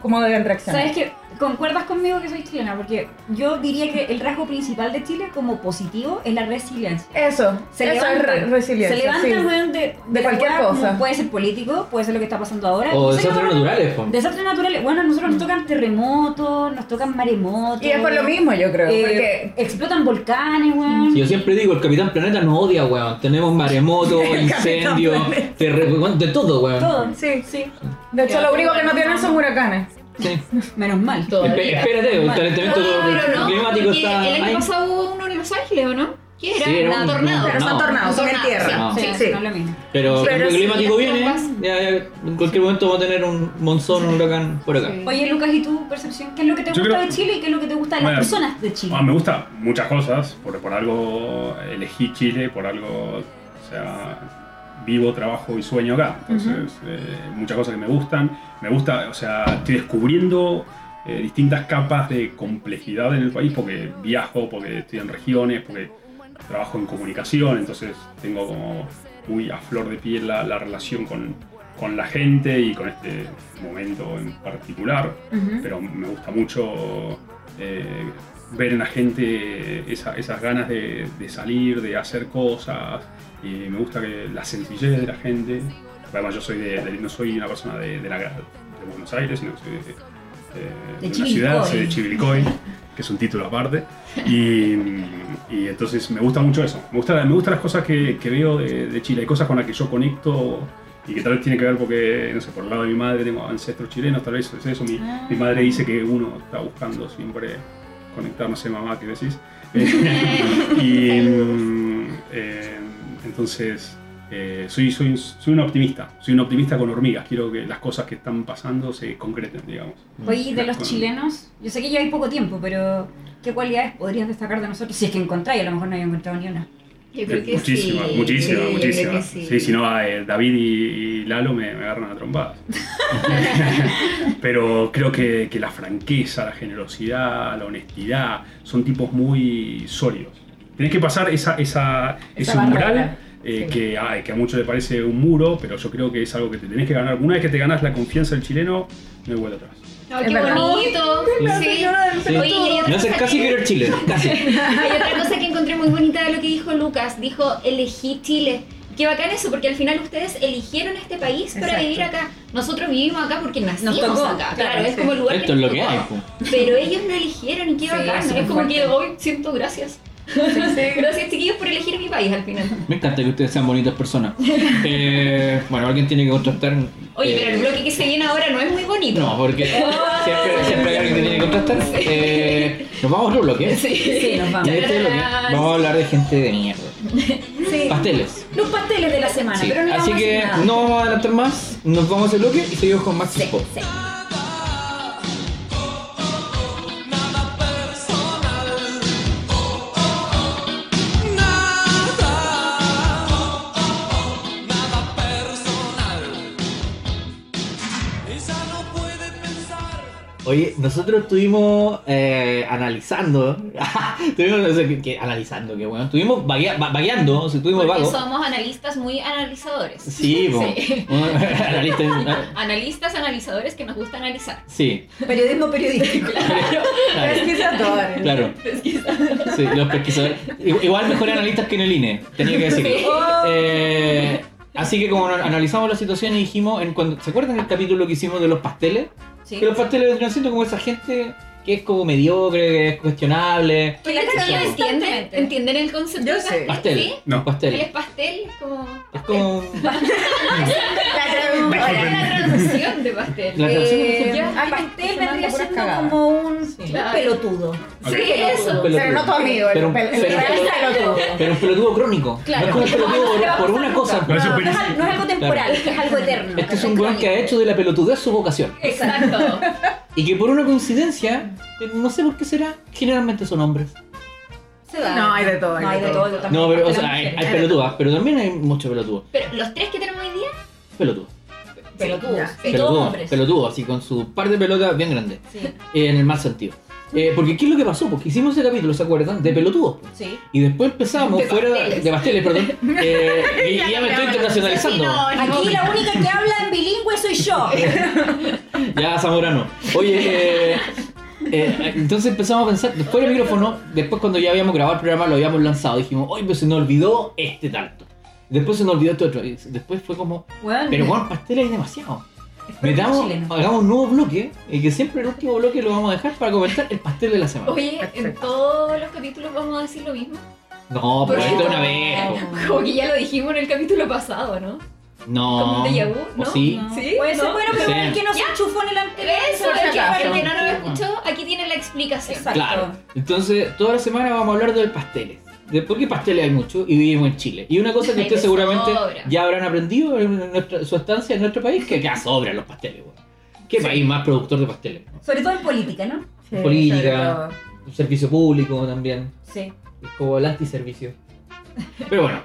Speaker 4: como deben reaccionar.
Speaker 3: ¿Sabes qué? ¿Concuerdas conmigo que soy chilena? Porque yo diría que el rasgo principal de Chile como positivo es la resiliencia.
Speaker 4: Eso,
Speaker 3: Se
Speaker 4: eso es
Speaker 3: levanta,
Speaker 4: re- resiliencia.
Speaker 3: Se levanta,
Speaker 4: sí.
Speaker 3: weón, de, la
Speaker 4: cualquier
Speaker 3: weá, como
Speaker 4: cosa.
Speaker 3: Puede ser político, puede ser lo que está pasando ahora.
Speaker 1: O
Speaker 3: No sé qué
Speaker 1: desastres
Speaker 3: weón-
Speaker 1: naturales, po.
Speaker 3: Desastres naturales. Bueno, a nosotros nos tocan terremotos, nos tocan maremotos.
Speaker 4: Mm. Y es por lo mismo, yo creo.
Speaker 3: eh, explotan volcanes, weón.
Speaker 1: Yo siempre digo, el Capitán Planeta nos odia, weón. Tenemos
Speaker 2: *laughs*
Speaker 1: maremotos, incendios, terre- weón, de todo, weón.
Speaker 3: Todo.
Speaker 4: porque, sí,
Speaker 3: Sí,
Speaker 4: de hecho
Speaker 3: Pero
Speaker 4: lo único
Speaker 3: todo
Speaker 4: que no tienen son huracanes.
Speaker 1: Sí.
Speaker 3: menos mal.
Speaker 1: Espe- espérate, el calentamiento
Speaker 2: Claro, ¿no?
Speaker 1: climático
Speaker 2: Porque
Speaker 1: está.
Speaker 2: el
Speaker 1: ahí.
Speaker 2: año pasado hubo uno en Los Ángeles, ¿o no? ¿Qué era?
Speaker 1: Sí, era
Speaker 2: Nada,
Speaker 1: un-
Speaker 2: tornado.
Speaker 1: un
Speaker 4: Pero son
Speaker 1: No.
Speaker 4: tornados, son en tierra.
Speaker 3: Sí,
Speaker 4: Sí,
Speaker 3: sí.
Speaker 4: sí.
Speaker 3: no es lo mismo.
Speaker 1: Pero,
Speaker 4: Pero
Speaker 1: el
Speaker 4: sí,
Speaker 1: cambio climático
Speaker 2: las
Speaker 1: viene,
Speaker 2: tropas.
Speaker 1: ya, ya, en cualquier momento va a tener un monzón, un huracán por acá.
Speaker 3: Oye, Lucas, ¿y tu percepción? ¿Qué es lo que te
Speaker 5: Yo
Speaker 3: gusta
Speaker 5: creo-
Speaker 3: de Chile y qué es lo que te gusta de
Speaker 5: Bueno,
Speaker 3: las personas de Chile?
Speaker 5: Ah, me gusta muchas cosas, por, por algo elegí Chile, por algo, o sea, vivo, trabajo y sueño acá. Entonces, eh, muchas cosas que me gustan. Me gusta, o sea, estoy descubriendo eh, distintas capas de complejidad en el país porque viajo, porque estoy en regiones, porque trabajo en comunicación, entonces tengo como muy a flor de piel la, la relación con, con la gente y con este momento en particular
Speaker 3: Ujú.
Speaker 5: pero me gusta mucho eh, ver en la gente esa- esas ganas de, de salir, de hacer cosas, y me gusta que la sencillez de la gente. Además, yo soy de, de- no soy una persona de, de la, gra- de Buenos Aires, sino que soy de, de- de una
Speaker 3: Chivilcoy.
Speaker 5: ciudad, soy de Chivilcoy, que es un título aparte. Y, y entonces me gusta mucho eso. Me gusta, me gustan las cosas que, que veo de, de Chile. Hay cosas con las que yo conecto y que tal vez tiene que ver porque, no sé, por el lado de mi madre tengo ancestros chilenos, tal vez es eso. Mi,
Speaker 3: Ah.
Speaker 5: mi madre dice que uno está buscando siempre conectar, no sé, mamá, ¿qué decís? *laughs* y mm, eh, entonces eh, soy, soy, soy un optimista, soy un optimista con hormigas, quiero que las cosas que están pasando se concreten, digamos.
Speaker 3: Oye, ¿y de
Speaker 5: Mm.
Speaker 3: los chilenos, yo sé que lleváis poco tiempo, pero ¿qué cualidades podrías destacar de nosotros? Si es que encontráis, a lo mejor no había encontrado ni una.
Speaker 2: Yo creo que
Speaker 5: muchísimas,
Speaker 2: sí.
Speaker 5: muchísimas,
Speaker 2: Sí, yo
Speaker 5: muchísimas.
Speaker 2: creo que
Speaker 5: sí. si no, eh, David y, y Lalo me, me agarran a
Speaker 2: *laughs*
Speaker 5: trompadas. Pero creo que, que la franqueza, la generosidad, la honestidad, son tipos muy sólidos. Tenés que pasar esa, esa, ese umbral. eh, que, ay, que a muchos le parece un muro, pero yo creo que es algo que te tenés que ganar. Una vez que te ganas la confianza del chileno, no hay vuelta atrás.
Speaker 2: Ay,
Speaker 4: Es
Speaker 2: qué
Speaker 4: verdad.
Speaker 2: bonito.
Speaker 1: La
Speaker 2: Sí.
Speaker 1: Sí.
Speaker 2: Oye, y hay otra
Speaker 1: Me hace
Speaker 2: cosa
Speaker 1: casi
Speaker 2: que-
Speaker 1: querer Chile, casi.
Speaker 2: Hay otra cosa que encontré muy bonita de lo que dijo Lucas. Dijo, elegí Chile. Qué bacán eso, porque al final ustedes eligieron este país para
Speaker 4: Exacto.
Speaker 2: vivir acá. Nosotros vivimos acá porque nacimos
Speaker 3: tocó,
Speaker 2: acá. Claro,
Speaker 3: claro,
Speaker 2: es
Speaker 3: sí.
Speaker 2: como el lugar
Speaker 1: Esto es
Speaker 2: nos
Speaker 1: lo que
Speaker 2: tocó.
Speaker 1: hay, po.
Speaker 2: Pero ellos no eligieron y qué bacán.
Speaker 3: súper
Speaker 2: es como
Speaker 3: fuerte.
Speaker 2: que hoy siento gracias. *laughs* gracias chiquillos por elegir mi país al final.
Speaker 1: Me encanta que ustedes sean bonitas
Speaker 3: *laughs*
Speaker 1: personas. Eh, bueno, alguien tiene que contrastar.
Speaker 2: Oye,
Speaker 1: eh,
Speaker 2: pero el bloque que se viene ahora no es muy bonito.
Speaker 1: No, porque
Speaker 3: *laughs* Oh.
Speaker 1: siempre, siempre hay alguien que tiene que contrastar. Eh, nos vamos a otro bloque.
Speaker 2: Sí,
Speaker 3: nos vamos.
Speaker 1: Y este bloque vamos a hablar de gente de mierda.
Speaker 3: Sí.
Speaker 1: pasteles.
Speaker 3: Los pasteles de la semana,
Speaker 1: Sí.
Speaker 3: pero no
Speaker 1: Así
Speaker 3: vamos a
Speaker 1: que
Speaker 3: hacer nada.
Speaker 1: no vamos a adelantar más, nos vamos a ese bloque y seguimos con Maxi
Speaker 3: Sí,
Speaker 1: Pop.
Speaker 3: sí.
Speaker 1: Oye, nosotros estuvimos eh, analizando, *laughs* estuvimos no sé qué- qué- analizando, qué bueno, estuvimos vaguea- va- vagueando, o sea, estuvimos
Speaker 2: Porque
Speaker 1: vagos.
Speaker 2: somos analistas muy analizadores.
Speaker 1: Sí, Ah. po. *laughs*
Speaker 2: Sí.
Speaker 1: Analista-
Speaker 2: Analistas, analizadores que nos gusta analizar.
Speaker 1: sí,
Speaker 3: Periodismo
Speaker 4: *laughs*
Speaker 3: periodístico.
Speaker 1: claro, *laughs* claro. Sí, los pesquisadores. Igu- Igual mejores analistas que en el INE, tenía que decirlo.
Speaker 4: Oh.
Speaker 1: Eh, así que como analizamos la situación y dijimos, en cuando, ¿se acuerdan el capítulo que hicimos de los pasteles?
Speaker 3: Sí.
Speaker 1: Que los pasteles vendrían siendo como esa gente que es como mediocre, que es cuestionable.
Speaker 2: Pero la
Speaker 1: Sí,
Speaker 2: gente
Speaker 1: po.
Speaker 2: entiende, entienden el concepto.
Speaker 4: Yo
Speaker 2: de
Speaker 4: sé.
Speaker 2: pastel?
Speaker 1: Pastel.
Speaker 2: ¿Sí?
Speaker 5: No.
Speaker 2: El
Speaker 1: Pastel.
Speaker 2: pastel es como...
Speaker 1: Es como...
Speaker 2: ¿Cuál es la traducción de pastel?
Speaker 1: La traducción de
Speaker 3: Eh,
Speaker 1: pastel.
Speaker 3: ya,
Speaker 4: Ay,
Speaker 3: Eh, pastel
Speaker 4: se manda
Speaker 3: vendría
Speaker 4: puras
Speaker 3: siendo
Speaker 4: cagadas.
Speaker 3: como un, un
Speaker 2: Claro.
Speaker 3: pelotudo.
Speaker 5: Ok.
Speaker 2: Sí, eso.
Speaker 1: pelotudo.
Speaker 4: Pero no tu amigo, el
Speaker 1: Pero un-
Speaker 4: pel- el
Speaker 1: pero un
Speaker 4: real
Speaker 1: pelo-
Speaker 4: pelotudo.
Speaker 1: Pero un pelotudo crónico.
Speaker 2: Claro.
Speaker 1: No es como un pelotudo por, por una cosa.
Speaker 5: No, eso
Speaker 3: No,
Speaker 5: es
Speaker 3: no es, al- no es algo temporal, es algo eterno.
Speaker 1: Este es un weón que ha hecho de la pelotudez su vocación.
Speaker 2: Exacto.
Speaker 1: Y que por una coincidencia, eh, no sé por qué será, generalmente son hombres.
Speaker 3: Se da.
Speaker 4: No, hay de todo, hay
Speaker 3: No,
Speaker 4: de
Speaker 3: hay de
Speaker 4: todo.
Speaker 3: todo, también
Speaker 1: No, pero o
Speaker 3: las
Speaker 1: sea, hay,
Speaker 3: mujeres.
Speaker 1: hay pelotudas, pero también hay mucho pelotudo.
Speaker 2: Pero los tres que tenemos hoy día,
Speaker 1: Pelotudo.
Speaker 3: Pelotudos.
Speaker 4: Ya.
Speaker 3: Y todos
Speaker 1: Pelotudo,
Speaker 3: hombres.
Speaker 1: pelotudo, así con su par de pelotas bien grandes.
Speaker 3: Sí,
Speaker 1: eh, en el mal sentido. Eh, porque ¿qué es lo que pasó? Porque hicimos ese capítulo, ¿se acuerdan? De pelotudos.
Speaker 3: sí.
Speaker 1: Y después empezamos
Speaker 2: De
Speaker 1: fuera
Speaker 2: pasteles.
Speaker 1: de pasteles, perdón.
Speaker 3: *laughs*
Speaker 1: Eh, y, y ya me estoy internacionalizando.
Speaker 3: Aquí la única que habla en bilingüe soy yo.
Speaker 1: Ya, Zamorano. Oye, eh, eh, entonces empezamos a pensar, después del micrófono, después cuando ya habíamos grabado el programa, lo habíamos lanzado, dijimos, oye, pero se nos olvidó este tanto. Después se nos olvidó este otro. Y después fue como,
Speaker 3: Weón,
Speaker 1: pero bueno, pasteles hay demasiado.
Speaker 3: es muy
Speaker 1: Metamos,
Speaker 3: chileno.
Speaker 1: hagamos un nuevo bloque, y que siempre el último bloque lo vamos a dejar para comentar el pastel de la semana.
Speaker 2: Oye, en
Speaker 4: Perfecto.
Speaker 2: todos los capítulos vamos a decir lo mismo. *laughs*
Speaker 1: No, pero
Speaker 2: Porque-
Speaker 1: esto una vez. po.
Speaker 2: Como que ya lo dijimos en el capítulo pasado, ¿no?
Speaker 1: No.
Speaker 2: Como un déjà vu,
Speaker 1: ¿O
Speaker 2: ¿no?
Speaker 1: sí?
Speaker 2: ¿Sí?
Speaker 3: Puede ser,
Speaker 2: ¿No?
Speaker 3: bueno, pero
Speaker 1: Sí.
Speaker 3: bueno, el que no se enchufó en el anterior.
Speaker 2: Eso,
Speaker 3: por si
Speaker 2: el que,
Speaker 3: acaso.
Speaker 2: el que no lo escuchó, aquí tiene la explicación.
Speaker 3: Exacto.
Speaker 1: Claro. Entonces, toda la semana vamos a hablar de pasteles. De por qué pasteles hay mucho y vivimos en Chile. Y una cosa que
Speaker 2: Ay,
Speaker 1: ustedes
Speaker 2: de
Speaker 1: seguramente
Speaker 2: sobra.
Speaker 1: ya habrán aprendido en nuestra- su estancia en nuestro país, que acá sobran los pasteles, weón. ¿Qué país más productor de pasteles?
Speaker 3: Sobre todo en política, ¿no?
Speaker 4: Sí,
Speaker 1: Política.
Speaker 4: sobre todo.
Speaker 1: Un servicio público también.
Speaker 3: Sí.
Speaker 1: Es como el antiservicio. Pero bueno,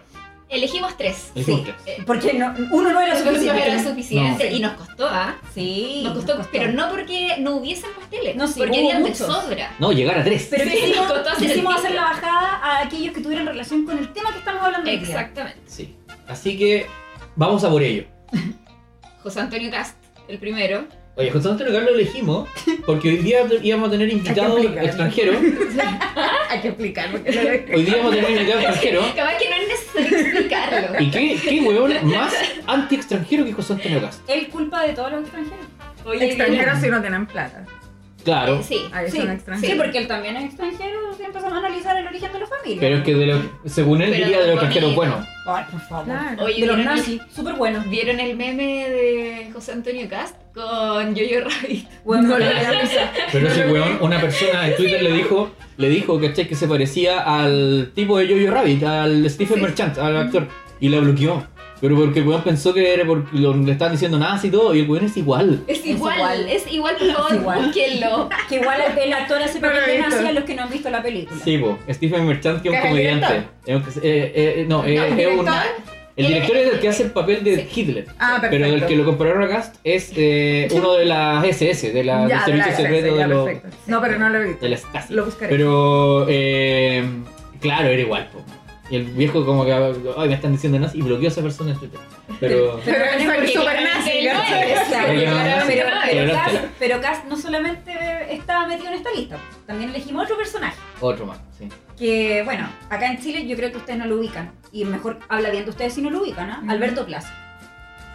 Speaker 2: Elegimos tres.
Speaker 1: el
Speaker 3: Sí. Porque no, uno no
Speaker 2: Pero
Speaker 3: era
Speaker 2: eso no
Speaker 3: suficiente.
Speaker 2: era suficiente y nos costó, ¿ah?
Speaker 3: Sí.
Speaker 2: Nos costó, pero no porque no hubiesen pasteles,
Speaker 3: No, sí,
Speaker 2: porque
Speaker 3: hubo
Speaker 2: habían de
Speaker 3: muchos.
Speaker 2: sobra.
Speaker 1: No, llegar a tres.
Speaker 3: Pero
Speaker 2: Sí,
Speaker 3: quisimos,
Speaker 2: nos costó hacer el
Speaker 3: quisimos
Speaker 2: pico.
Speaker 3: hacer la bajada a aquellos que tuvieran relación con el tema que estamos hablando. hoy día.
Speaker 2: Exactamente.
Speaker 1: Sí. Así que vamos a por ello.
Speaker 2: José Antonio Cast, el primero.
Speaker 1: Oye, José Antonio Carlos lo elegimos porque hoy día íbamos a tener invitados
Speaker 4: explicar.
Speaker 1: extranjeros.
Speaker 4: Hay que explicar porque no lo
Speaker 1: Hoy día vamos a tener
Speaker 4: *laughs*
Speaker 1: invitados extranjeros.
Speaker 2: Capaz que no es necesario explicarlo. *laughs*
Speaker 1: ¿Y qué, qué huevón más anti-extranjero que José Antonio Castro?
Speaker 3: Él culpa de todos los extranjeros.
Speaker 2: Oye,
Speaker 4: Extranjeros si no tienen plata.
Speaker 1: Claro,
Speaker 2: eh, Sí.
Speaker 4: Ahí
Speaker 3: sí,
Speaker 4: son
Speaker 3: sí,
Speaker 4: extranjeros.
Speaker 3: porque él también es extranjero. Si empezamos a analizar el origen de la familia.
Speaker 1: pero es que de lo- según él
Speaker 2: Pero
Speaker 1: diría de los
Speaker 2: bonito.
Speaker 1: extranjeros bueno.
Speaker 3: Ay, por favor.
Speaker 4: Claro.
Speaker 2: Oye,
Speaker 3: de los
Speaker 2: ¿vieron,
Speaker 3: nazis, súper buenos.
Speaker 2: ¿vieron el meme de José Antonio Cast con Jojo Rabbit? *laughs*
Speaker 3: Bueno,
Speaker 4: No lo voy
Speaker 3: claro.
Speaker 4: a pensar.
Speaker 1: Pero ese huevón, una persona en Twitter le dijo, le dijo ¿cachai? que se parecía al tipo de Jojo Rabbit, al Stephen
Speaker 2: Sí.
Speaker 1: Merchant, al actor, y la bloqueó. Pero porque el huevón pensó que era porque lo- le estaban diciendo nazi y todo, y el huevón es igual.
Speaker 2: Es
Speaker 3: igual.
Speaker 2: igual, es igual, por favor,
Speaker 3: igual.
Speaker 2: búsquenlo.
Speaker 3: que igual el actor *laughs* hace
Speaker 4: No lo he
Speaker 3: papel de
Speaker 4: visto.
Speaker 3: nazi a los que no han visto la película.
Speaker 1: Sí, po, Stephen Merchant que es un
Speaker 4: ¿Que es el
Speaker 1: comediante. Es un- eh, eh, no, eh,
Speaker 2: ¿el
Speaker 1: es un-
Speaker 2: director?
Speaker 1: El director es el que hace el papel de Hitler.
Speaker 4: Ah, perfecto.
Speaker 1: Pero el que lo compararon a Gast es eh, uno de las SS, de la,
Speaker 4: *laughs* Ya,
Speaker 1: del servicio
Speaker 4: ya,
Speaker 1: secreto
Speaker 4: ya,
Speaker 1: de
Speaker 4: ya,
Speaker 1: los,
Speaker 4: perfecto. No, pero no lo he visto.
Speaker 1: de la Stasi.
Speaker 4: Lo buscaré.
Speaker 1: Pero, eh, claro, era igual. po. Y el viejo como que, ay, me están diciendo nazi, y bloqueó a esa persona en Twitter. Pero,
Speaker 4: Pero es
Speaker 3: Porque
Speaker 4: súper nazi,
Speaker 2: claramente no
Speaker 4: ¿cachai?
Speaker 2: es.
Speaker 3: *laughs* Claro,
Speaker 1: Pero-
Speaker 3: claro, pero, pero,
Speaker 1: pero-
Speaker 3: Cass, pero Cass no solamente estaba metido en esta lista, también elegimos otro personaje.
Speaker 1: otro más, sí.
Speaker 3: Que bueno, acá en Chile yo creo que ustedes no lo ubican. Y mejor habla bien de ustedes si no lo ubican, ¿ah?
Speaker 4: Ujú.
Speaker 3: Alberto Plaza.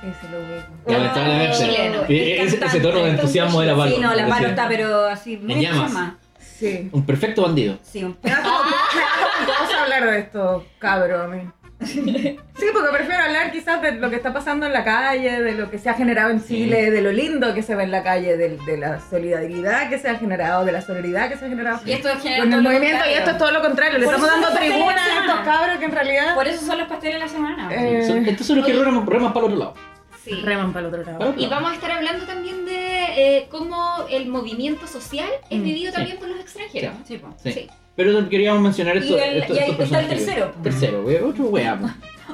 Speaker 4: Sí, sí, lo ubico.
Speaker 3: Ah,
Speaker 1: Lamentablemente.
Speaker 2: chileno.
Speaker 1: Y e- ese, ese tono de entusiasmo de la mano.
Speaker 3: Sí, no, la mano
Speaker 1: decía.
Speaker 3: está, pero así, muy en
Speaker 1: llamas.
Speaker 3: llamas.
Speaker 4: Sí.
Speaker 1: Un perfecto bandido. *laughs*
Speaker 3: Sí, un-
Speaker 4: Me da como- me da como cosa hablar de esto, cabro, a mí. Sí, porque prefiero hablar quizás de lo que está pasando en la calle, de lo que se ha generado en Chile, de lo lindo que se ve en la calle, de, de la solidaridad que se ha generado, de la solidaridad que se ha generado.
Speaker 3: Y esto es general
Speaker 4: Con
Speaker 3: todo
Speaker 4: el
Speaker 3: lo
Speaker 4: movimiento, y
Speaker 3: contrario.
Speaker 4: esto es todo lo contrario. Le
Speaker 3: Por
Speaker 4: estamos
Speaker 3: eso
Speaker 4: dando
Speaker 3: son pasteles
Speaker 4: tribuna
Speaker 3: de
Speaker 4: a estos
Speaker 3: semana.
Speaker 4: cabros que en realidad.
Speaker 3: Por eso son los pasteles de la semana.
Speaker 4: eh,
Speaker 1: Son- Estos son los que reman, reman para el otro lado.
Speaker 2: *laughs* Sí.
Speaker 4: reman para el otro lado.
Speaker 1: Para el otro
Speaker 2: Y
Speaker 1: lado.
Speaker 2: vamos a estar hablando también de eh, cómo el movimiento social es
Speaker 4: Mm,
Speaker 2: vivido
Speaker 1: sí.
Speaker 2: también por los extranjeros.
Speaker 3: Sí, po.
Speaker 1: Sí.
Speaker 2: Sí.
Speaker 1: Pero queríamos mencionar
Speaker 3: Y
Speaker 1: esto.
Speaker 3: el-
Speaker 1: esto-
Speaker 3: y ahí
Speaker 1: estos
Speaker 3: está el
Speaker 1: personajes.
Speaker 3: tercero.
Speaker 1: Tercero, güey. Otro weá.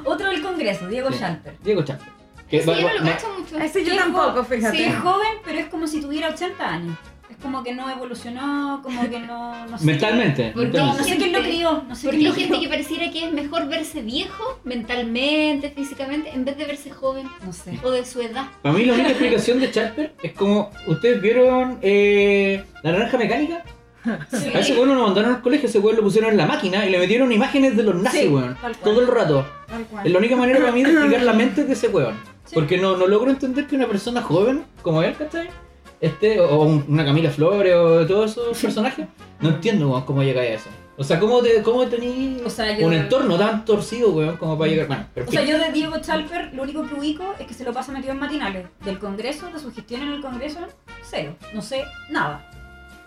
Speaker 3: Otro del Congreso, Diego
Speaker 1: Sí.
Speaker 3: Schalper.
Speaker 1: Diego Chávez.
Speaker 2: Sí, yo no lo cacho mucho.
Speaker 4: Ese yo
Speaker 3: Qué
Speaker 4: tampoco,
Speaker 3: jo-
Speaker 4: fíjate.
Speaker 3: Sí, es joven, pero es como si tuviera 80 años. Es como que no evolucionó, como que no... no sé.
Speaker 1: Mentalmente.
Speaker 2: Porque-
Speaker 3: No,
Speaker 1: mentalmente.
Speaker 3: no sé quién lo crió, no sé
Speaker 2: Porque
Speaker 3: quién lo
Speaker 2: hay
Speaker 3: crió.
Speaker 2: gente que pareciera que es mejor verse viejo mentalmente, físicamente, en vez de verse joven
Speaker 3: No *laughs* sé.
Speaker 2: o de su edad.
Speaker 1: Para mí la única explicación de Chasper es como, ¿ustedes vieron eh, la naranja mecánica? A ese weón no lo mandaron al colegio, ese weón lo pusieron en la máquina y le metieron imágenes de los nazis,
Speaker 3: Sí,
Speaker 1: weón.
Speaker 3: tal cual.
Speaker 1: Todo el rato.
Speaker 3: Tal cual.
Speaker 1: Es la única manera para mí de explicar la mente de ese weón.
Speaker 3: Sí.
Speaker 1: Porque no, no logro entender que una persona joven, como él, ¿cachai? Este, o un- una Camila Flores o todos esos personajes, no entiendo weón, cómo llega a eso. O sea, ¿cómo, te, cómo tení
Speaker 3: O sea, yo- Mm.
Speaker 1: un entorno tan torcido, weón, como para llegar? Bueno, pero en
Speaker 3: O sea,
Speaker 1: fin.
Speaker 3: yo de Diego Chalper lo único que ubico es que se lo pasa metido en matinales. Del Congreso, de su gestión en el Congreso, cero. No sé nada.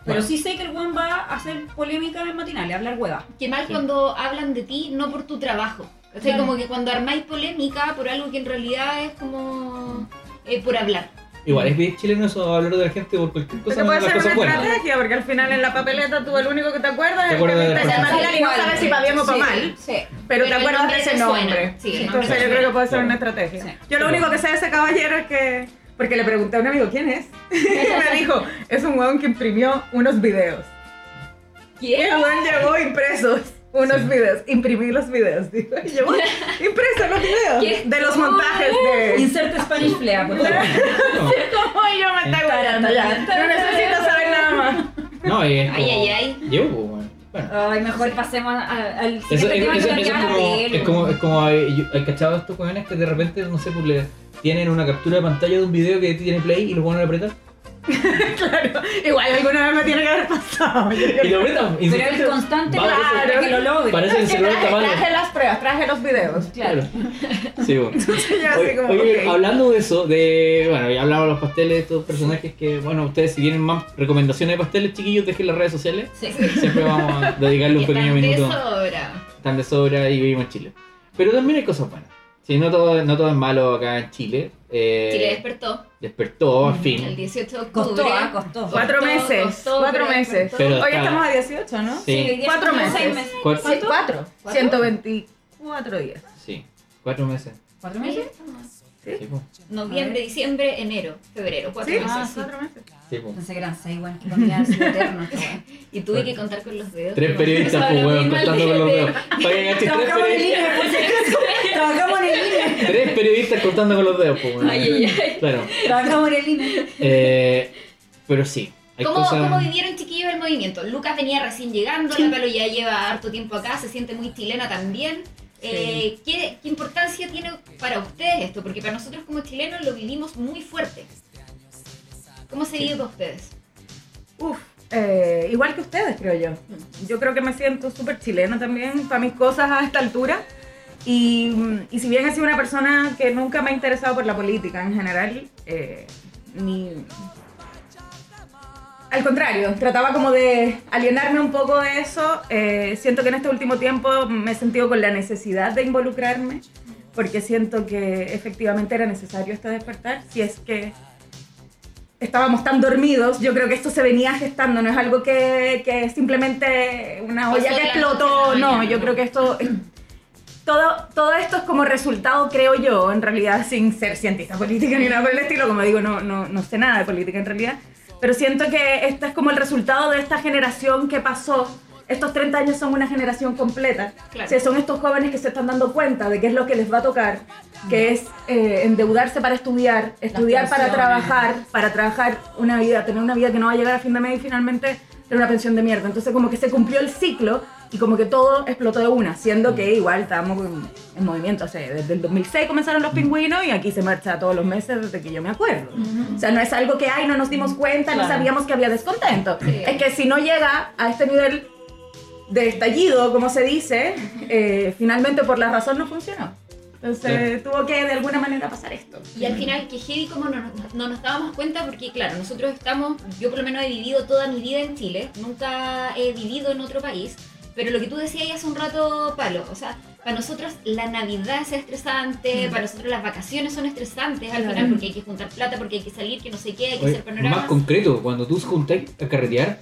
Speaker 3: Pero
Speaker 1: Bueno.
Speaker 3: sí sé que el Juan va a hacer polémica en matinales, a hablar hueva.
Speaker 2: Qué mal
Speaker 1: Sí.
Speaker 2: cuando hablan de ti, no por tu trabajo. O sea,
Speaker 3: Claro.
Speaker 2: como que cuando armáis polémica por algo que en realidad es como eh, por hablar.
Speaker 1: Igual, es bien chileno eso, hablar de la gente por cualquier cosa,
Speaker 4: Pero puede
Speaker 1: menos las
Speaker 4: ser una
Speaker 1: cosas buenas.
Speaker 4: estrategia, porque al final en la papeleta tú el único que te acuerdas
Speaker 1: Te
Speaker 4: es el que
Speaker 1: acuerdas de
Speaker 4: viste
Speaker 1: la
Speaker 4: la
Speaker 1: persona.
Speaker 4: manera y no sabes si para bien o para
Speaker 3: Sí,
Speaker 4: mal.
Speaker 3: Sí.
Speaker 4: Pero, te
Speaker 2: Pero el
Speaker 4: acuerdas de
Speaker 2: nombre
Speaker 4: ese
Speaker 2: te
Speaker 4: nombre.
Speaker 2: suena. Sí, el nombre
Speaker 4: Entonces
Speaker 1: te
Speaker 4: yo creo
Speaker 1: suena.
Speaker 4: que puede ser
Speaker 1: Claro.
Speaker 4: una estrategia.
Speaker 3: Sí.
Speaker 4: Yo lo único que sé de ese caballero es que... Porque le pregunté a un amigo, ¿quién es? *laughs* y me dijo, es un huevón que imprimió unos videos. Y el huevón llegó impresos. Unos videos, imprimí los videos, dijo. Y Llegó impresos los videos
Speaker 2: ¿Qué?
Speaker 4: de los montajes de...
Speaker 3: Inserte Spanish Flea, por favor.
Speaker 4: ¿Cómo yo me está guardando ya? No necesito saber nada más.
Speaker 1: No, es
Speaker 2: Ay,
Speaker 1: como-
Speaker 2: ay, ay.
Speaker 1: Yo, pues, bueno. Bueno,
Speaker 3: Ay, mejor pasemos a- al
Speaker 1: eso,
Speaker 3: siguiente
Speaker 1: eso- eso-
Speaker 3: tema que
Speaker 1: eso es,
Speaker 3: ya habla
Speaker 1: como,
Speaker 3: de él.
Speaker 1: es como,
Speaker 2: pues.
Speaker 1: es como hay, yo- hay cachado estos jóvenes que de repente, no sé, pues le tienen una captura de pantalla de un video que tiene play y lo ponen a apretar.
Speaker 4: Igual alguna vez me tiene que haber pasado. Yo- yo-
Speaker 1: Y lo apretan. y
Speaker 3: Pero
Speaker 1: se-
Speaker 3: el constante
Speaker 1: Va,
Speaker 3: hasta
Speaker 4: claro.
Speaker 3: que lo logre.
Speaker 1: Parece que el celular está mal.
Speaker 4: traje las pruebas, traje
Speaker 3: *laughs*
Speaker 4: los videos.
Speaker 3: Claro.
Speaker 1: Sí, bueno.
Speaker 4: Y yo *laughs* así
Speaker 1: Oye,
Speaker 4: como,
Speaker 1: oye,
Speaker 4: ok.
Speaker 1: hablando de eso, de. Bueno, ya hablaba de los pasteles, de estos personajes que, bueno, ustedes si tienen más recomendaciones de pasteles, chiquillos, dejen las redes sociales.
Speaker 3: Sí.
Speaker 1: Siempre vamos a dedicarle un
Speaker 2: Que
Speaker 1: pequeño
Speaker 2: están de
Speaker 1: minuto.
Speaker 2: sobra.
Speaker 1: están de sobra y vivimos en Chile. Pero también hay cosas buenas. Sí, no todo, no todo es malo acá en Chile. Eh,
Speaker 2: Chile despertó
Speaker 1: despertó, al
Speaker 2: el
Speaker 1: fin.
Speaker 2: 18 de octubre.
Speaker 3: Costó, ah, costó.
Speaker 2: Costó,
Speaker 4: Cuatro meses,
Speaker 2: costó,
Speaker 4: cuatro
Speaker 2: pero
Speaker 4: meses.
Speaker 2: despertó.
Speaker 1: Pero
Speaker 4: Hoy
Speaker 1: está-
Speaker 4: estamos a 18, ¿no?
Speaker 1: Sí.
Speaker 3: hoy día
Speaker 4: Cuatro
Speaker 3: son como
Speaker 4: meses.
Speaker 3: seis meses.
Speaker 1: Cuatro-
Speaker 4: Sí, cuatro. 124 días.
Speaker 1: Sí, cuatro meses.
Speaker 3: ¿Cuatro meses?
Speaker 1: Sí, po.
Speaker 2: Noviembre, diciembre, enero, febrero, cuatro
Speaker 4: Sí,
Speaker 2: meses.
Speaker 3: Ah, sí.
Speaker 4: cuatro meses.
Speaker 1: Sí, po.
Speaker 3: Pensé que eran seis, bueno, que comía así eterno. esta *laughs* wea.
Speaker 2: Y tuve que contar con los dedos.
Speaker 1: Tres
Speaker 2: Pero-
Speaker 1: periodistas,
Speaker 2: Eso
Speaker 1: pues,
Speaker 2: habla
Speaker 1: weón,
Speaker 2: muy mal
Speaker 1: contando
Speaker 2: de-
Speaker 1: con los
Speaker 2: de-
Speaker 1: dedos. Para que caches, tres,
Speaker 3: Trabajamos en el
Speaker 1: periodistas,
Speaker 3: INE,
Speaker 4: pues,
Speaker 3: por si acaso.
Speaker 1: *laughs*
Speaker 3: Trabajamos en el INE.
Speaker 1: tres periodistas contando con los dedos, pues, weón.
Speaker 2: Ay, ay, ay.
Speaker 1: Claro.
Speaker 3: Trabajamos en el INE.
Speaker 1: Eh, pero sí, hay
Speaker 2: ¿Cómo,
Speaker 1: cosas.
Speaker 2: cómo vivieron chiquillos el movimiento? Lucas venía recién llegando, la Palo ya lleva harto tiempo acá, se siente muy chilena también. Eh, ¿qué, qué importancia tiene para ustedes esto? Porque para nosotros como chilenos lo vivimos muy fuerte. ¿Cómo se vive para ustedes?
Speaker 4: Uf, eh, igual que ustedes, creo yo. Yo creo que me siento súper chilena también para mis cosas a esta altura. Y, mm, y si bien he sido una persona que nunca me ha interesado por la política en general, eh, ni... Al contrario, trataba como de alienarme un poco de eso. eh, siento que en este último tiempo me he sentido con la necesidad de involucrarme, porque siento que efectivamente era necesario este despertar, si es que estábamos tan dormidos, yo creo que esto se venía gestando, no es algo que, que es simplemente una
Speaker 2: Pasó
Speaker 4: olla
Speaker 2: de
Speaker 4: que
Speaker 2: la
Speaker 4: explotó,
Speaker 2: noche a la
Speaker 4: no,
Speaker 2: mañana,
Speaker 4: yo
Speaker 2: ¿no?
Speaker 4: creo que esto... Todo, todo esto es como resultado, creo yo, en realidad, sin ser cientista política ni nada por el estilo, como digo, no, no, no sé nada de política en realidad, pero siento que este es como el resultado de esta generación que pasó. Estos 30 años son una generación completa.
Speaker 2: Claro.
Speaker 4: O sea, son estos jóvenes que se están dando cuenta de qué es lo que les va a tocar, que es eh, endeudarse para estudiar, estudiar para
Speaker 3: pensiones.
Speaker 4: trabajar, para trabajar una vida, tener una vida que no va a llegar a fin de mes y finalmente tener una pensión de mierda. Entonces como que se cumplió el ciclo y como que todo explotó de una, siendo que igual estábamos en, en movimiento, o sea, desde el 2006 comenzaron los pingüinos y aquí se marcha todos los meses desde que yo me acuerdo. O sea, no es algo que, ay, no nos dimos cuenta, no
Speaker 3: Claro.
Speaker 4: sabíamos que había descontento.
Speaker 2: Sí.
Speaker 4: Es que si no llega a este nivel de estallido, como se dice, eh, finalmente por la razón no funcionó. Entonces tuvo que de alguna manera pasar esto.
Speaker 2: Y al final, que heavy como no, nos- no nos dábamos cuenta, porque claro, nosotros estamos, yo por lo menos he vivido toda mi vida en Chile, nunca he vivido en otro país, pero lo que tú decías ahí hace un rato, Palo, o sea, para nosotros la Navidad es
Speaker 1: Mm.
Speaker 2: estresante, para nosotros las vacaciones son estresantes al
Speaker 4: Claro.
Speaker 2: final, porque hay que juntar plata, porque hay que salir, que no sé qué, hay que
Speaker 1: Oye,
Speaker 2: hacer panoramas.
Speaker 1: Más concreto, cuando tú juntáis a carretear,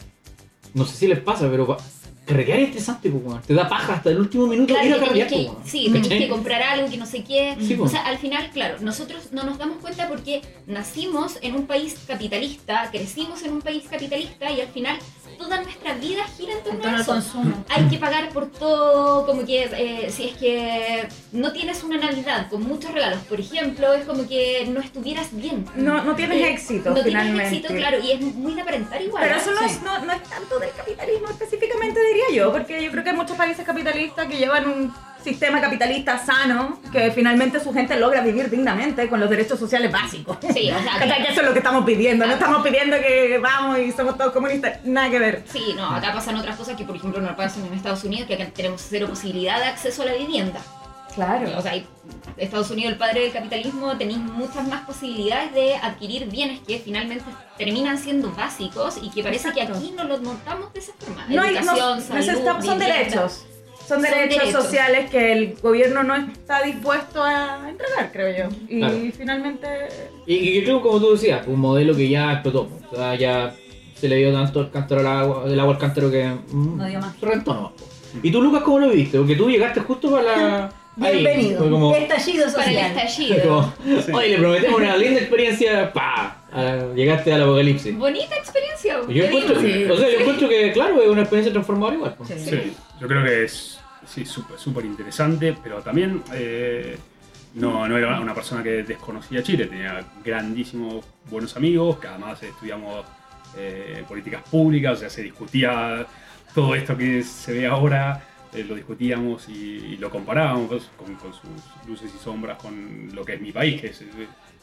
Speaker 1: no sé si les pasa, pero va- carretear es estresante, po, weón. Te da paja hasta el último minuto ir a
Speaker 2: Claro, que tenés
Speaker 1: carretear,
Speaker 2: que,
Speaker 1: po, weón.
Speaker 2: sí, tenés
Speaker 1: ¿Cachai?
Speaker 2: que comprar algo que no sé qué.
Speaker 1: Sí, po.
Speaker 2: o sea, al final, claro, nosotros no nos damos cuenta porque nacimos en un país capitalista, crecimos en un país capitalista y al final toda nuestra vida gira en
Speaker 3: En
Speaker 2: torno
Speaker 3: torno
Speaker 2: a
Speaker 3: al
Speaker 2: eso.
Speaker 3: consumo.
Speaker 2: Hay que pagar por todo, como que eh, si es que no tienes una Navidad con muchos regalos, por ejemplo, es como que no estuvieras bien.
Speaker 4: No, no tienes
Speaker 2: Eh,
Speaker 4: éxito
Speaker 2: no
Speaker 4: finalmente.
Speaker 2: tienes éxito, claro, y es muy de aparentar igual. ¿eh?
Speaker 4: Pero eso no,
Speaker 3: Sí.
Speaker 4: es, no, no es tanto del capitalismo específicamente, diría yo, porque yo creo que hay muchos países capitalistas que llevan un sistema capitalista sano, que finalmente su gente logra vivir dignamente con los derechos sociales básicos.
Speaker 2: Sí, o sea,
Speaker 4: ¿Cachai? Que eso es lo que estamos pidiendo, no estamos pidiendo que vamos y somos todos comunistas, nada que ver.
Speaker 2: Sí, no, acá pasan otras cosas que, por ejemplo, no pasan en Estados Unidos, que acá tenemos cero posibilidad de acceso a la vivienda.
Speaker 4: Claro.
Speaker 2: O sea, hay- Estados Unidos, el padre del capitalismo, tenéis muchas más posibilidades de adquirir bienes que finalmente terminan siendo básicos y que parece
Speaker 4: Exacto.
Speaker 2: que aquí no los montamos de esa forma.
Speaker 4: No hay, no,
Speaker 2: Educación,
Speaker 4: no se
Speaker 2: salud,
Speaker 4: está- son
Speaker 2: vivienda.
Speaker 4: derechos. Son,
Speaker 2: Son
Speaker 4: derechos,
Speaker 2: derechos.
Speaker 4: sociales que el gobierno no está dispuesto a entregar, creo yo. Y
Speaker 1: Claro.
Speaker 4: finalmente eh,
Speaker 1: Y, y que creo, como tú decías, un modelo que ya explotó. po. O sea, ya se le dio tanto el cántaro al agua, el agua al cántaro que. mm,
Speaker 3: No dio más.
Speaker 1: Se rentó nomás, po. ¿Y tú, Lucas, cómo lo viviste? Porque tú llegaste justo para
Speaker 2: *laughs*
Speaker 1: la. ahí,
Speaker 3: Bienvenido.
Speaker 1: fue como,
Speaker 3: Estallido
Speaker 2: Para el
Speaker 3: social.
Speaker 1: fue
Speaker 2: estallido.
Speaker 1: como, Oye, le prometemos una linda experiencia. ¡Pa! a- llegaste al apocalipsis.
Speaker 2: Bonita experiencia.
Speaker 1: Yo
Speaker 2: te
Speaker 1: encuentro,
Speaker 2: digo.
Speaker 1: o sea, yo encuentro que, claro, es una experiencia transformadora igual. po.
Speaker 3: Sí.
Speaker 5: Sí, yo creo que es sí, súper súper interesante, pero también eh, no, no era una persona que desconocía Chile, tenía grandísimos buenos amigos, que además estudiamos eh, políticas públicas, o sea, se discutía todo esto que se ve ahora, eh, lo discutíamos y, y lo comparábamos pues, con, con sus luces y sombras, con lo que es mi país, que es,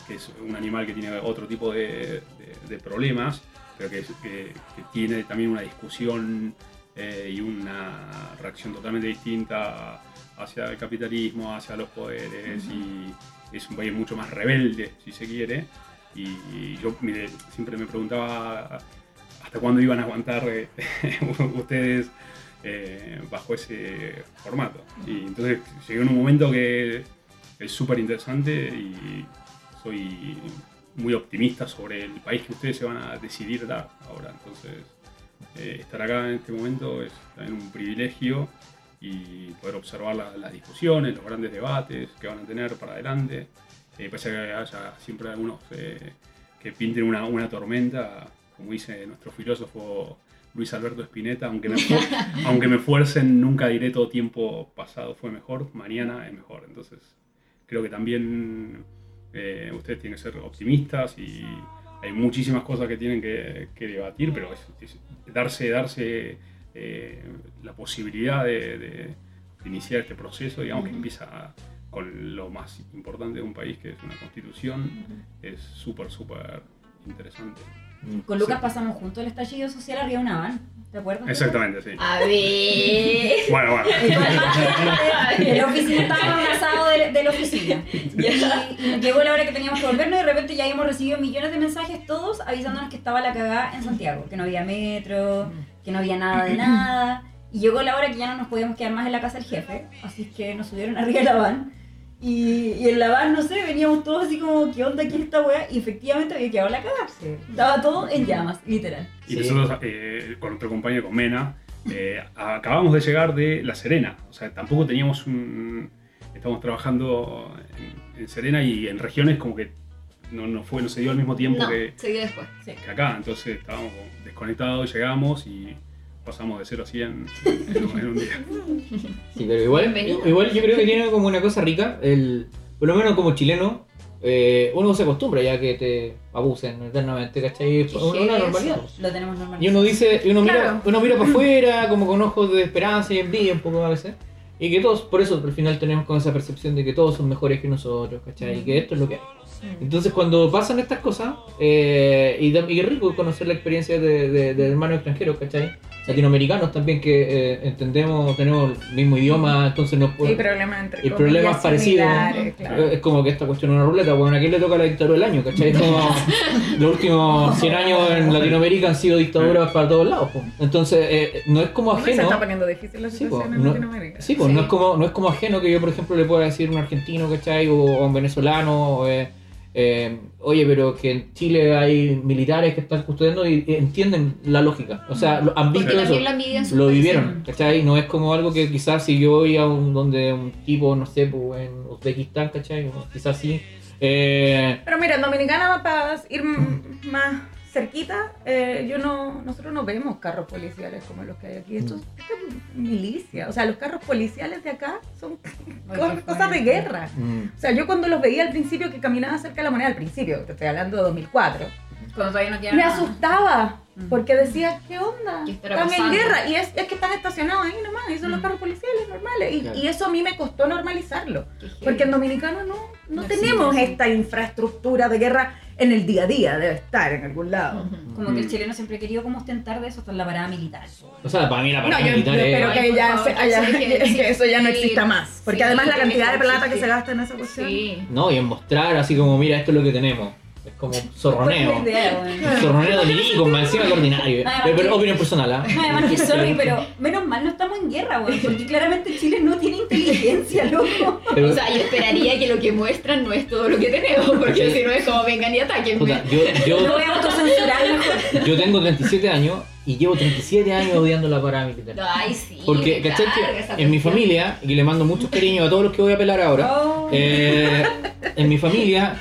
Speaker 5: que es un animal que tiene otro tipo de, de- de problemas, pero que, que- que tiene también una discusión eh, y una reacción totalmente distinta hacia el capitalismo, hacia los poderes, y es un país mucho más rebelde, si se quiere. Y, y yo mire, siempre me preguntaba hasta cuándo iban a aguantar eh, *laughs* ustedes eh, bajo ese formato. Y entonces llegué en un momento que es súper interesante y soy muy optimista sobre el país que ustedes se van a decidir dar ahora. Entonces, eh, estar acá en este momento es también un privilegio y poder observar la- las discusiones, los grandes debates que van a tener para adelante. Eh, pese a que haya siempre algunos eh, que pinten una, una tormenta, como dice nuestro filósofo Luis Alberto Spinetta, aunque me, fu- aunque me fuercen, nunca diré todo tiempo pasado fue mejor, mañana es mejor. Entonces, creo que también eh, ustedes tienen que ser optimistas y hay muchísimas cosas que tienen que, que debatir, pero es- es darse, darse eh, la posibilidad de, de iniciar este proceso, digamos que empieza con lo más importante de un país, que es una constitución, es súper, súper interesante.
Speaker 3: Con Lucas pasamos juntos el estallido social arriba de una van. ¿Te acuerdas?
Speaker 5: Exactamente, sí.
Speaker 2: A ver.
Speaker 5: Bueno, bueno.
Speaker 3: La oficina estaba en un asado de, de la *laughs* oficina. Y, y llegó la hora que teníamos que volvernos y de repente ya habíamos recibido millones de mensajes, todos avisándonos que estaba la cagada en Santiago, que no había metro, que no había nada de nada. Y llegó la hora que ya no nos podíamos quedar más en la casa del jefe, así que nos subieron arriba de la van. Y, y en la van, no sé, veníamos todos así como, ¿qué onda aquí esta wea? Y efectivamente había quedado la cagada. Estaba todo en llamas, literal.
Speaker 5: *laughs* Y
Speaker 1: Sí.
Speaker 5: nosotros, eh, con otro compañero, con Mena, eh, acabamos de llegar de La Serena. O sea, tampoco teníamos un... Estamos trabajando en, en Serena y en regiones como que no, no fue, no se dio al mismo tiempo
Speaker 2: No,
Speaker 5: que,
Speaker 2: se dio después.
Speaker 5: que acá. Entonces estábamos como desconectados, llegamos y pasamos de 0 a 100 en, en un- en un día.
Speaker 1: Sí, pero igual,
Speaker 2: Bienvenido.
Speaker 1: igual yo creo que tiene como una cosa rica, el, por lo menos como chileno, eh, uno se acostumbra ya que te abusen eternamente, ¿cachai? Es una
Speaker 2: heavy
Speaker 1: normalidad.
Speaker 3: Lo tenemos normal.
Speaker 1: Y uno dice, y uno mira,
Speaker 4: Claro.
Speaker 1: uno mira para afuera, como con ojos de esperanza y envidia un poco a veces. Y que todos, por eso al final tenemos con esa percepción de que todos son mejores que nosotros, ¿cachai? Y que esto es lo que hay. Entonces cuando pasan estas cosas, eh, y, da- y es rico conocer la experiencia de, de, de hermanos extranjeros, ¿cachai? latinoamericanos también que eh, entendemos, tenemos el mismo idioma, entonces nos
Speaker 4: Y
Speaker 1: puede-
Speaker 4: problemas entre
Speaker 1: y problemas
Speaker 4: comillas
Speaker 1: parecidos. Eh,
Speaker 4: similares, claro.
Speaker 1: Es como que esta cuestión es una ruleta, bueno, ¿a quién le toca la dictadura del año? ¿Cachai? Es como los últimos 100 años en Latinoamérica han sido dictaduras para todos lados. po. Entonces, eh, no es como
Speaker 4: Se
Speaker 1: ajeno.
Speaker 4: está poniendo difícil la
Speaker 1: Sí,
Speaker 4: situación
Speaker 1: po,
Speaker 4: en
Speaker 1: no,
Speaker 4: Latinoamérica.
Speaker 1: sí, po,
Speaker 2: Sí.
Speaker 1: No, es como, no es como ajeno que yo, por ejemplo, le pueda decir a un argentino, ¿cachai? O, o a un venezolano, o, eh, eh, oye, pero que en Chile hay militares que están custodiando y, y entienden la lógica. O sea, lo- han visto
Speaker 2: Porque
Speaker 1: eso
Speaker 2: también lo han vivido en su
Speaker 1: lo
Speaker 2: país.
Speaker 1: vivieron, ¿cachai? No es como algo que quizás si yo voy a un donde un tipo, no sé, pues, en Uzbekistán, ¿cachai? O quizás sí. Eh,
Speaker 4: Pero mira, en Dominicana, para ir m- más cerquita, eh, yo no, nosotros no vemos carros policiales como los que hay aquí. Esto, esto es milicia. O sea, los carros policiales de acá son co- cosas de guerra.
Speaker 1: mm,
Speaker 4: O sea, yo cuando los veía al principio, que caminaba cerca de la moneda al principio, te estoy hablando de 2004,
Speaker 3: Cuando todavía no queda
Speaker 4: me
Speaker 3: nada.
Speaker 4: asustaba.
Speaker 3: Mm.
Speaker 4: Porque decía, ¿qué onda?
Speaker 2: ¿Qué estará
Speaker 4: Están en
Speaker 2: pasando?
Speaker 4: guerra. Y es, es que están estacionados ahí nomás. Y son los
Speaker 3: Mm.
Speaker 4: carros policiales normales. Y,
Speaker 1: Claro.
Speaker 4: y eso a mí me costó normalizarlo.
Speaker 2: Qué heavy.
Speaker 4: Porque en Dominicano no, no,
Speaker 3: No
Speaker 4: tenemos
Speaker 3: existe, sí.
Speaker 4: esta infraestructura de guerra en el día a día, debe estar en algún lado.
Speaker 2: Ujú.
Speaker 3: Como que el chileno siempre ha querido como ostentar de eso hasta en la parada militar. *laughs*
Speaker 1: o sea, para mí la
Speaker 4: No,
Speaker 1: palabra
Speaker 4: yo, yo
Speaker 1: militar es-
Speaker 4: espero
Speaker 2: Ay,
Speaker 4: que
Speaker 2: por
Speaker 4: ya
Speaker 2: favor,
Speaker 4: se- haya-
Speaker 2: sí, que- sí,
Speaker 4: que eso ya no
Speaker 2: sí.
Speaker 4: exista más. Porque
Speaker 2: Sí,
Speaker 4: además la
Speaker 2: que
Speaker 4: cantidad de
Speaker 2: eso
Speaker 4: plata que
Speaker 2: existe.
Speaker 4: se gasta en esa cuestión.
Speaker 2: Sí.
Speaker 1: No, y en mostrar así como, mira, esto es lo que tenemos. Es como un zorroneo.
Speaker 3: Fue la idea, güey.
Speaker 1: Zorroneo de milico, más encima que ordinario.
Speaker 3: Ah,
Speaker 1: Pero, pero
Speaker 3: sí.
Speaker 1: opinión personal, ¿ah?
Speaker 3: No, además que sorry, pero menos mal no estamos en guerra, güey, porque claramente Chile no tiene
Speaker 4: *laughs*
Speaker 3: inteligencia, loco.
Speaker 1: Pero-
Speaker 2: O sea, yo esperaría que lo que muestran no es todo lo que tenemos, porque
Speaker 1: Sí.
Speaker 2: si no es como vengan y ataquen.
Speaker 1: puta, yo,
Speaker 3: *laughs* No
Speaker 1: yo,
Speaker 3: voy a autocensurar mejor.
Speaker 1: yo tengo 37 años y llevo 37 años odiando la parada militar.
Speaker 2: Ay, sí.
Speaker 1: Porque,
Speaker 2: me
Speaker 1: ¿cachai?
Speaker 2: carga esa
Speaker 1: Que en mi
Speaker 2: cuestión.
Speaker 1: familia, y le mando muchos cariños a todos los que voy a apelar ahora,
Speaker 3: Oh.
Speaker 1: eh, en mi familia,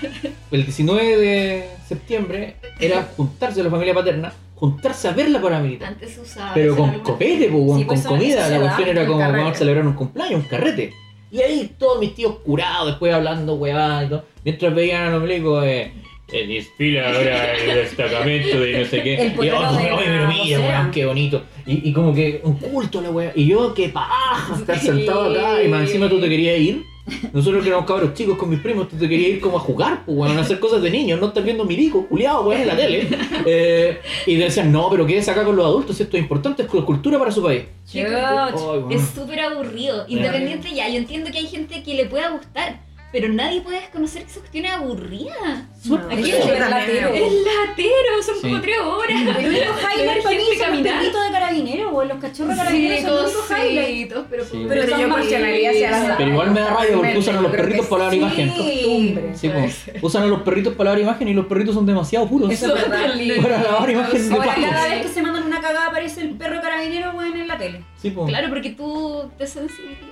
Speaker 1: el 19 de septiembre era juntarse la familia paterna, juntarse a ver la
Speaker 3: Ah,
Speaker 1: paramilitar.
Speaker 2: Antes usaba.
Speaker 1: Pero
Speaker 2: eso en
Speaker 1: con
Speaker 2: algún-
Speaker 1: copete, po, weón,
Speaker 3: Sí, pues,
Speaker 1: con
Speaker 3: eso-
Speaker 1: comida.
Speaker 3: eso
Speaker 1: La
Speaker 3: se
Speaker 1: cuestión
Speaker 3: da,
Speaker 1: era
Speaker 4: un
Speaker 1: como
Speaker 4: carrete.
Speaker 1: vamos a celebrar un cumpleaños, un carrete. Y ahí todos mis tíos curados, después hablando, huevadas y todo. Mientras veían a los milicos, eh, el desfile ahora, el destacamento de no sé qué.
Speaker 3: El
Speaker 1: y
Speaker 3: pueblo
Speaker 1: oh,
Speaker 3: de
Speaker 1: oye, pero
Speaker 3: la
Speaker 1: mira,
Speaker 3: vocera.
Speaker 1: weón, qué bonito. Y, y como que un culto la wea. Y yo, qué paja, estar sentado acá. Y más encima tú te querías ir. Nosotros que éramos cabros chicos con mis primos, tú te querías ir como a jugar, pues, weón, a hacer cosas de niños, no estar viendo milico, culiado, weón, en la tele. Eh, y decían, no, pero quédese acá con los adultos, esto es importante, es cultura para su país.
Speaker 3: Chuch.
Speaker 1: Ay, weón.
Speaker 2: Es súper aburrido. Independiente ya, yo entiendo que hay gente que le pueda gustar, pero nadie puede desconocer que esa cuestión es aburrida.
Speaker 1: Súper
Speaker 4: No,
Speaker 3: Aquí
Speaker 1: feo.
Speaker 3: es
Speaker 4: Yo
Speaker 3: el
Speaker 4: también.
Speaker 3: latero.
Speaker 2: Es latero, son
Speaker 1: Sí.
Speaker 2: como tres horas.
Speaker 3: El único highlight
Speaker 2: gente
Speaker 3: para mí son los
Speaker 2: caminar.
Speaker 3: perritos de carabineros, güey, los cachorros de carabineros son los únicos highlights.
Speaker 2: Cositos, pero
Speaker 1: Sí.
Speaker 3: Pero
Speaker 4: Pero
Speaker 3: son
Speaker 4: yo
Speaker 3: más
Speaker 4: cuestionaría si
Speaker 2: *laughs*
Speaker 4: a las-
Speaker 3: felices.
Speaker 1: Pero igual me da rabia porque usan a los
Speaker 4: Yo creo
Speaker 1: perritos
Speaker 4: que
Speaker 1: para dar
Speaker 4: sí.
Speaker 1: imagen.
Speaker 4: Costumbre.
Speaker 1: Sí, pues, usan a los perritos para dar imagen y los perritos son demasiado puros.
Speaker 3: Eso es verdad.
Speaker 1: *laughs* Para lavar imagen de
Speaker 3: Ahora
Speaker 1: pajos.
Speaker 3: cada vez que se mandan una cagada aparece el perro carabinero, güey, en la tele.
Speaker 1: Sí, pues.
Speaker 2: Claro, porque tú te sensibilizas.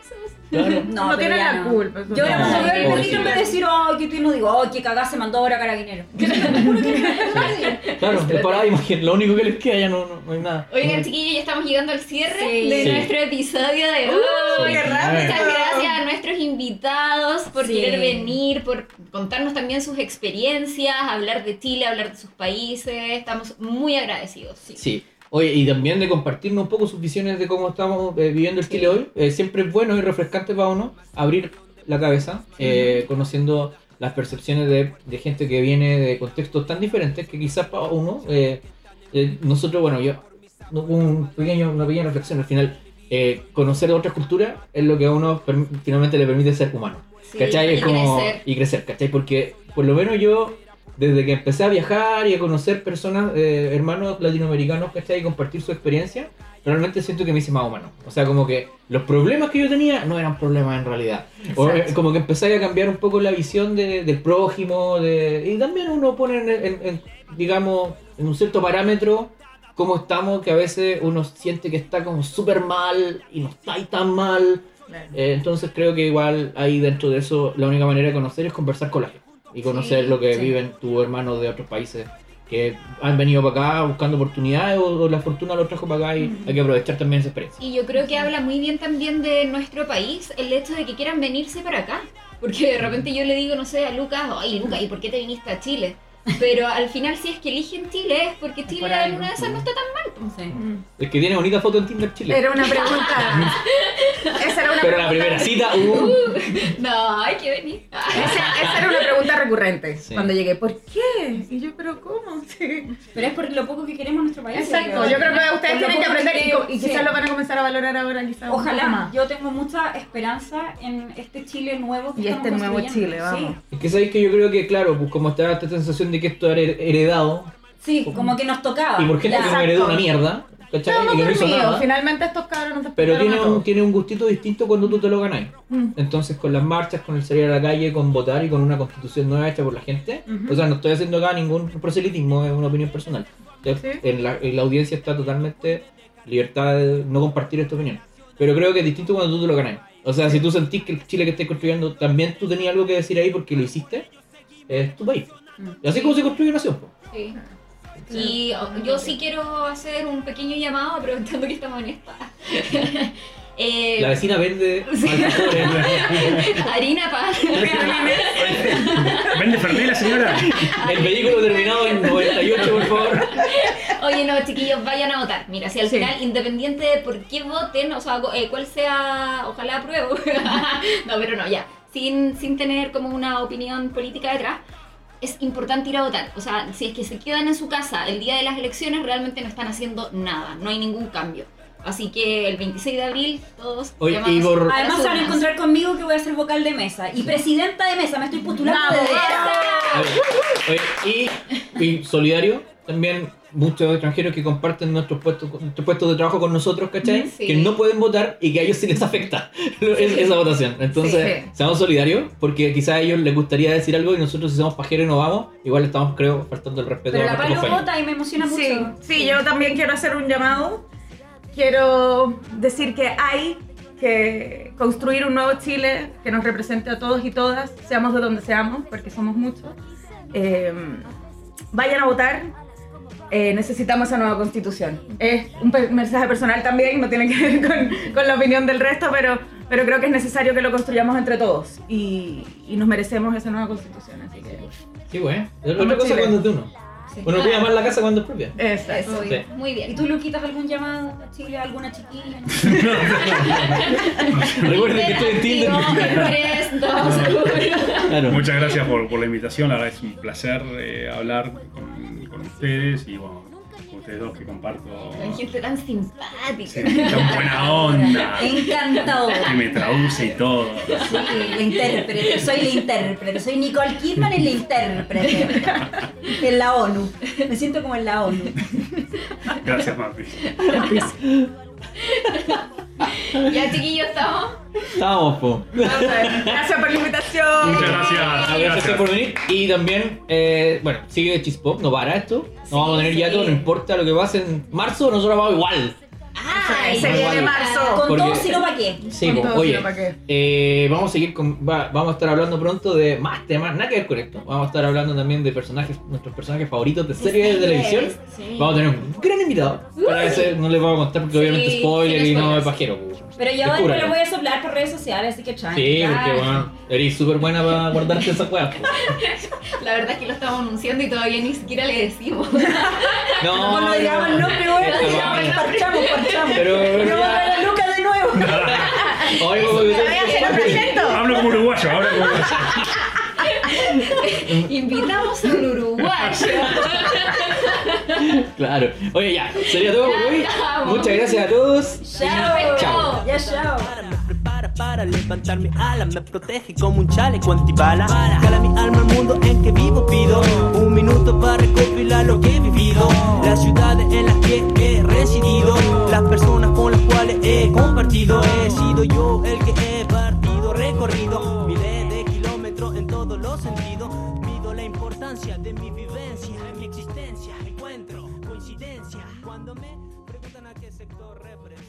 Speaker 1: claro.
Speaker 4: No,
Speaker 3: pero
Speaker 4: tienen
Speaker 3: ya
Speaker 4: la
Speaker 3: no.
Speaker 4: culpa.
Speaker 3: Yo ahora
Speaker 1: No,
Speaker 3: cuando veo el perrito
Speaker 1: pobrecito.
Speaker 3: en vez de decir, ay, qué tierno, digo, ay, qué cagada se mandó ahora
Speaker 4: *laughs*
Speaker 3: carabinero. Yo te juro que no es nadie.
Speaker 1: Claro, es para dar *laughs* imagen. Lo único que les queda ya no, no, no hay nada.
Speaker 2: Oigan, chiquillos, ya estamos llegando al cierre
Speaker 3: Sí.
Speaker 2: de
Speaker 1: Sí. Uh.
Speaker 2: nuestro episodio de hoy.
Speaker 1: Sí.
Speaker 4: qué rápido.
Speaker 2: Muchas gracias a nuestros invitados por
Speaker 3: Sí.
Speaker 2: querer venir, por contarnos también sus experiencias, hablar de Chile, hablar de sus países. Estamos muy agradecidos. Sí.
Speaker 1: Sí. Oye, y también de compartirnos un poco sus visiones de cómo estamos eh, viviendo el Chile hoy. Eh, siempre es bueno y refrescante para uno abrir la cabeza, eh, conociendo las percepciones de, de gente que viene de contextos tan diferentes que quizás para uno, eh, eh, nosotros, bueno, yo, no- un pequeño, una pequeña reflexión al final, eh, conocer otras culturas es lo que a uno perm- finalmente le permite ser humano.
Speaker 2: Sí,
Speaker 1: ¿Cachai?
Speaker 2: y
Speaker 1: Es como...
Speaker 2: crecer.
Speaker 1: Y crecer, ¿cachai? Porque por lo menos yo, desde que empecé a viajar y a conocer personas, eh, hermanos latinoamericanos, ¿cachai? Y compartir su experiencia, realmente siento que me hice más humano. O sea, como que los problemas que yo tenía no eran problemas en realidad. O, eh,
Speaker 4: Exacto.
Speaker 1: como que empecé a cambiar un poco la visión de- del prójimo, de, y también uno pone, en, en- en, digamos, en un cierto parámetro cómo estamos, que a veces uno siente que está como súper mal y no está ahí tan mal. Eh, entonces creo que igual ahí dentro de eso la única manera de conocer es conversar con la gente y conocer lo que
Speaker 3: sí.
Speaker 1: viven tus hermanos de otros países que han venido para acá buscando oportunidades o, o la fortuna los trajo para acá y hay que aprovechar también esa experiencia.
Speaker 2: Y yo creo que habla muy bien también de nuestro país el hecho de que quieran venirse para acá. Porque de repente yo le digo, no sé, a Lucas, ay Lucas, ¿y por qué te viniste a Chile? Pero al final si es que eligen Chile es porque Chile
Speaker 3: por
Speaker 2: en
Speaker 3: algo. *laughs*
Speaker 2: una de esas no está tan...
Speaker 3: Sí.
Speaker 1: El que tiene bonita foto en Tinder Chile.
Speaker 4: Era una pregunta. Esa era una
Speaker 1: Pero la primera cita, uh,
Speaker 2: No, hay que venir.
Speaker 4: Esa, esa era una pregunta recurrente
Speaker 1: Sí.
Speaker 4: cuando llegué. ¿Por qué? Y yo, pero ¿cómo? *laughs* Sí.
Speaker 3: Pero es por lo poco que queremos en nuestro país.
Speaker 4: Exacto. Yo creo que ustedes
Speaker 3: Por lo
Speaker 4: tienen que
Speaker 3: poco
Speaker 4: aprender y, co- y
Speaker 3: sí.
Speaker 4: quizás lo van a comenzar a valorar ahora, quizás. un
Speaker 3: Ojalá.
Speaker 4: poco más.
Speaker 3: Yo tengo mucha esperanza en este Chile nuevo. que
Speaker 4: Y
Speaker 3: estamos
Speaker 4: este nuevo
Speaker 3: construyendo.
Speaker 4: Chile, vamos.
Speaker 1: es que sabéis que yo creo que, claro, pues como estaba esta sensación de que esto era heredado,
Speaker 3: Sí, sí como que nos tocaba.
Speaker 1: y por gente
Speaker 3: La-
Speaker 1: que no heredó una mierda, ¿cachai?
Speaker 4: Estamos
Speaker 1: y que Ah, no hizo
Speaker 4: dormidos.
Speaker 1: nada.
Speaker 4: Finalmente estos cabros no te
Speaker 1: Pero
Speaker 4: explicaron
Speaker 1: tiene
Speaker 4: a
Speaker 1: un,
Speaker 4: todos.
Speaker 1: tiene un gustito distinto cuando tú te lo ganas.
Speaker 4: Mm.
Speaker 1: Entonces, con las marchas, con el salir a la calle, con votar y con una constitución nueva hecha por la gente. O sea, no estoy haciendo acá ningún proselitismo, es una opinión personal. Entonces,
Speaker 4: Sí.
Speaker 1: en, la, en la audiencia está totalmente libertad de no compartir esta opinión. Pero creo que es distinto cuando tú te lo ganas. O sea, si tú sentís que el Chile que estás construyendo también tú tenías algo que decir ahí porque lo hiciste, es tu país.
Speaker 2: Mm.
Speaker 1: Y así es como se construye una nación. po.
Speaker 2: Sí. Y o- yo sí quiero hacer un pequeño llamado *laughs* aprovechando que estamos en esta. *laughs* Eh,
Speaker 1: La vecina verde,
Speaker 2: Sí.
Speaker 1: alfajores,
Speaker 2: *laughs* harina pan.
Speaker 5: ¿Vende Fernet la señora?
Speaker 1: *laughs* el vehículo terminado en 98, por favor.
Speaker 2: Oye, no, chiquillos, vayan a votar. Mira, si al
Speaker 4: Sí.
Speaker 2: final, independiente de por qué voten, o sea, cu- eh, cuál sea, ojalá apruebo. *laughs* no, pero no, ya. Sin, sin tener como una opinión política detrás, es importante ir a votar. O sea, si es que se quedan en su casa el día de las elecciones, realmente no están haciendo nada, no hay ningún cambio. Así que el 26 de abril, todos.
Speaker 1: Oye,
Speaker 2: llamados
Speaker 1: y por-
Speaker 2: a las
Speaker 3: Además se van a
Speaker 2: urnas.
Speaker 3: encontrar conmigo que voy a ser vocal de mesa. Y presidenta de mesa, me estoy postulando de
Speaker 4: ¡Vamos!
Speaker 1: A ver, oye, y, y solidario, también muchos extranjeros que comparten nuestros puestos, nuestros puestos de trabajo con nosotros, ¿cachai?
Speaker 2: Sí.
Speaker 1: Que no pueden votar y que a ellos sí les afecta *laughs* lo- es- esa votación. Entonces,
Speaker 4: Sí, sí.
Speaker 1: seamos solidarios, porque quizás a ellos les gustaría decir algo y nosotros si somos pajeros y no vamos, igual estamos, creo, faltando el respeto
Speaker 3: Pero
Speaker 1: a
Speaker 3: la
Speaker 1: nuestros
Speaker 3: palo
Speaker 1: compañeros.
Speaker 3: vota y me emociona mucho.
Speaker 4: Sí, sí, yo también quiero hacer un llamado. Quiero decir que hay que construir un nuevo Chile que nos represente a todos y todas, seamos de donde seamos, porque somos muchos. Eh, vayan a votar. Eh, necesitamos esa nueva constitución. Es un pe- mensaje personal también, no tiene que ver con, con la opinión del resto, pero, pero creo que es necesario que lo construyamos entre todos y, y nos merecemos esa nueva constitución. Así que,
Speaker 1: Sí, güey. Es
Speaker 4: Vamos,
Speaker 1: otra cosa
Speaker 4: Chile.
Speaker 1: cuando es de uno. Uno puede llamar la casa cuando es propia.
Speaker 4: Exacto.
Speaker 3: Eso.
Speaker 1: Sí.
Speaker 2: Muy
Speaker 3: ¿Y
Speaker 2: bien.
Speaker 3: tú, Luquitas, algún llamado a Chile, alguna chiquilla?
Speaker 1: Recuerden que estoy en Tinder.
Speaker 2: Interactivo, tres, dos, uno.
Speaker 1: Claro.
Speaker 5: Muchas gracias por, por la invitación, la verdad es un placer eh, hablar con, con ustedes y bueno, con ustedes dos que comparto
Speaker 2: Con gente tan simpática.
Speaker 5: sí, tan buena onda
Speaker 3: Encantador.
Speaker 5: que me traduce y todo.
Speaker 3: Sí, la intérprete, soy la intérprete, soy Nicole Kidman en la intérprete. En la ONU. Me siento como en la ONU.
Speaker 5: Gracias, Mapi.
Speaker 2: Ya, chiquillos, estamos.
Speaker 1: Estamos, po.
Speaker 4: Gracias por la invitación.
Speaker 5: Muchas gracias.
Speaker 1: Gracias,
Speaker 5: gracias.
Speaker 1: por venir. Y también, eh, bueno, sigue de Chispop, no para esto. No vamos a tener
Speaker 2: sí.
Speaker 1: ya todo, no importa lo que pase en marzo, nosotros vamos igual.
Speaker 2: Ay,
Speaker 4: Se
Speaker 1: viene
Speaker 4: marzo.
Speaker 3: Con
Speaker 1: Porque-
Speaker 3: todo, si no, ¿para qué?
Speaker 1: Sí,
Speaker 4: Con
Speaker 1: pues,
Speaker 4: todo,
Speaker 1: oye,
Speaker 4: sino pa' qué.
Speaker 1: eh, vamos a seguir con, va- vamos a estar hablando pronto de más temas, nada que ver con esto. Vamos a estar hablando también de personajes, nuestros personajes favoritos de series de televisión.
Speaker 2: Sí.
Speaker 1: Vamos a tener un gran invitado. Para ese no les vamos a contar porque obviamente spoiler
Speaker 2: tiene
Speaker 1: y no
Speaker 2: spoilers.
Speaker 1: es pajero. pues.
Speaker 3: Pero yo
Speaker 1: Descúbralo.
Speaker 3: después lo voy a soplar por redes sociales, así que chan.
Speaker 1: Sí, porque bueno, eres súper buena para guardarte esas weas. pues.
Speaker 2: La verdad es que lo estamos anunciando y todavía ni siquiera le decimos.
Speaker 1: No,
Speaker 3: No, no digamos el nombre, bueno,
Speaker 1: no,
Speaker 3: digamos,
Speaker 1: no.
Speaker 3: parchamos, parchamos.
Speaker 1: Pero-
Speaker 3: No, pero Lucas de nuevo.
Speaker 1: Oye, como que-
Speaker 5: Hablo como uruguayo, hablo como uruguayo.
Speaker 2: Invitamos a un uruguayo.
Speaker 1: Claro. Oye, ya. Sería todo por hoy.
Speaker 2: Vamos.
Speaker 1: Muchas gracias a todos.
Speaker 3: Chao.
Speaker 1: Chao.
Speaker 3: Ya, chao.
Speaker 8: Para, me prepara para levantar mi ala, me protege como un chaleco antibala. Cala mi alma al mundo en que vivo, pido un minuto para recopilar lo que he vivido, las ciudades en las que he residido, las personas con las cuales he compartido. He sido yo el que he partido, recorrido miles de kilómetros en todos los sentidos. Mido la importancia de mi vivencia, de mi existencia. Encuentro coincidencia cuando me preguntan a qué sector represento.